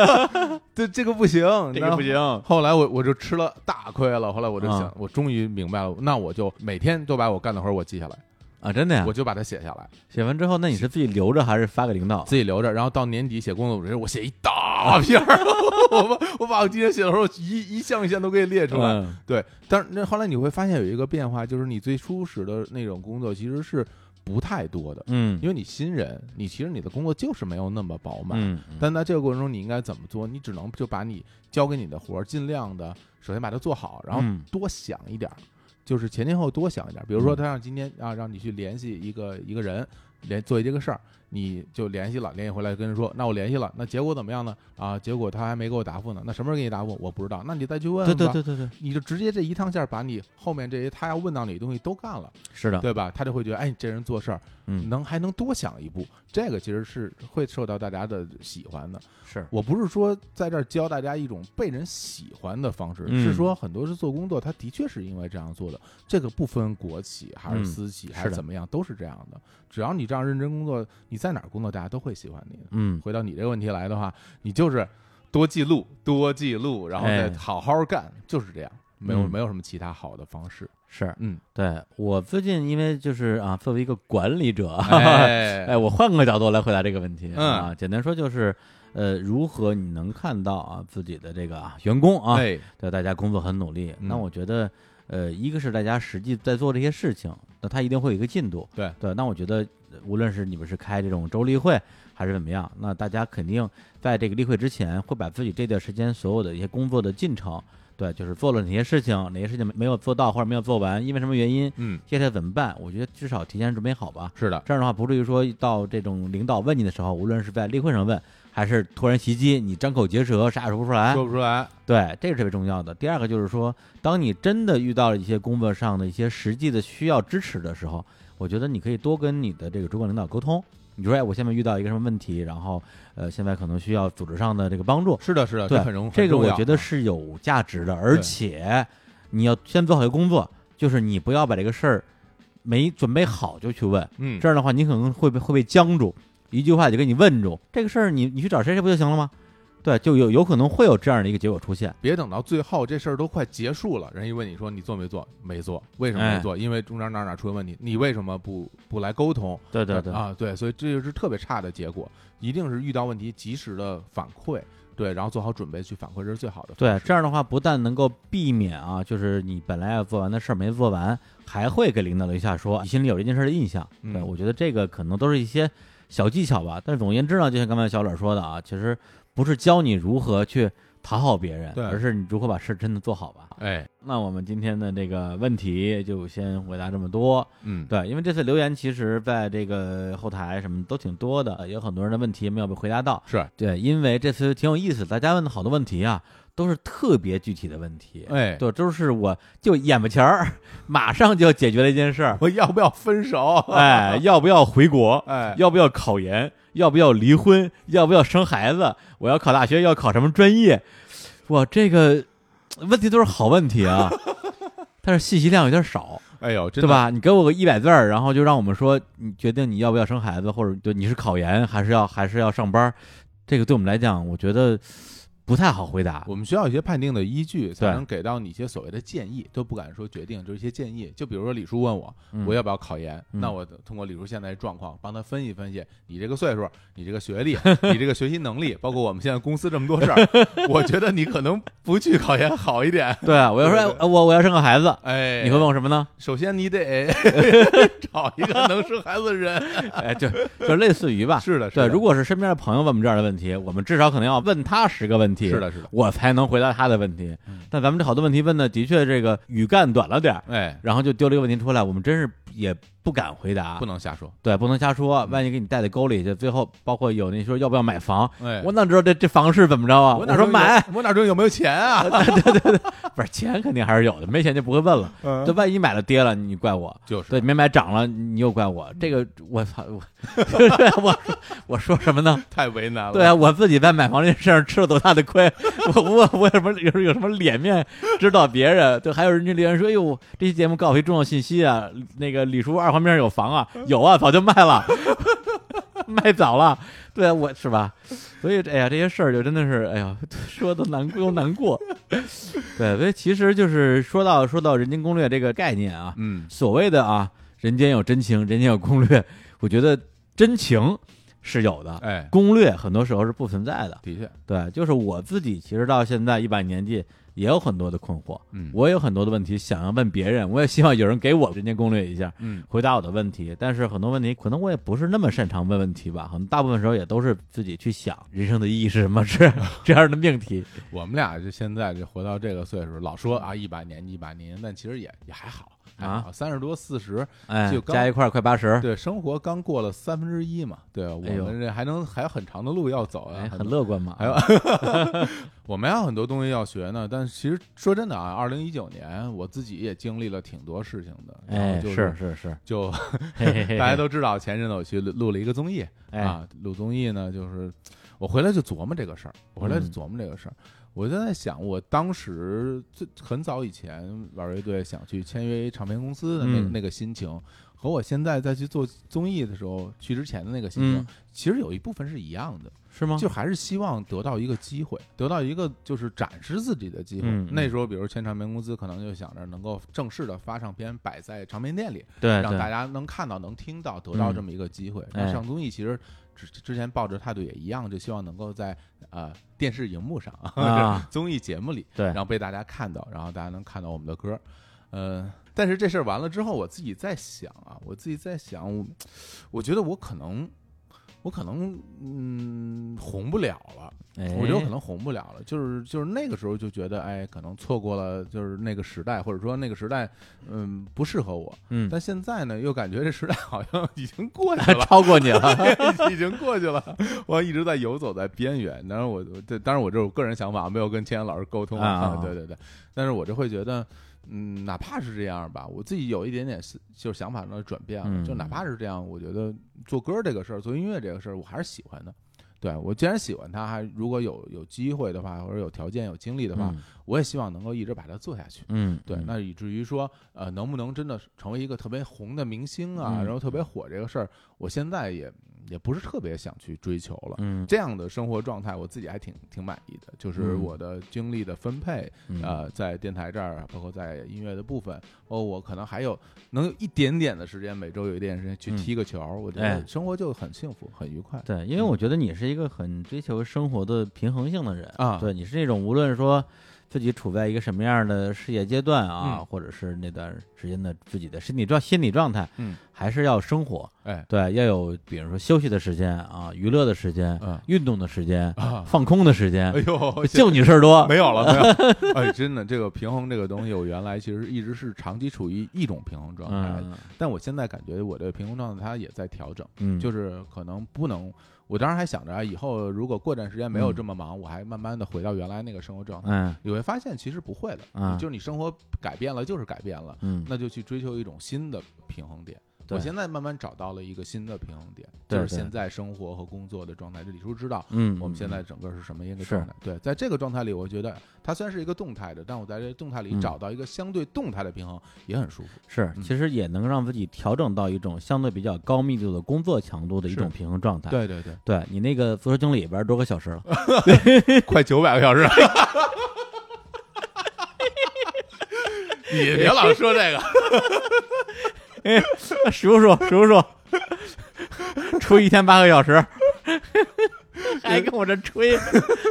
Speaker 2: (laughs) 这这个不行，嗯然后。
Speaker 1: 行。
Speaker 2: 后来我我就吃了大亏了，后来我就想，
Speaker 1: 啊
Speaker 2: 我终于明白了，那我就每天都把我干的活儿我记下来，
Speaker 1: 啊，真的呀
Speaker 2: 我！就把它写下来，
Speaker 1: 写完之后，那你是自己留着还是发给领导？
Speaker 2: 自己留着，然后到年底写工作总结，我写一大篇儿， (laughs) 我把我把我今天写的时候一一项一项都给你列出来。
Speaker 1: 嗯
Speaker 2: 对，但是那后来你会发现有一个变化，就是你最初始的那种工作其实是不太多的，
Speaker 1: 嗯，
Speaker 2: 因为你新人，你其实你的工作就是没有那么饱满。
Speaker 1: 嗯，嗯
Speaker 2: 但在这个过程中，你应该怎么做？你只能就把你交给你的活儿，尽量的首先把它做好，然后
Speaker 1: 嗯
Speaker 2: 多想一点儿，就是前前后后多想一点儿。比如说，
Speaker 1: 嗯
Speaker 2: 他让今天啊，让你去联系一个一个人，联做这个事儿，你就联系了，联系回来跟人说，那我联系了，那结果怎么样呢？啊，结果他还没给我答复呢，那什么时候给你答复？我不知道，那你再去问
Speaker 1: 对
Speaker 2: 问
Speaker 1: 对
Speaker 2: 吧
Speaker 1: 对对对，
Speaker 2: 你就直接这一趟线儿把你后面这些他要问到你的东西都干了，
Speaker 1: 是的，
Speaker 2: 对吧？他就会觉得，哎，你这人做事儿
Speaker 1: 啊嗯，
Speaker 2: 能还能多想一步，这个其实是会受到大家的喜欢的。
Speaker 1: 是，
Speaker 2: 我不是说在这儿教大家一种被人喜欢的方式，
Speaker 1: 嗯
Speaker 2: 是说很多是做工作，他的确是因为这样做的。这个不分国企还
Speaker 1: 嗯
Speaker 2: 是私企、
Speaker 1: 的
Speaker 2: 还是怎么样，都是这样的。只要你这样认真工作，你在哪儿工作，大家都会喜欢你的。
Speaker 1: 嗯，
Speaker 2: 回到你这个问题来的话，你就是多记录，多记录，然后
Speaker 1: 哎
Speaker 2: 再好好干，就是这样，没有、
Speaker 1: 嗯
Speaker 2: 没有什么其他好的方式。
Speaker 1: 是 (laughs)
Speaker 2: 嗯，
Speaker 1: 对我最近因为就是啊，作为一个管理者，(laughs)
Speaker 2: 哎
Speaker 1: 哎，我换个角度来回答这个问题
Speaker 2: 嗯
Speaker 1: 啊，简单说就是，呃，如何你能看到啊自己的这个啊员工啊，
Speaker 2: 哎，
Speaker 1: 对大家工作很努力，
Speaker 2: 嗯
Speaker 1: 那我觉得，呃，一个是大家实际在做这些事情，那他一定会有一个进度，
Speaker 2: 对
Speaker 1: 对，那我觉得呃无论是你们是开这种周例会还是怎么样，那大家肯定呃在这个例会之前会把自己这段时间所有的一些工作的进程。对，就是做了哪些事情，哪些事情没有做到或者没有做完，因为什么原因，
Speaker 2: 嗯，
Speaker 1: 接下来怎么办？我觉得至少提前准备好吧。
Speaker 2: 是的，
Speaker 1: 这样的话，不至于说到这种领导问你的时候，无论是在例会上问，还是突然袭击，你张口结舌，啥也说不出来。
Speaker 2: 说不出来，
Speaker 1: 对，这是特别重要的。第二个就是说，当你真的遇到了一些工作上的一些实际的需要支持的时候，我觉得你可以多跟你的这个主管领导沟通。你说哎，我现在遇到一个什么问题，然后呃，现在可能需要组织上的这个帮助，
Speaker 2: 是的，是的，
Speaker 1: 对
Speaker 2: 很容，
Speaker 1: 这
Speaker 2: 很
Speaker 1: 个
Speaker 2: 重
Speaker 1: 我
Speaker 2: 要啊
Speaker 1: 觉得是有价值的，而且你要先做好一个工作，就是你不要把这个事儿没准备好就去问，
Speaker 2: 嗯，
Speaker 1: 这样的话你可能会被会被僵住，一句话就给你问住，这个事儿你你去找谁谁不就行了吗？对，就有有可能会有这样的一个结果出现，
Speaker 2: 别等到最后这事儿都快结束了，人一问你说你做没做？没做，为什么
Speaker 1: 哎
Speaker 2: 没做？因为中间哪儿哪儿出了问题，你为什么不不来沟通？
Speaker 1: 对
Speaker 2: 啊，对，所以这就是特别差的结果，一定是遇到问题及时的反馈，对，然后做好准备去反馈，这是最好的。
Speaker 1: 对，这样的话不但能够避免啊，就是你本来要做完的事儿没做完，还会给领导留下说你心里有这件事儿的印象。
Speaker 2: 嗯
Speaker 1: 对，我觉得这个可能都是一些小技巧吧。但是总而言之呢，就像刚才小磊说的啊，其实不是教你如何去讨好别人，
Speaker 2: 对
Speaker 1: 而是你如何把事儿真的做好吧。
Speaker 2: 哎，
Speaker 1: 那我们今天的这个问题就先回答这么多。
Speaker 2: 嗯，
Speaker 1: 对，因为这次留言其实在这个后台什么都挺多的，呃也有很多人的问题没有被回答到。
Speaker 2: 是，
Speaker 1: 对，因为这次挺有意思，大家问的好多问题啊，都是特别具体的问题，
Speaker 2: 哎，
Speaker 1: 对，都是我就眼巴前儿， (laughs) 马上就要解决了一件事
Speaker 2: (laughs)
Speaker 1: 儿，
Speaker 2: 我要不要分手？
Speaker 1: 哎，要不要回国？
Speaker 2: (laughs) 哎，
Speaker 1: 要不要考研？要不要离婚？要不要生孩子？我要考大学，要考什么专业？哇，这个问题都是好问题
Speaker 2: (laughs)
Speaker 1: 啊，但是信息量有点少。
Speaker 2: 哎呦，真
Speaker 1: 对
Speaker 2: 的？
Speaker 1: 吧？你给我个一百字儿，然后就让我们说，你决定你要不要生孩子，或者对你是考研还是要还是要上班儿，这个对我们来讲，我觉得不太好回答。
Speaker 2: 我们需要一些判定的依据，才
Speaker 1: 对
Speaker 2: 能给到你一些所谓的建议，都不敢说决定，就是一些建议。就比如说李叔问我，
Speaker 1: 嗯
Speaker 2: 我要不要考研？
Speaker 1: 嗯
Speaker 2: 那我通过李叔现在的状况，帮他分析分析，你这个岁数， (laughs) 你这个学历，你这个学习能力，包括我们现在公司这么多事儿， (laughs) 我觉得你可能不去考研好一点。
Speaker 1: 对啊，我要说，
Speaker 2: 对对对
Speaker 1: 哎我我要生个孩子，
Speaker 2: 哎，
Speaker 1: 你会问我什么呢？
Speaker 2: 首先你 (laughs) 得找一个能生孩子的人。
Speaker 1: 哎，就就类似于吧。
Speaker 2: (laughs) 是的，是
Speaker 1: 对，
Speaker 2: 的，
Speaker 1: 如果是身边的朋友问我们这样的问题，我们至少可能要问他十个问题，
Speaker 2: 是的，是的，
Speaker 1: 我才能回答他的问题。但咱们这好多问题问的的确这个语干短了点儿，
Speaker 2: 哎，
Speaker 1: 然后就丢了一个问题出来，我们真是也不敢回答，
Speaker 2: 不能瞎说。
Speaker 1: 对，不能瞎
Speaker 2: 嗯
Speaker 1: 说，万一给你带到沟里去，最后包括有那说要不要买房，
Speaker 2: 哎，
Speaker 1: 我哪知道这这房市怎么着啊？
Speaker 2: 我
Speaker 1: 我
Speaker 2: 哪知道
Speaker 1: 说
Speaker 2: 有
Speaker 1: 买，， (laughs)
Speaker 2: 我哪知道有没有钱啊？
Speaker 1: 不是钱肯定还是有的，没钱就不会问了。这万一买了跌了，你怪我。
Speaker 2: 嗯就是嗯
Speaker 1: 对，没买涨了，你又怪我。这个我操我， (laughs) 对我我说什么呢？
Speaker 2: 太为难了。
Speaker 1: 对啊，我自己在买房这事儿吃了多大的亏， (laughs) 我我我有什么有有什么脸面指导别人？对，还有人家留言说，哎呦，这期节目告诉我一重要信息啊，那个李叔二环边有房啊，有啊，早就卖了， (laughs) 卖早了，对啊，我是吧？所以哎呀，这些事儿就真的是，哎呀，说的难过又难过。对，所以其实就是说到说到《人间攻略》这个概念啊，
Speaker 2: 嗯，
Speaker 1: 所谓的啊，人间有真情，人间有攻略，我觉得真情是有的，
Speaker 2: 哎，
Speaker 1: 攻略很多时候是不存在的。
Speaker 2: 的确，
Speaker 1: 对，就是我自己其实到现在一把年纪，也有很多的困惑，
Speaker 2: 嗯
Speaker 1: 我也有很多的问题想要问别人，我也希望有人给我人间攻略一下，
Speaker 2: 嗯，
Speaker 1: 回答我的问题。但是很多问题可能我也不是那么擅长问问题吧，可能大部分时候也都是自己去想人生的意义是什么，
Speaker 2: (laughs)
Speaker 1: 是这样的命题。
Speaker 2: 我们俩就现在这活到这个岁数，老说啊一把年一把年，但其实也也还好，还
Speaker 1: 啊
Speaker 2: 好，三十多四十，
Speaker 1: 哎
Speaker 2: 就，刚
Speaker 1: 加一块儿快八十，
Speaker 2: 对，生活刚过了三分之一嘛，对，啊我
Speaker 1: 哎呦
Speaker 2: 们这还能还有很长的路要走啊，
Speaker 1: 哎，
Speaker 2: 很
Speaker 1: 很
Speaker 2: 多
Speaker 1: 乐观嘛。
Speaker 2: 还有我们还有很多东西要学呢，但是其实说真的啊，二零一九年我自己也经历了挺多事情的，然
Speaker 1: 哎，
Speaker 2: 后就是
Speaker 1: 是
Speaker 2: (laughs)
Speaker 1: 是，
Speaker 2: 就
Speaker 1: 嘿嘿嘿
Speaker 2: 大家都知道，前阵子我去录录了一个综艺，
Speaker 1: 哎
Speaker 2: 啊，录综艺呢，就是我回来就琢磨这个事儿，我回来
Speaker 1: 嗯
Speaker 2: 就琢磨这个事儿，我就在想，我当时最很早以前玩乐队想去签约唱片公司的那个、
Speaker 1: 嗯
Speaker 2: 那个心情，和我现在再去做综艺的时候去之前的那个心情，
Speaker 1: 嗯
Speaker 2: 其实有一部分是一样的，
Speaker 1: 是吗？
Speaker 2: 就还是希望得到一个机会，得到一个就是展示自己的机会。
Speaker 1: 嗯嗯
Speaker 2: 那时候，比如签唱片公司，可能就想着能够正式的发唱片，摆在唱片店里，
Speaker 1: 对
Speaker 2: 让大
Speaker 1: 对，
Speaker 2: 家能看到、能听到，得到
Speaker 1: 嗯
Speaker 2: 这么一个机会。
Speaker 1: 哎
Speaker 2: 那上综艺其实之之前抱着态度也一样，就希望能够在呃电视荧幕上
Speaker 1: 啊
Speaker 2: 综艺节目里，
Speaker 1: 对
Speaker 2: 然后被大家看到，然后大家能看到我们的歌，呃。但是这事儿完了之后，我自己在想啊，我自己在想，我我觉得我可能，我可能，嗯，红不了了。
Speaker 1: 哎
Speaker 2: 我觉得我
Speaker 1: (laughs)
Speaker 2: 可能红不了了，就是就是那个时候就觉得，哎，可能错过了就是那个时代，或者说那个时代，嗯，不适合我。
Speaker 1: 嗯啊
Speaker 2: 但现在呢，又感觉这时代好像已经过去了。
Speaker 1: 超过你了，
Speaker 2: (laughs) 已经过去了， (laughs) 我一直在游走在边缘。当然我，我这当然我这是我个人想法，没有跟千言老师沟通
Speaker 1: 啊啊啊
Speaker 2: 对对对，但是我就会觉得，嗯，哪怕是这样吧，我自己有一点点思就是想法上的转变了，
Speaker 1: 嗯
Speaker 2: 就哪怕是这样，我觉得做歌这个事儿，做音乐这个事儿，我还是喜欢的。对我既然喜欢它，还如果有有机会的话，或者有条件、有精力的话，我也希望能够一直把它做下去。
Speaker 1: 嗯，
Speaker 2: 对，
Speaker 1: 嗯
Speaker 2: 那以至于说，呃，能不能真的成为一个特别红的明星啊，
Speaker 1: 嗯
Speaker 2: 然后特别火这个事儿，我现在也也不是特别想去追求了。
Speaker 1: 嗯，
Speaker 2: 这样的生活状态，我自己还挺挺满意的，就是
Speaker 1: 嗯
Speaker 2: 我的精力的分配，
Speaker 1: 嗯，
Speaker 2: 呃，在电台这儿，包括在音乐的部分，哦，我可能还有能有一点点的时间，每周有一点时间去
Speaker 1: 嗯
Speaker 2: 踢个球，我觉
Speaker 1: 哎
Speaker 2: 得生活就很幸福，很愉快。
Speaker 1: 对，因为我觉得你是一个很追求生活的平衡性的人
Speaker 2: 啊
Speaker 1: 对，你是那种无论说自己处在一个什么样的事业阶段啊，
Speaker 2: 嗯
Speaker 1: 或者是那段时间的自己的身体状心理状态，
Speaker 2: 嗯，
Speaker 1: 还是要生活，
Speaker 2: 哎，
Speaker 1: 对，要有比如说休息的时间啊，娱乐的时间，
Speaker 2: 嗯
Speaker 1: 运动的时间，
Speaker 2: 啊，
Speaker 1: 放空的时间，
Speaker 2: 哎呦，
Speaker 1: 就你事儿 (laughs) 多，
Speaker 2: 没有了，没有。 (laughs) 哎，真的，这个平衡这个东西，我原来其实一直是长期处于一种平衡状态，
Speaker 1: 嗯
Speaker 2: 但我现在感觉我的平衡状态它也在调整，
Speaker 1: 嗯，
Speaker 2: 就是可能不能。我当时还想着啊，以后如果过段时间没有这么忙，我还慢慢的回到原来那个生活状态。
Speaker 1: 嗯
Speaker 2: 你会发现其实不会的，
Speaker 1: 啊
Speaker 2: 就是你生活改变了就是改变了，
Speaker 1: 嗯，
Speaker 2: 那就去追求一种新的平衡点。
Speaker 1: 对
Speaker 2: 我现在慢慢找到了一个新的平衡点，
Speaker 1: 对
Speaker 2: 就是
Speaker 1: 对
Speaker 2: 现在生活和工作的状态。就李叔知道，
Speaker 1: 嗯，
Speaker 2: 我们现在整个是什么一个状态？对，在这个状态里，我觉得它虽然是一个动态的，但我在这动态里
Speaker 1: 嗯
Speaker 2: 找到一个相对动态的平衡，也很舒服。
Speaker 1: 是，
Speaker 2: 嗯
Speaker 1: 其实也能让自己调整到一种相对比较高密度的工作强度的一
Speaker 2: 是
Speaker 1: 种平衡状态。
Speaker 2: 对对对，
Speaker 1: 对你那个足球经理玩多个小时了，
Speaker 2: 快九百个小时。
Speaker 1: (laughs)
Speaker 2: 你别老说
Speaker 1: (laughs)
Speaker 2: 这个，
Speaker 1: 数数数数，出一天八个小时，还跟我这吹，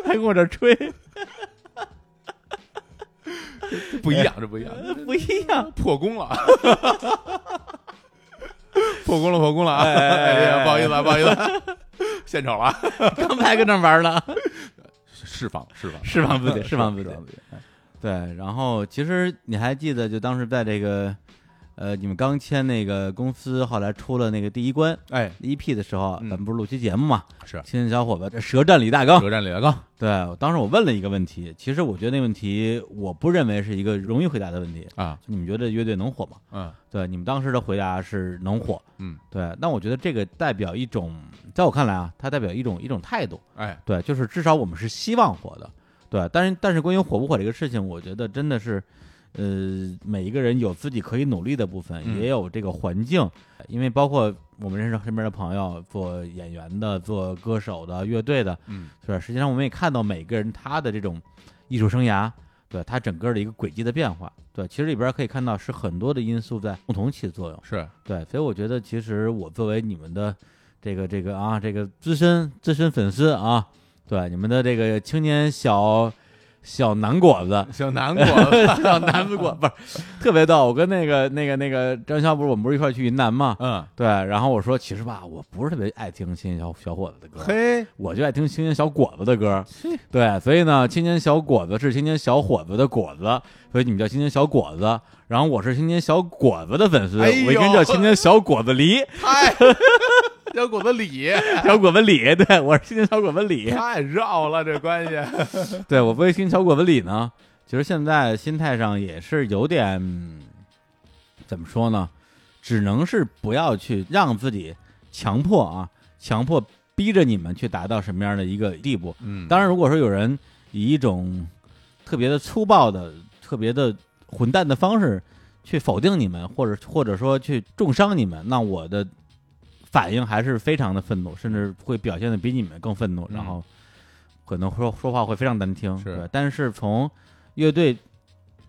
Speaker 1: 还跟我这吹，
Speaker 2: 不一样，这不一样，
Speaker 1: (laughs) 不一样。
Speaker 2: 破功了，破功了，破功了啊！
Speaker 1: 哎哎哎哎
Speaker 2: 不好意思，啊，不好意思， (laughs) 献丑了啊，
Speaker 1: (laughs) 刚才跟那玩
Speaker 2: (laughs)
Speaker 1: 呢，
Speaker 2: 释放，释放，
Speaker 1: 释放自 (laughs) 己，释放自
Speaker 2: 自
Speaker 1: 己。
Speaker 2: 己。
Speaker 1: 对，然后其实你还记得，就当时在这个，呃，你们刚签那个公司，后来出了那个第一关
Speaker 2: 哎，
Speaker 1: EP 的时候，
Speaker 2: 嗯
Speaker 1: 咱们不是录期节目嘛？
Speaker 2: 是
Speaker 1: 青年小伙伴，这舌战李大刚。
Speaker 2: 舌战李大刚，
Speaker 1: 对，我当时我问了一个问题，其实我觉得那问题我不认为是一个容易回答的问题
Speaker 2: 啊。
Speaker 1: 你们觉得乐队能火吗？
Speaker 2: 嗯
Speaker 1: 对，你们当时的回答是能火，
Speaker 2: 嗯，
Speaker 1: 对。但我觉得这个代表一种，在我看来啊，它代表一种一种态度，
Speaker 2: 哎，
Speaker 1: 对，就是至少我们是希望火的，对。但是但是关于火不火这个事情，我觉得真的是，呃，每一个人有自己可以努力的部分，
Speaker 2: 嗯
Speaker 1: 也有这个环境，因为包括我们认识身边的朋友，做演员的、做歌手的、乐队的，
Speaker 2: 嗯，
Speaker 1: 是吧？实际上我们也看到每个人他的这种艺术生涯，对他整个的一个轨迹的变化，对，其实里边可以看到是很多的因素在共同起作用，
Speaker 2: 是。
Speaker 1: 对，所以我觉得其实我作为你们的这个这个啊这个资深资深粉丝啊，对你们的这个青年小小南果子
Speaker 3: (laughs)
Speaker 2: 小南瓜嗯
Speaker 1: 小南子果不是特别逗，我跟那个那个那个张潇不是我们不是一块儿去云南吗？
Speaker 2: 嗯，
Speaker 1: 对，然后我说其实吧，我不是特别爱听青年小小伙子的歌，
Speaker 2: (laughs) 嘿，
Speaker 1: 我就爱听青年小果子的歌，对，所以呢，青年小果子是青年小伙子的果子，所以你们叫青年小果子。然后我是青年小果子的粉丝，
Speaker 2: 哎呦
Speaker 1: 我一个人叫青年小果子梨，
Speaker 2: 太小果子李
Speaker 1: 小果子李， (laughs) 对我是青年小果子李，
Speaker 2: 太绕了，这关系。
Speaker 1: 对我作为青年小果子李呢，其实现在心态上也是有点嗯怎么说呢，只能是不要去让自己强迫啊，强迫逼着你们去达到什么样的一个地步，
Speaker 2: 嗯
Speaker 1: 当然，如果说有人以一种特别的粗暴的、特别的混蛋的方式去否定你们，或者或者说去重伤你们，那我的反应还是非常的愤怒，甚至会表现的比你们更愤怒，
Speaker 2: 嗯
Speaker 1: 然后可能说说话会非常难听。
Speaker 2: 是
Speaker 1: 对，但是从乐队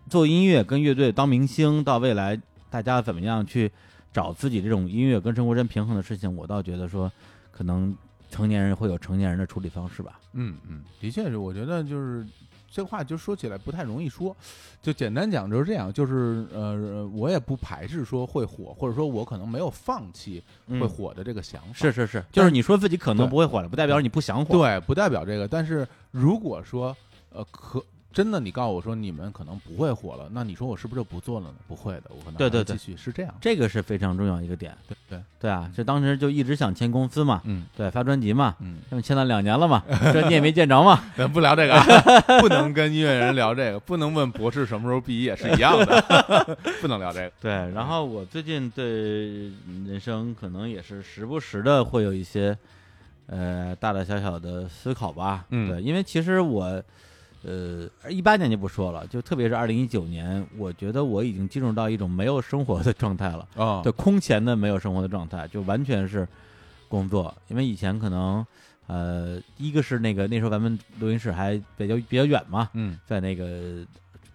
Speaker 1: 做音乐跟乐队当明星到未来，大家怎么样去找自己这种音乐跟生活真平衡的事情，我倒觉得说可能。成年人会有成年人的处理方式吧，
Speaker 2: 嗯嗯，的确是，我觉得就是这话就说起来不太容易说，就简单讲就是这样，就是呃，我也不排斥说会火，或者说我可能没有放弃
Speaker 1: 嗯
Speaker 2: 会火的这个想法，
Speaker 1: 是是是，就是你说自己可能
Speaker 2: 对
Speaker 1: 不会火了，不代表你不想火。
Speaker 2: 对，不代表这个，但是如果说呃可真的，你告诉我说你们可能不会火了，那你说我是不是就不做了呢？不会的，我可能
Speaker 1: 对对
Speaker 2: 还
Speaker 1: 对
Speaker 2: 继续是这样，
Speaker 1: 这个是非常重要一个点。
Speaker 2: 对对，
Speaker 1: 对啊，这当时就一直想签公司嘛，
Speaker 2: 嗯
Speaker 1: 对，发专辑嘛，
Speaker 2: 嗯，
Speaker 1: 他们签了两年了嘛，这你也没见着嘛，
Speaker 2: 咱不聊这个、啊，不能跟音乐人聊这个，不能问博士什么时候毕业是一样的，
Speaker 3: (laughs)
Speaker 2: 不能聊这个。
Speaker 1: 对，
Speaker 2: 嗯
Speaker 1: 然后我最近对人生可能也是时不时的会有一些呃大大小小的思考吧。
Speaker 2: 嗯
Speaker 1: 对，因为其实我呃一八年就不说了，就特别是二零一九年，我觉得我已经进入到一种没有生活的状态了，
Speaker 2: 哦
Speaker 1: 对，空前的没有生活的状态，就完全是工作。因为以前可能呃，一个是那个那时候咱们录音室还比较比较远嘛，
Speaker 2: 嗯
Speaker 1: 在那个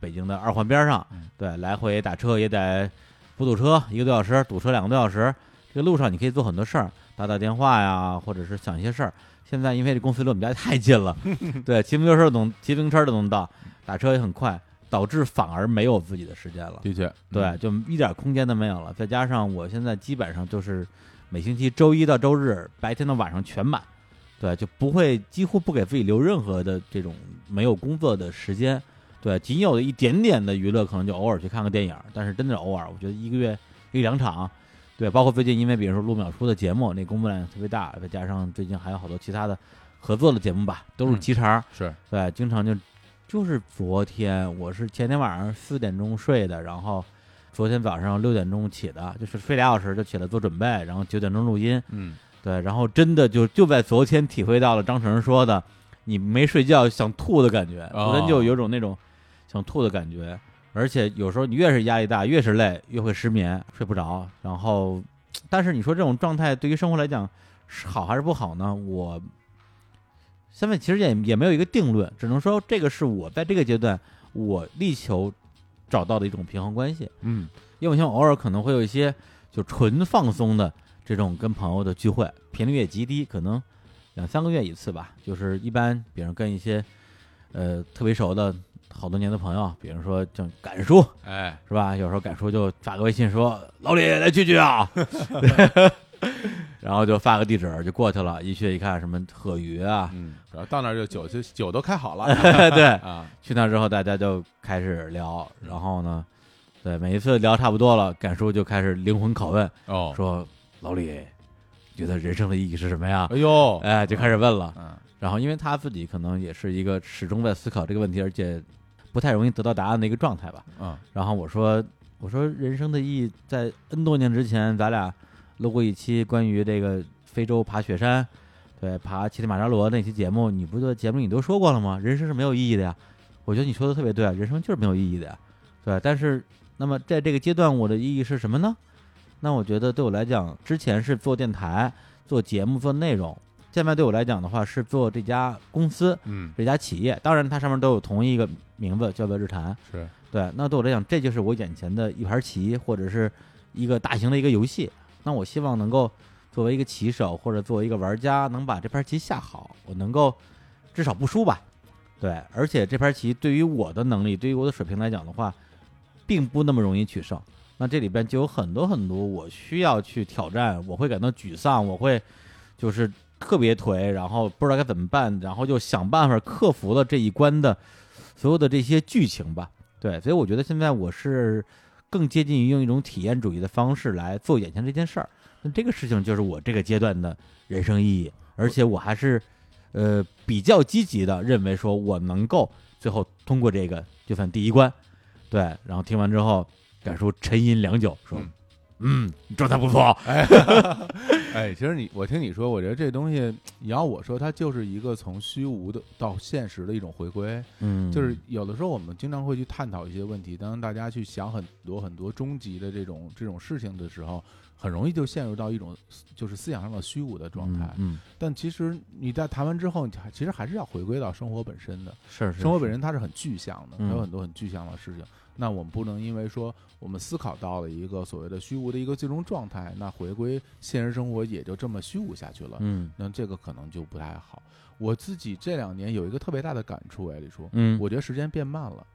Speaker 1: 北京的二环边上
Speaker 2: 嗯，
Speaker 1: 对，来回打车也得不堵车一个多小时，堵车两个多小时。这个路上你可以做很多事儿，打打电话呀，或者是想一些事儿。现在因为这公司离我们家太近
Speaker 2: (laughs)
Speaker 1: 了，对，骑自行车都能骑自行车都能到，打车也很快，导致反而没有自己的时间了。
Speaker 2: 的确，
Speaker 1: 对，就一点空间都没有了。再加上我现在基本上就是每星期周一到周日白天到晚上全满，对，就不会几乎不给自己留任何的这种没有工作的时间。对，仅有的一点点的娱乐，可能就偶尔去看个电影，但是真的是偶尔。我觉得一个月一两场，对，包括最近因为比如说陆淼出的节目，那工作量也特别大，再加上最近还有好多其他的合作的节目吧，都是
Speaker 2: 嗯
Speaker 1: 齐茬儿。
Speaker 2: 是
Speaker 1: 对，经常就就是昨天，我是前天晚上四点钟睡的，然后昨天早上六点钟起的，就是睡俩小时就起来做准备，然后九点钟录音。
Speaker 2: 嗯，
Speaker 1: 对，然后真的就就在昨天体会到了张成说的，你没睡觉想吐的感觉，昨天就有种那种想吐的感觉。而且有时候你越是压力大，越是累，越会失眠，睡不着。然后，但是你说这种状态对于生活来讲是好还是不好呢？我现在其实也也没有一个定论，只能说这个是我在这个阶段我力求找到的一种平衡关系。
Speaker 2: 嗯，
Speaker 1: 因为我像偶尔可能会有一些就纯放松的这种跟朋友的聚会，频率也极低，可能两三个月一次吧。就是一般，比如跟一些呃特别熟的好多年的朋友，比如说像赶叔
Speaker 3: 哎，
Speaker 1: 是吧？有时候赶叔就发个微信说老李来聚聚啊， (laughs) 然后就发个地址就过去了，一去一看什么贺鱼啊，
Speaker 2: 嗯，
Speaker 3: 主要到那儿就酒就酒都开好了
Speaker 1: (laughs) 对。
Speaker 3: 啊，
Speaker 1: 去那之后，大家就开始聊，然后呢，对每一次聊差不多了，赶叔就开始灵魂拷问，
Speaker 3: (laughs) 哦，
Speaker 1: 说老李，觉得人生的意义是什么呀？
Speaker 3: 哎呦，
Speaker 1: 哎，就开始问了。
Speaker 2: 嗯
Speaker 1: 然后，因为他自己可能也是一个始终在思考这个问题，而且不太容易得到答案的一个状态吧。
Speaker 2: 嗯
Speaker 1: 然后我说，我说人生的意义，在 N 多年之前，咱俩录过一期关于这个非洲爬雪山，对，爬乞力马扎罗那期节目，你不是节目里你都说过了吗？人生是没有意义的呀。我觉得你说的特别对，啊人生就是没有意义的呀，对。但是，那么在这个阶段，我的意义是什么呢？那我觉得对我来讲，之前是做电台、做节目、做内容，现在对我来讲的话是做这家公司、
Speaker 3: 嗯，
Speaker 1: 这家企业。当然，它上面都有同一个名字，叫做日坛。
Speaker 3: 是，
Speaker 1: 对，那对我来讲，这就是我眼前的一盘棋，或者是一个大型的一个游戏。那我希望能够作为一个棋手，或者作为一个玩家，能把这盘棋下好，我能够至少不输吧。对，而且这盘棋对于我的能力，对于我的水平来讲的话，并不那么容易取胜。那这里边就有很多很多我需要去挑战，我会感到沮丧，我会就是特别颓，然后不知道该怎么办，然后就想办法克服了这一关的所有的这些剧情吧。对，所以我觉得现在我是更接近于用一种体验主义的方式来做眼前这件事儿。那这个事情就是我这个阶段的人生意义，而且我还是呃比较积极的认为说我能够最后通过这个就算第一关。对，然后听完之后，感叔沉吟良久说
Speaker 3: 嗯：“
Speaker 1: 嗯，你状态不错。
Speaker 2: 哎，其实你我听你说，我觉得这东西，你要我说，它就是一个从虚无的到现实的一种回归。”
Speaker 1: 嗯，
Speaker 2: 就是有的时候我们经常会去探讨一些问题，当大家去想很多很多终极的这种这种事情的时候，很容易就陷入到一种就是思想上的虚无的状态。
Speaker 1: 嗯，嗯
Speaker 2: 但其实你在谈完之后，你还其实还是要回归到生活本身的。
Speaker 1: 嗯是是
Speaker 2: 生活本
Speaker 1: 是
Speaker 2: 身它是很具象的，它
Speaker 1: 嗯
Speaker 2: 有很多很具象的事情。那我们不能因为说我们思考到了一个所谓的虚无的一个最终状态，那回归现实生活也就这么虚无下去了。
Speaker 1: 嗯
Speaker 2: 那这个可能就不太好。我自己这两年有一个特别大的感触，哎，李叔，
Speaker 1: 嗯，
Speaker 2: 我觉得时间变慢了，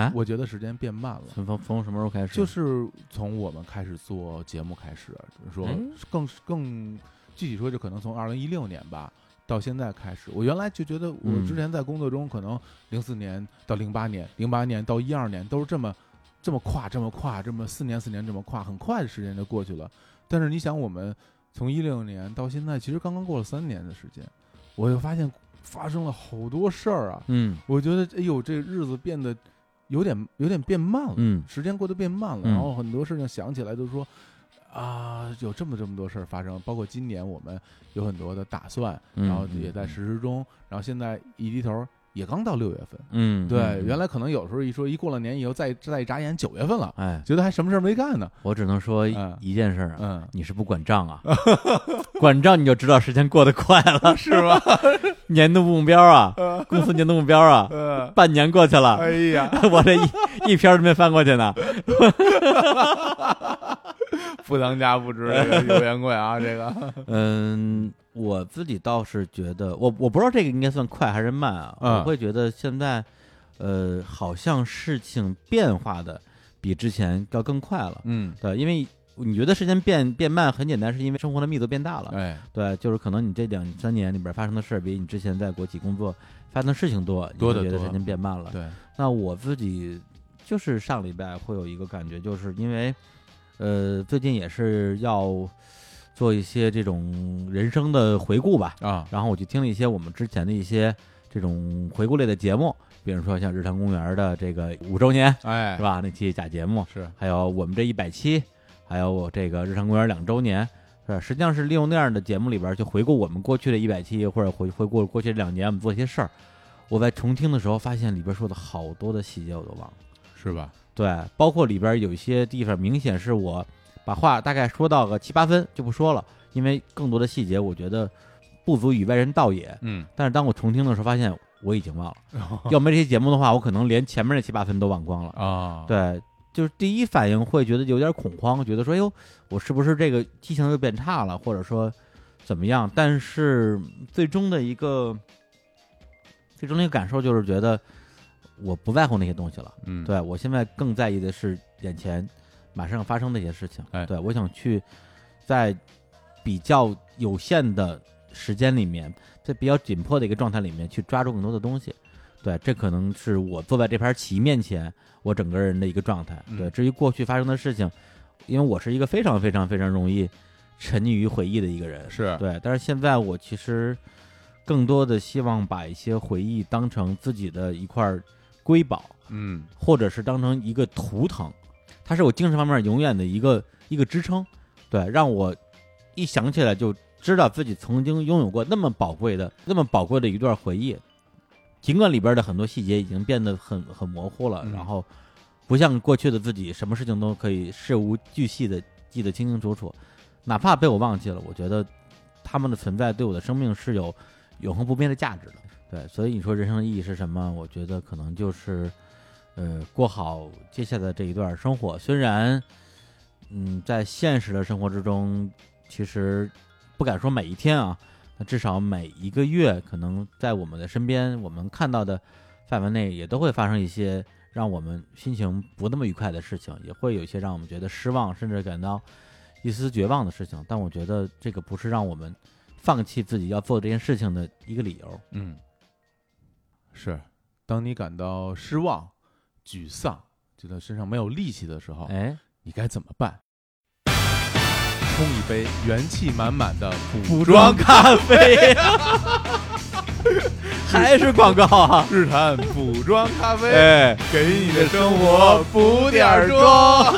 Speaker 1: 啊，
Speaker 2: 我觉得时间变慢了。
Speaker 1: 从从从什么时候开始？
Speaker 2: 就是从我们开始做节目开始，说
Speaker 1: 哎
Speaker 2: 更更具体说，就可能从二零一六年吧，
Speaker 3: 到现在开始，我原来就觉得我之前在工作中，可能零四年到零八年，零八年到一二年都是这么这么跨，这么跨，这么四年四年这么跨，很快的时间就过去了。但是你想，我们从一六年到现在，其实刚刚过了三年的时间，我就发现发生了好多事儿啊。
Speaker 1: 嗯
Speaker 3: 我觉得，哎呦，这日子变得有点有点变慢了，
Speaker 1: 嗯
Speaker 3: 时间过得变慢了，
Speaker 1: 嗯
Speaker 3: 然后很多事情想起来都说。啊，有这么这么多事儿发生，包括今年我们有很多的打算，
Speaker 1: 嗯
Speaker 3: 然后也在实施中，然后现在一低头也刚到六月份，
Speaker 1: 嗯，
Speaker 3: 对，
Speaker 1: 嗯
Speaker 3: 原来可能有时候一说一过了年以后再再一眨眼九月份了，
Speaker 1: 哎，
Speaker 3: 觉得还什么事儿没干呢，
Speaker 1: 我只能说一
Speaker 3: 嗯
Speaker 1: 一件事儿啊，
Speaker 3: 嗯，
Speaker 1: 你是不管账
Speaker 3: (laughs)
Speaker 1: 啊，管账你就知道时间过得快了，是吗？年度目标啊，
Speaker 3: 嗯
Speaker 1: 公司年度目标啊，
Speaker 3: 呃，
Speaker 1: 半年过去了，
Speaker 3: 哎呀，
Speaker 1: 我
Speaker 3: (laughs)
Speaker 1: 这一一篇儿都没翻过去呢。
Speaker 3: 不当家不知这个油盐贵啊，这个，
Speaker 1: 嗯，我自己倒是觉得，我我不知道这个应该算快还是慢啊。
Speaker 3: 嗯
Speaker 1: 我会觉得现在，呃，好像事情变化的比之前要更快了。
Speaker 3: 嗯，
Speaker 1: 对，因为你觉得时间变变慢很简单，是因为生活的密度变大了。
Speaker 3: 哎，
Speaker 1: 对，就是可能你这两三年里边发生的事儿比你之前在国企工作发生的事情多，你
Speaker 3: 多
Speaker 1: 会
Speaker 3: 得
Speaker 1: 觉得
Speaker 3: 多
Speaker 1: 时间变慢了。
Speaker 3: 对，
Speaker 1: 那我自己就是上礼拜会有一个感觉，就是因为呃最近也是要做一些这种人生的回顾吧，
Speaker 3: 啊，
Speaker 1: 然后我去听了一些我们之前的一些这种回顾类的节目，比如说像日坛公园的这个五周年
Speaker 3: 哎
Speaker 1: 是，吧？那期假节目，
Speaker 3: 是，
Speaker 1: 还有我们这一百期，还有我这个日常公园两周年，是吧实际上是利用那样的节目里边去回顾我们过去的一百期，或者回回顾过去这两年我们做一些事儿。我在重听的时候发现里边说的好多的细节我都忘了，
Speaker 3: (laughs) 是吧？
Speaker 1: 对，包括里边有一些地方明显是我把话大概说到个七八分就不说了，因为更多的细节我觉得不足以外人道也。
Speaker 3: 嗯， (laughs)
Speaker 1: 但是当我重听的时候发现我已经忘了，
Speaker 3: 哦
Speaker 1: 要没这些节目的话，我可能连前面那七八分都忘光了。
Speaker 3: 啊，，
Speaker 1: 对，就是第一反应会觉得有点恐慌，觉得说，哎呦，我是不是这个记性又变差了，或者说怎么样？但是最终的一个最终的一个感受就是觉得我不在乎那些东西了，
Speaker 3: 嗯，
Speaker 1: 对我现在更在意的是眼前马上发生的一些事情。
Speaker 3: 哎
Speaker 1: 对我想去在比较有限的时间里面，在比较紧迫的一个状态里面去抓住更多的东西。对，这可能是我坐在这盘棋面前，我整个人的一个状态。对，
Speaker 3: 嗯
Speaker 1: 至于过去发生的事情，因为我是一个非常非常非常容易沉溺于回忆的一个人，
Speaker 3: 是，
Speaker 1: 对，但是现在我其实更多的希望把一些回忆当成自己的一块儿瑰宝，
Speaker 3: 嗯，
Speaker 1: 或者是当成一个图腾，它是我精神方面永远的一个一个支撑，对，让我一想起来就知道自己曾经拥有过那么宝贵的、那么宝贵的一段回忆，尽管里边的很多细节已经变得很很模糊了，
Speaker 3: 嗯
Speaker 1: 然后不像过去的自己，什么事情都可以事无巨细的记得清清楚楚，哪怕被我忘记了，我觉得他们的存在对我的生命是有永恒不变的价值的。对，所以你说人生的意义是什么？我觉得可能就是，呃，过好接下来的这一段生活。虽然，嗯，在现实的生活之中，其实不敢说每一天啊，那至少每一个月，可能在我们的身边，我们看到的范围内，也都会发生一些让我们心情不那么愉快的事情，也会有一些让我们觉得失望，甚至感到一丝绝望的事情。但我觉得这个不是让我们放弃自己要做这件事情的一个理由。
Speaker 3: 嗯，是，当你感到失望、沮丧，觉得身上没有力气的时
Speaker 2: 哦
Speaker 3: 候，
Speaker 1: 哎，
Speaker 3: 你该怎么办？冲一杯元气满满的
Speaker 1: 补
Speaker 3: 补
Speaker 1: 妆
Speaker 3: 妆 (laughs)
Speaker 1: 咖啡，还是广告啊？
Speaker 3: 日坛补妆咖啡，
Speaker 1: 哎，
Speaker 3: 给你的生活补点
Speaker 2: (laughs)。
Speaker 3: 儿妆。，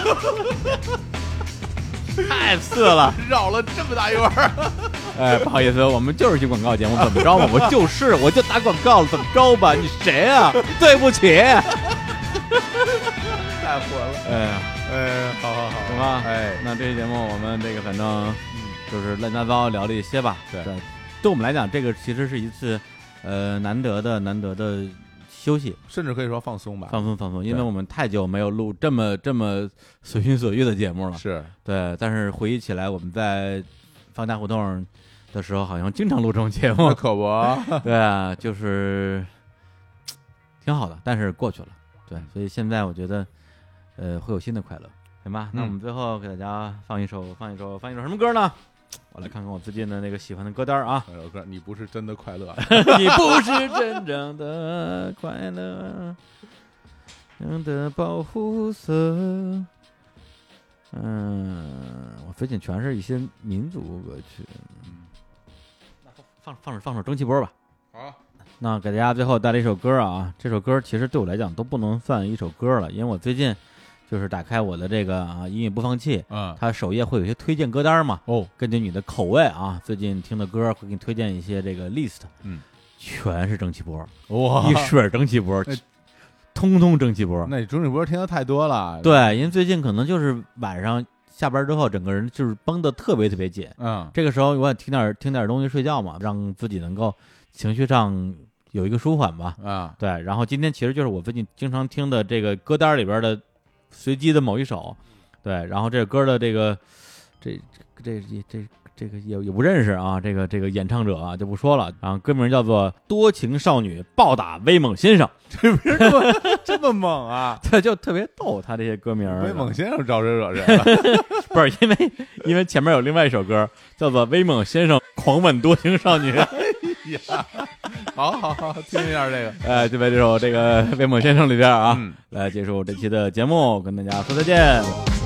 Speaker 1: 太次了。
Speaker 3: 绕了这么大圆儿，
Speaker 1: 哎，不好意思，我们就是一广告节目，怎么着嘛？我就是，我就打广告了，怎么着吧？你谁
Speaker 3: (laughs)
Speaker 1: 啊？对不起。
Speaker 3: 太火了！
Speaker 1: 哎呀，
Speaker 3: 哎，好好好，
Speaker 1: 行吧。
Speaker 3: 哎，
Speaker 1: 那这期节目我们这个反正就是乱七八糟聊了一些吧。
Speaker 3: 对
Speaker 1: 对，对我们来讲，这个其实是一次呃难得的难得的休息，
Speaker 3: 甚至可以说放松吧。
Speaker 1: 放松放松，因为
Speaker 3: 对
Speaker 1: 我们太久没有录这么这么随心所欲的节目了。
Speaker 3: 是，
Speaker 1: 对，但是回忆起来，我们在放大胡同的时候，好像经常录这种节
Speaker 3: 那
Speaker 1: 目。
Speaker 3: 可不，哎
Speaker 1: 对啊，就是挺好的，但是过去了。对，所以现在我觉得，呃，会有新的快乐，行吧？那我们最后给大家放一首，放一首，放一首什么歌呢？我来看看我最近的那个喜欢的歌单啊
Speaker 2: 那首歌，你不是真的快乐啊，
Speaker 1: 你不是真正的快乐，真的保护色。嗯，我最近全是一些民族歌曲。
Speaker 3: 嗯
Speaker 1: 放放首放首蒸汽波吧。
Speaker 2: 好，
Speaker 1: 那给大家最后带来一首歌啊，这首歌其实对我来讲都不能算一首歌了，因为我最近就是打开我的这个啊音乐播放器，
Speaker 2: 嗯，
Speaker 1: 它首页会有一些推荐歌单嘛，
Speaker 2: 哦，
Speaker 1: 根据你的口味啊，最近听的歌会给你推荐一些这个 list，
Speaker 2: 嗯，
Speaker 1: 全是蒸汽波，
Speaker 2: 哇哎
Speaker 1: 一，水儿蒸汽波
Speaker 3: 那，
Speaker 1: 通通蒸汽波。
Speaker 2: 那你钟立波听的太多了，，
Speaker 1: 对，因为最近可能就是晚上下班之后，整个人就是绷得特别特别紧，
Speaker 2: 嗯，
Speaker 1: 这个时候我也听点儿听点儿东西睡觉嘛，让自己能够情绪上有一个舒缓吧。
Speaker 2: 啊，
Speaker 1: 对，然后今天其实就是我最近经常听的这个歌单里边的随机的某一首，
Speaker 2: 嗯
Speaker 1: 对，然后这歌的这个这这这这这个也也不认识啊，这个这个演唱者啊就不说了，然后歌名叫做《多情少女暴打威猛先生》， (laughs)
Speaker 3: 这么猛
Speaker 2: (laughs)
Speaker 3: 啊！
Speaker 1: 对，就特别逗，他这些歌名儿。啊
Speaker 2: 威猛先生招谁惹谁了？
Speaker 1: 不是因为因为前面有另外一首歌叫做《威猛先生狂吻多情少女》。 (laughs)
Speaker 2: 好好好，听一下这个，
Speaker 1: 哎，就在这首这个《威猛先生》里边啊，
Speaker 2: 嗯
Speaker 1: 来结束这期的节目，跟大家说再见。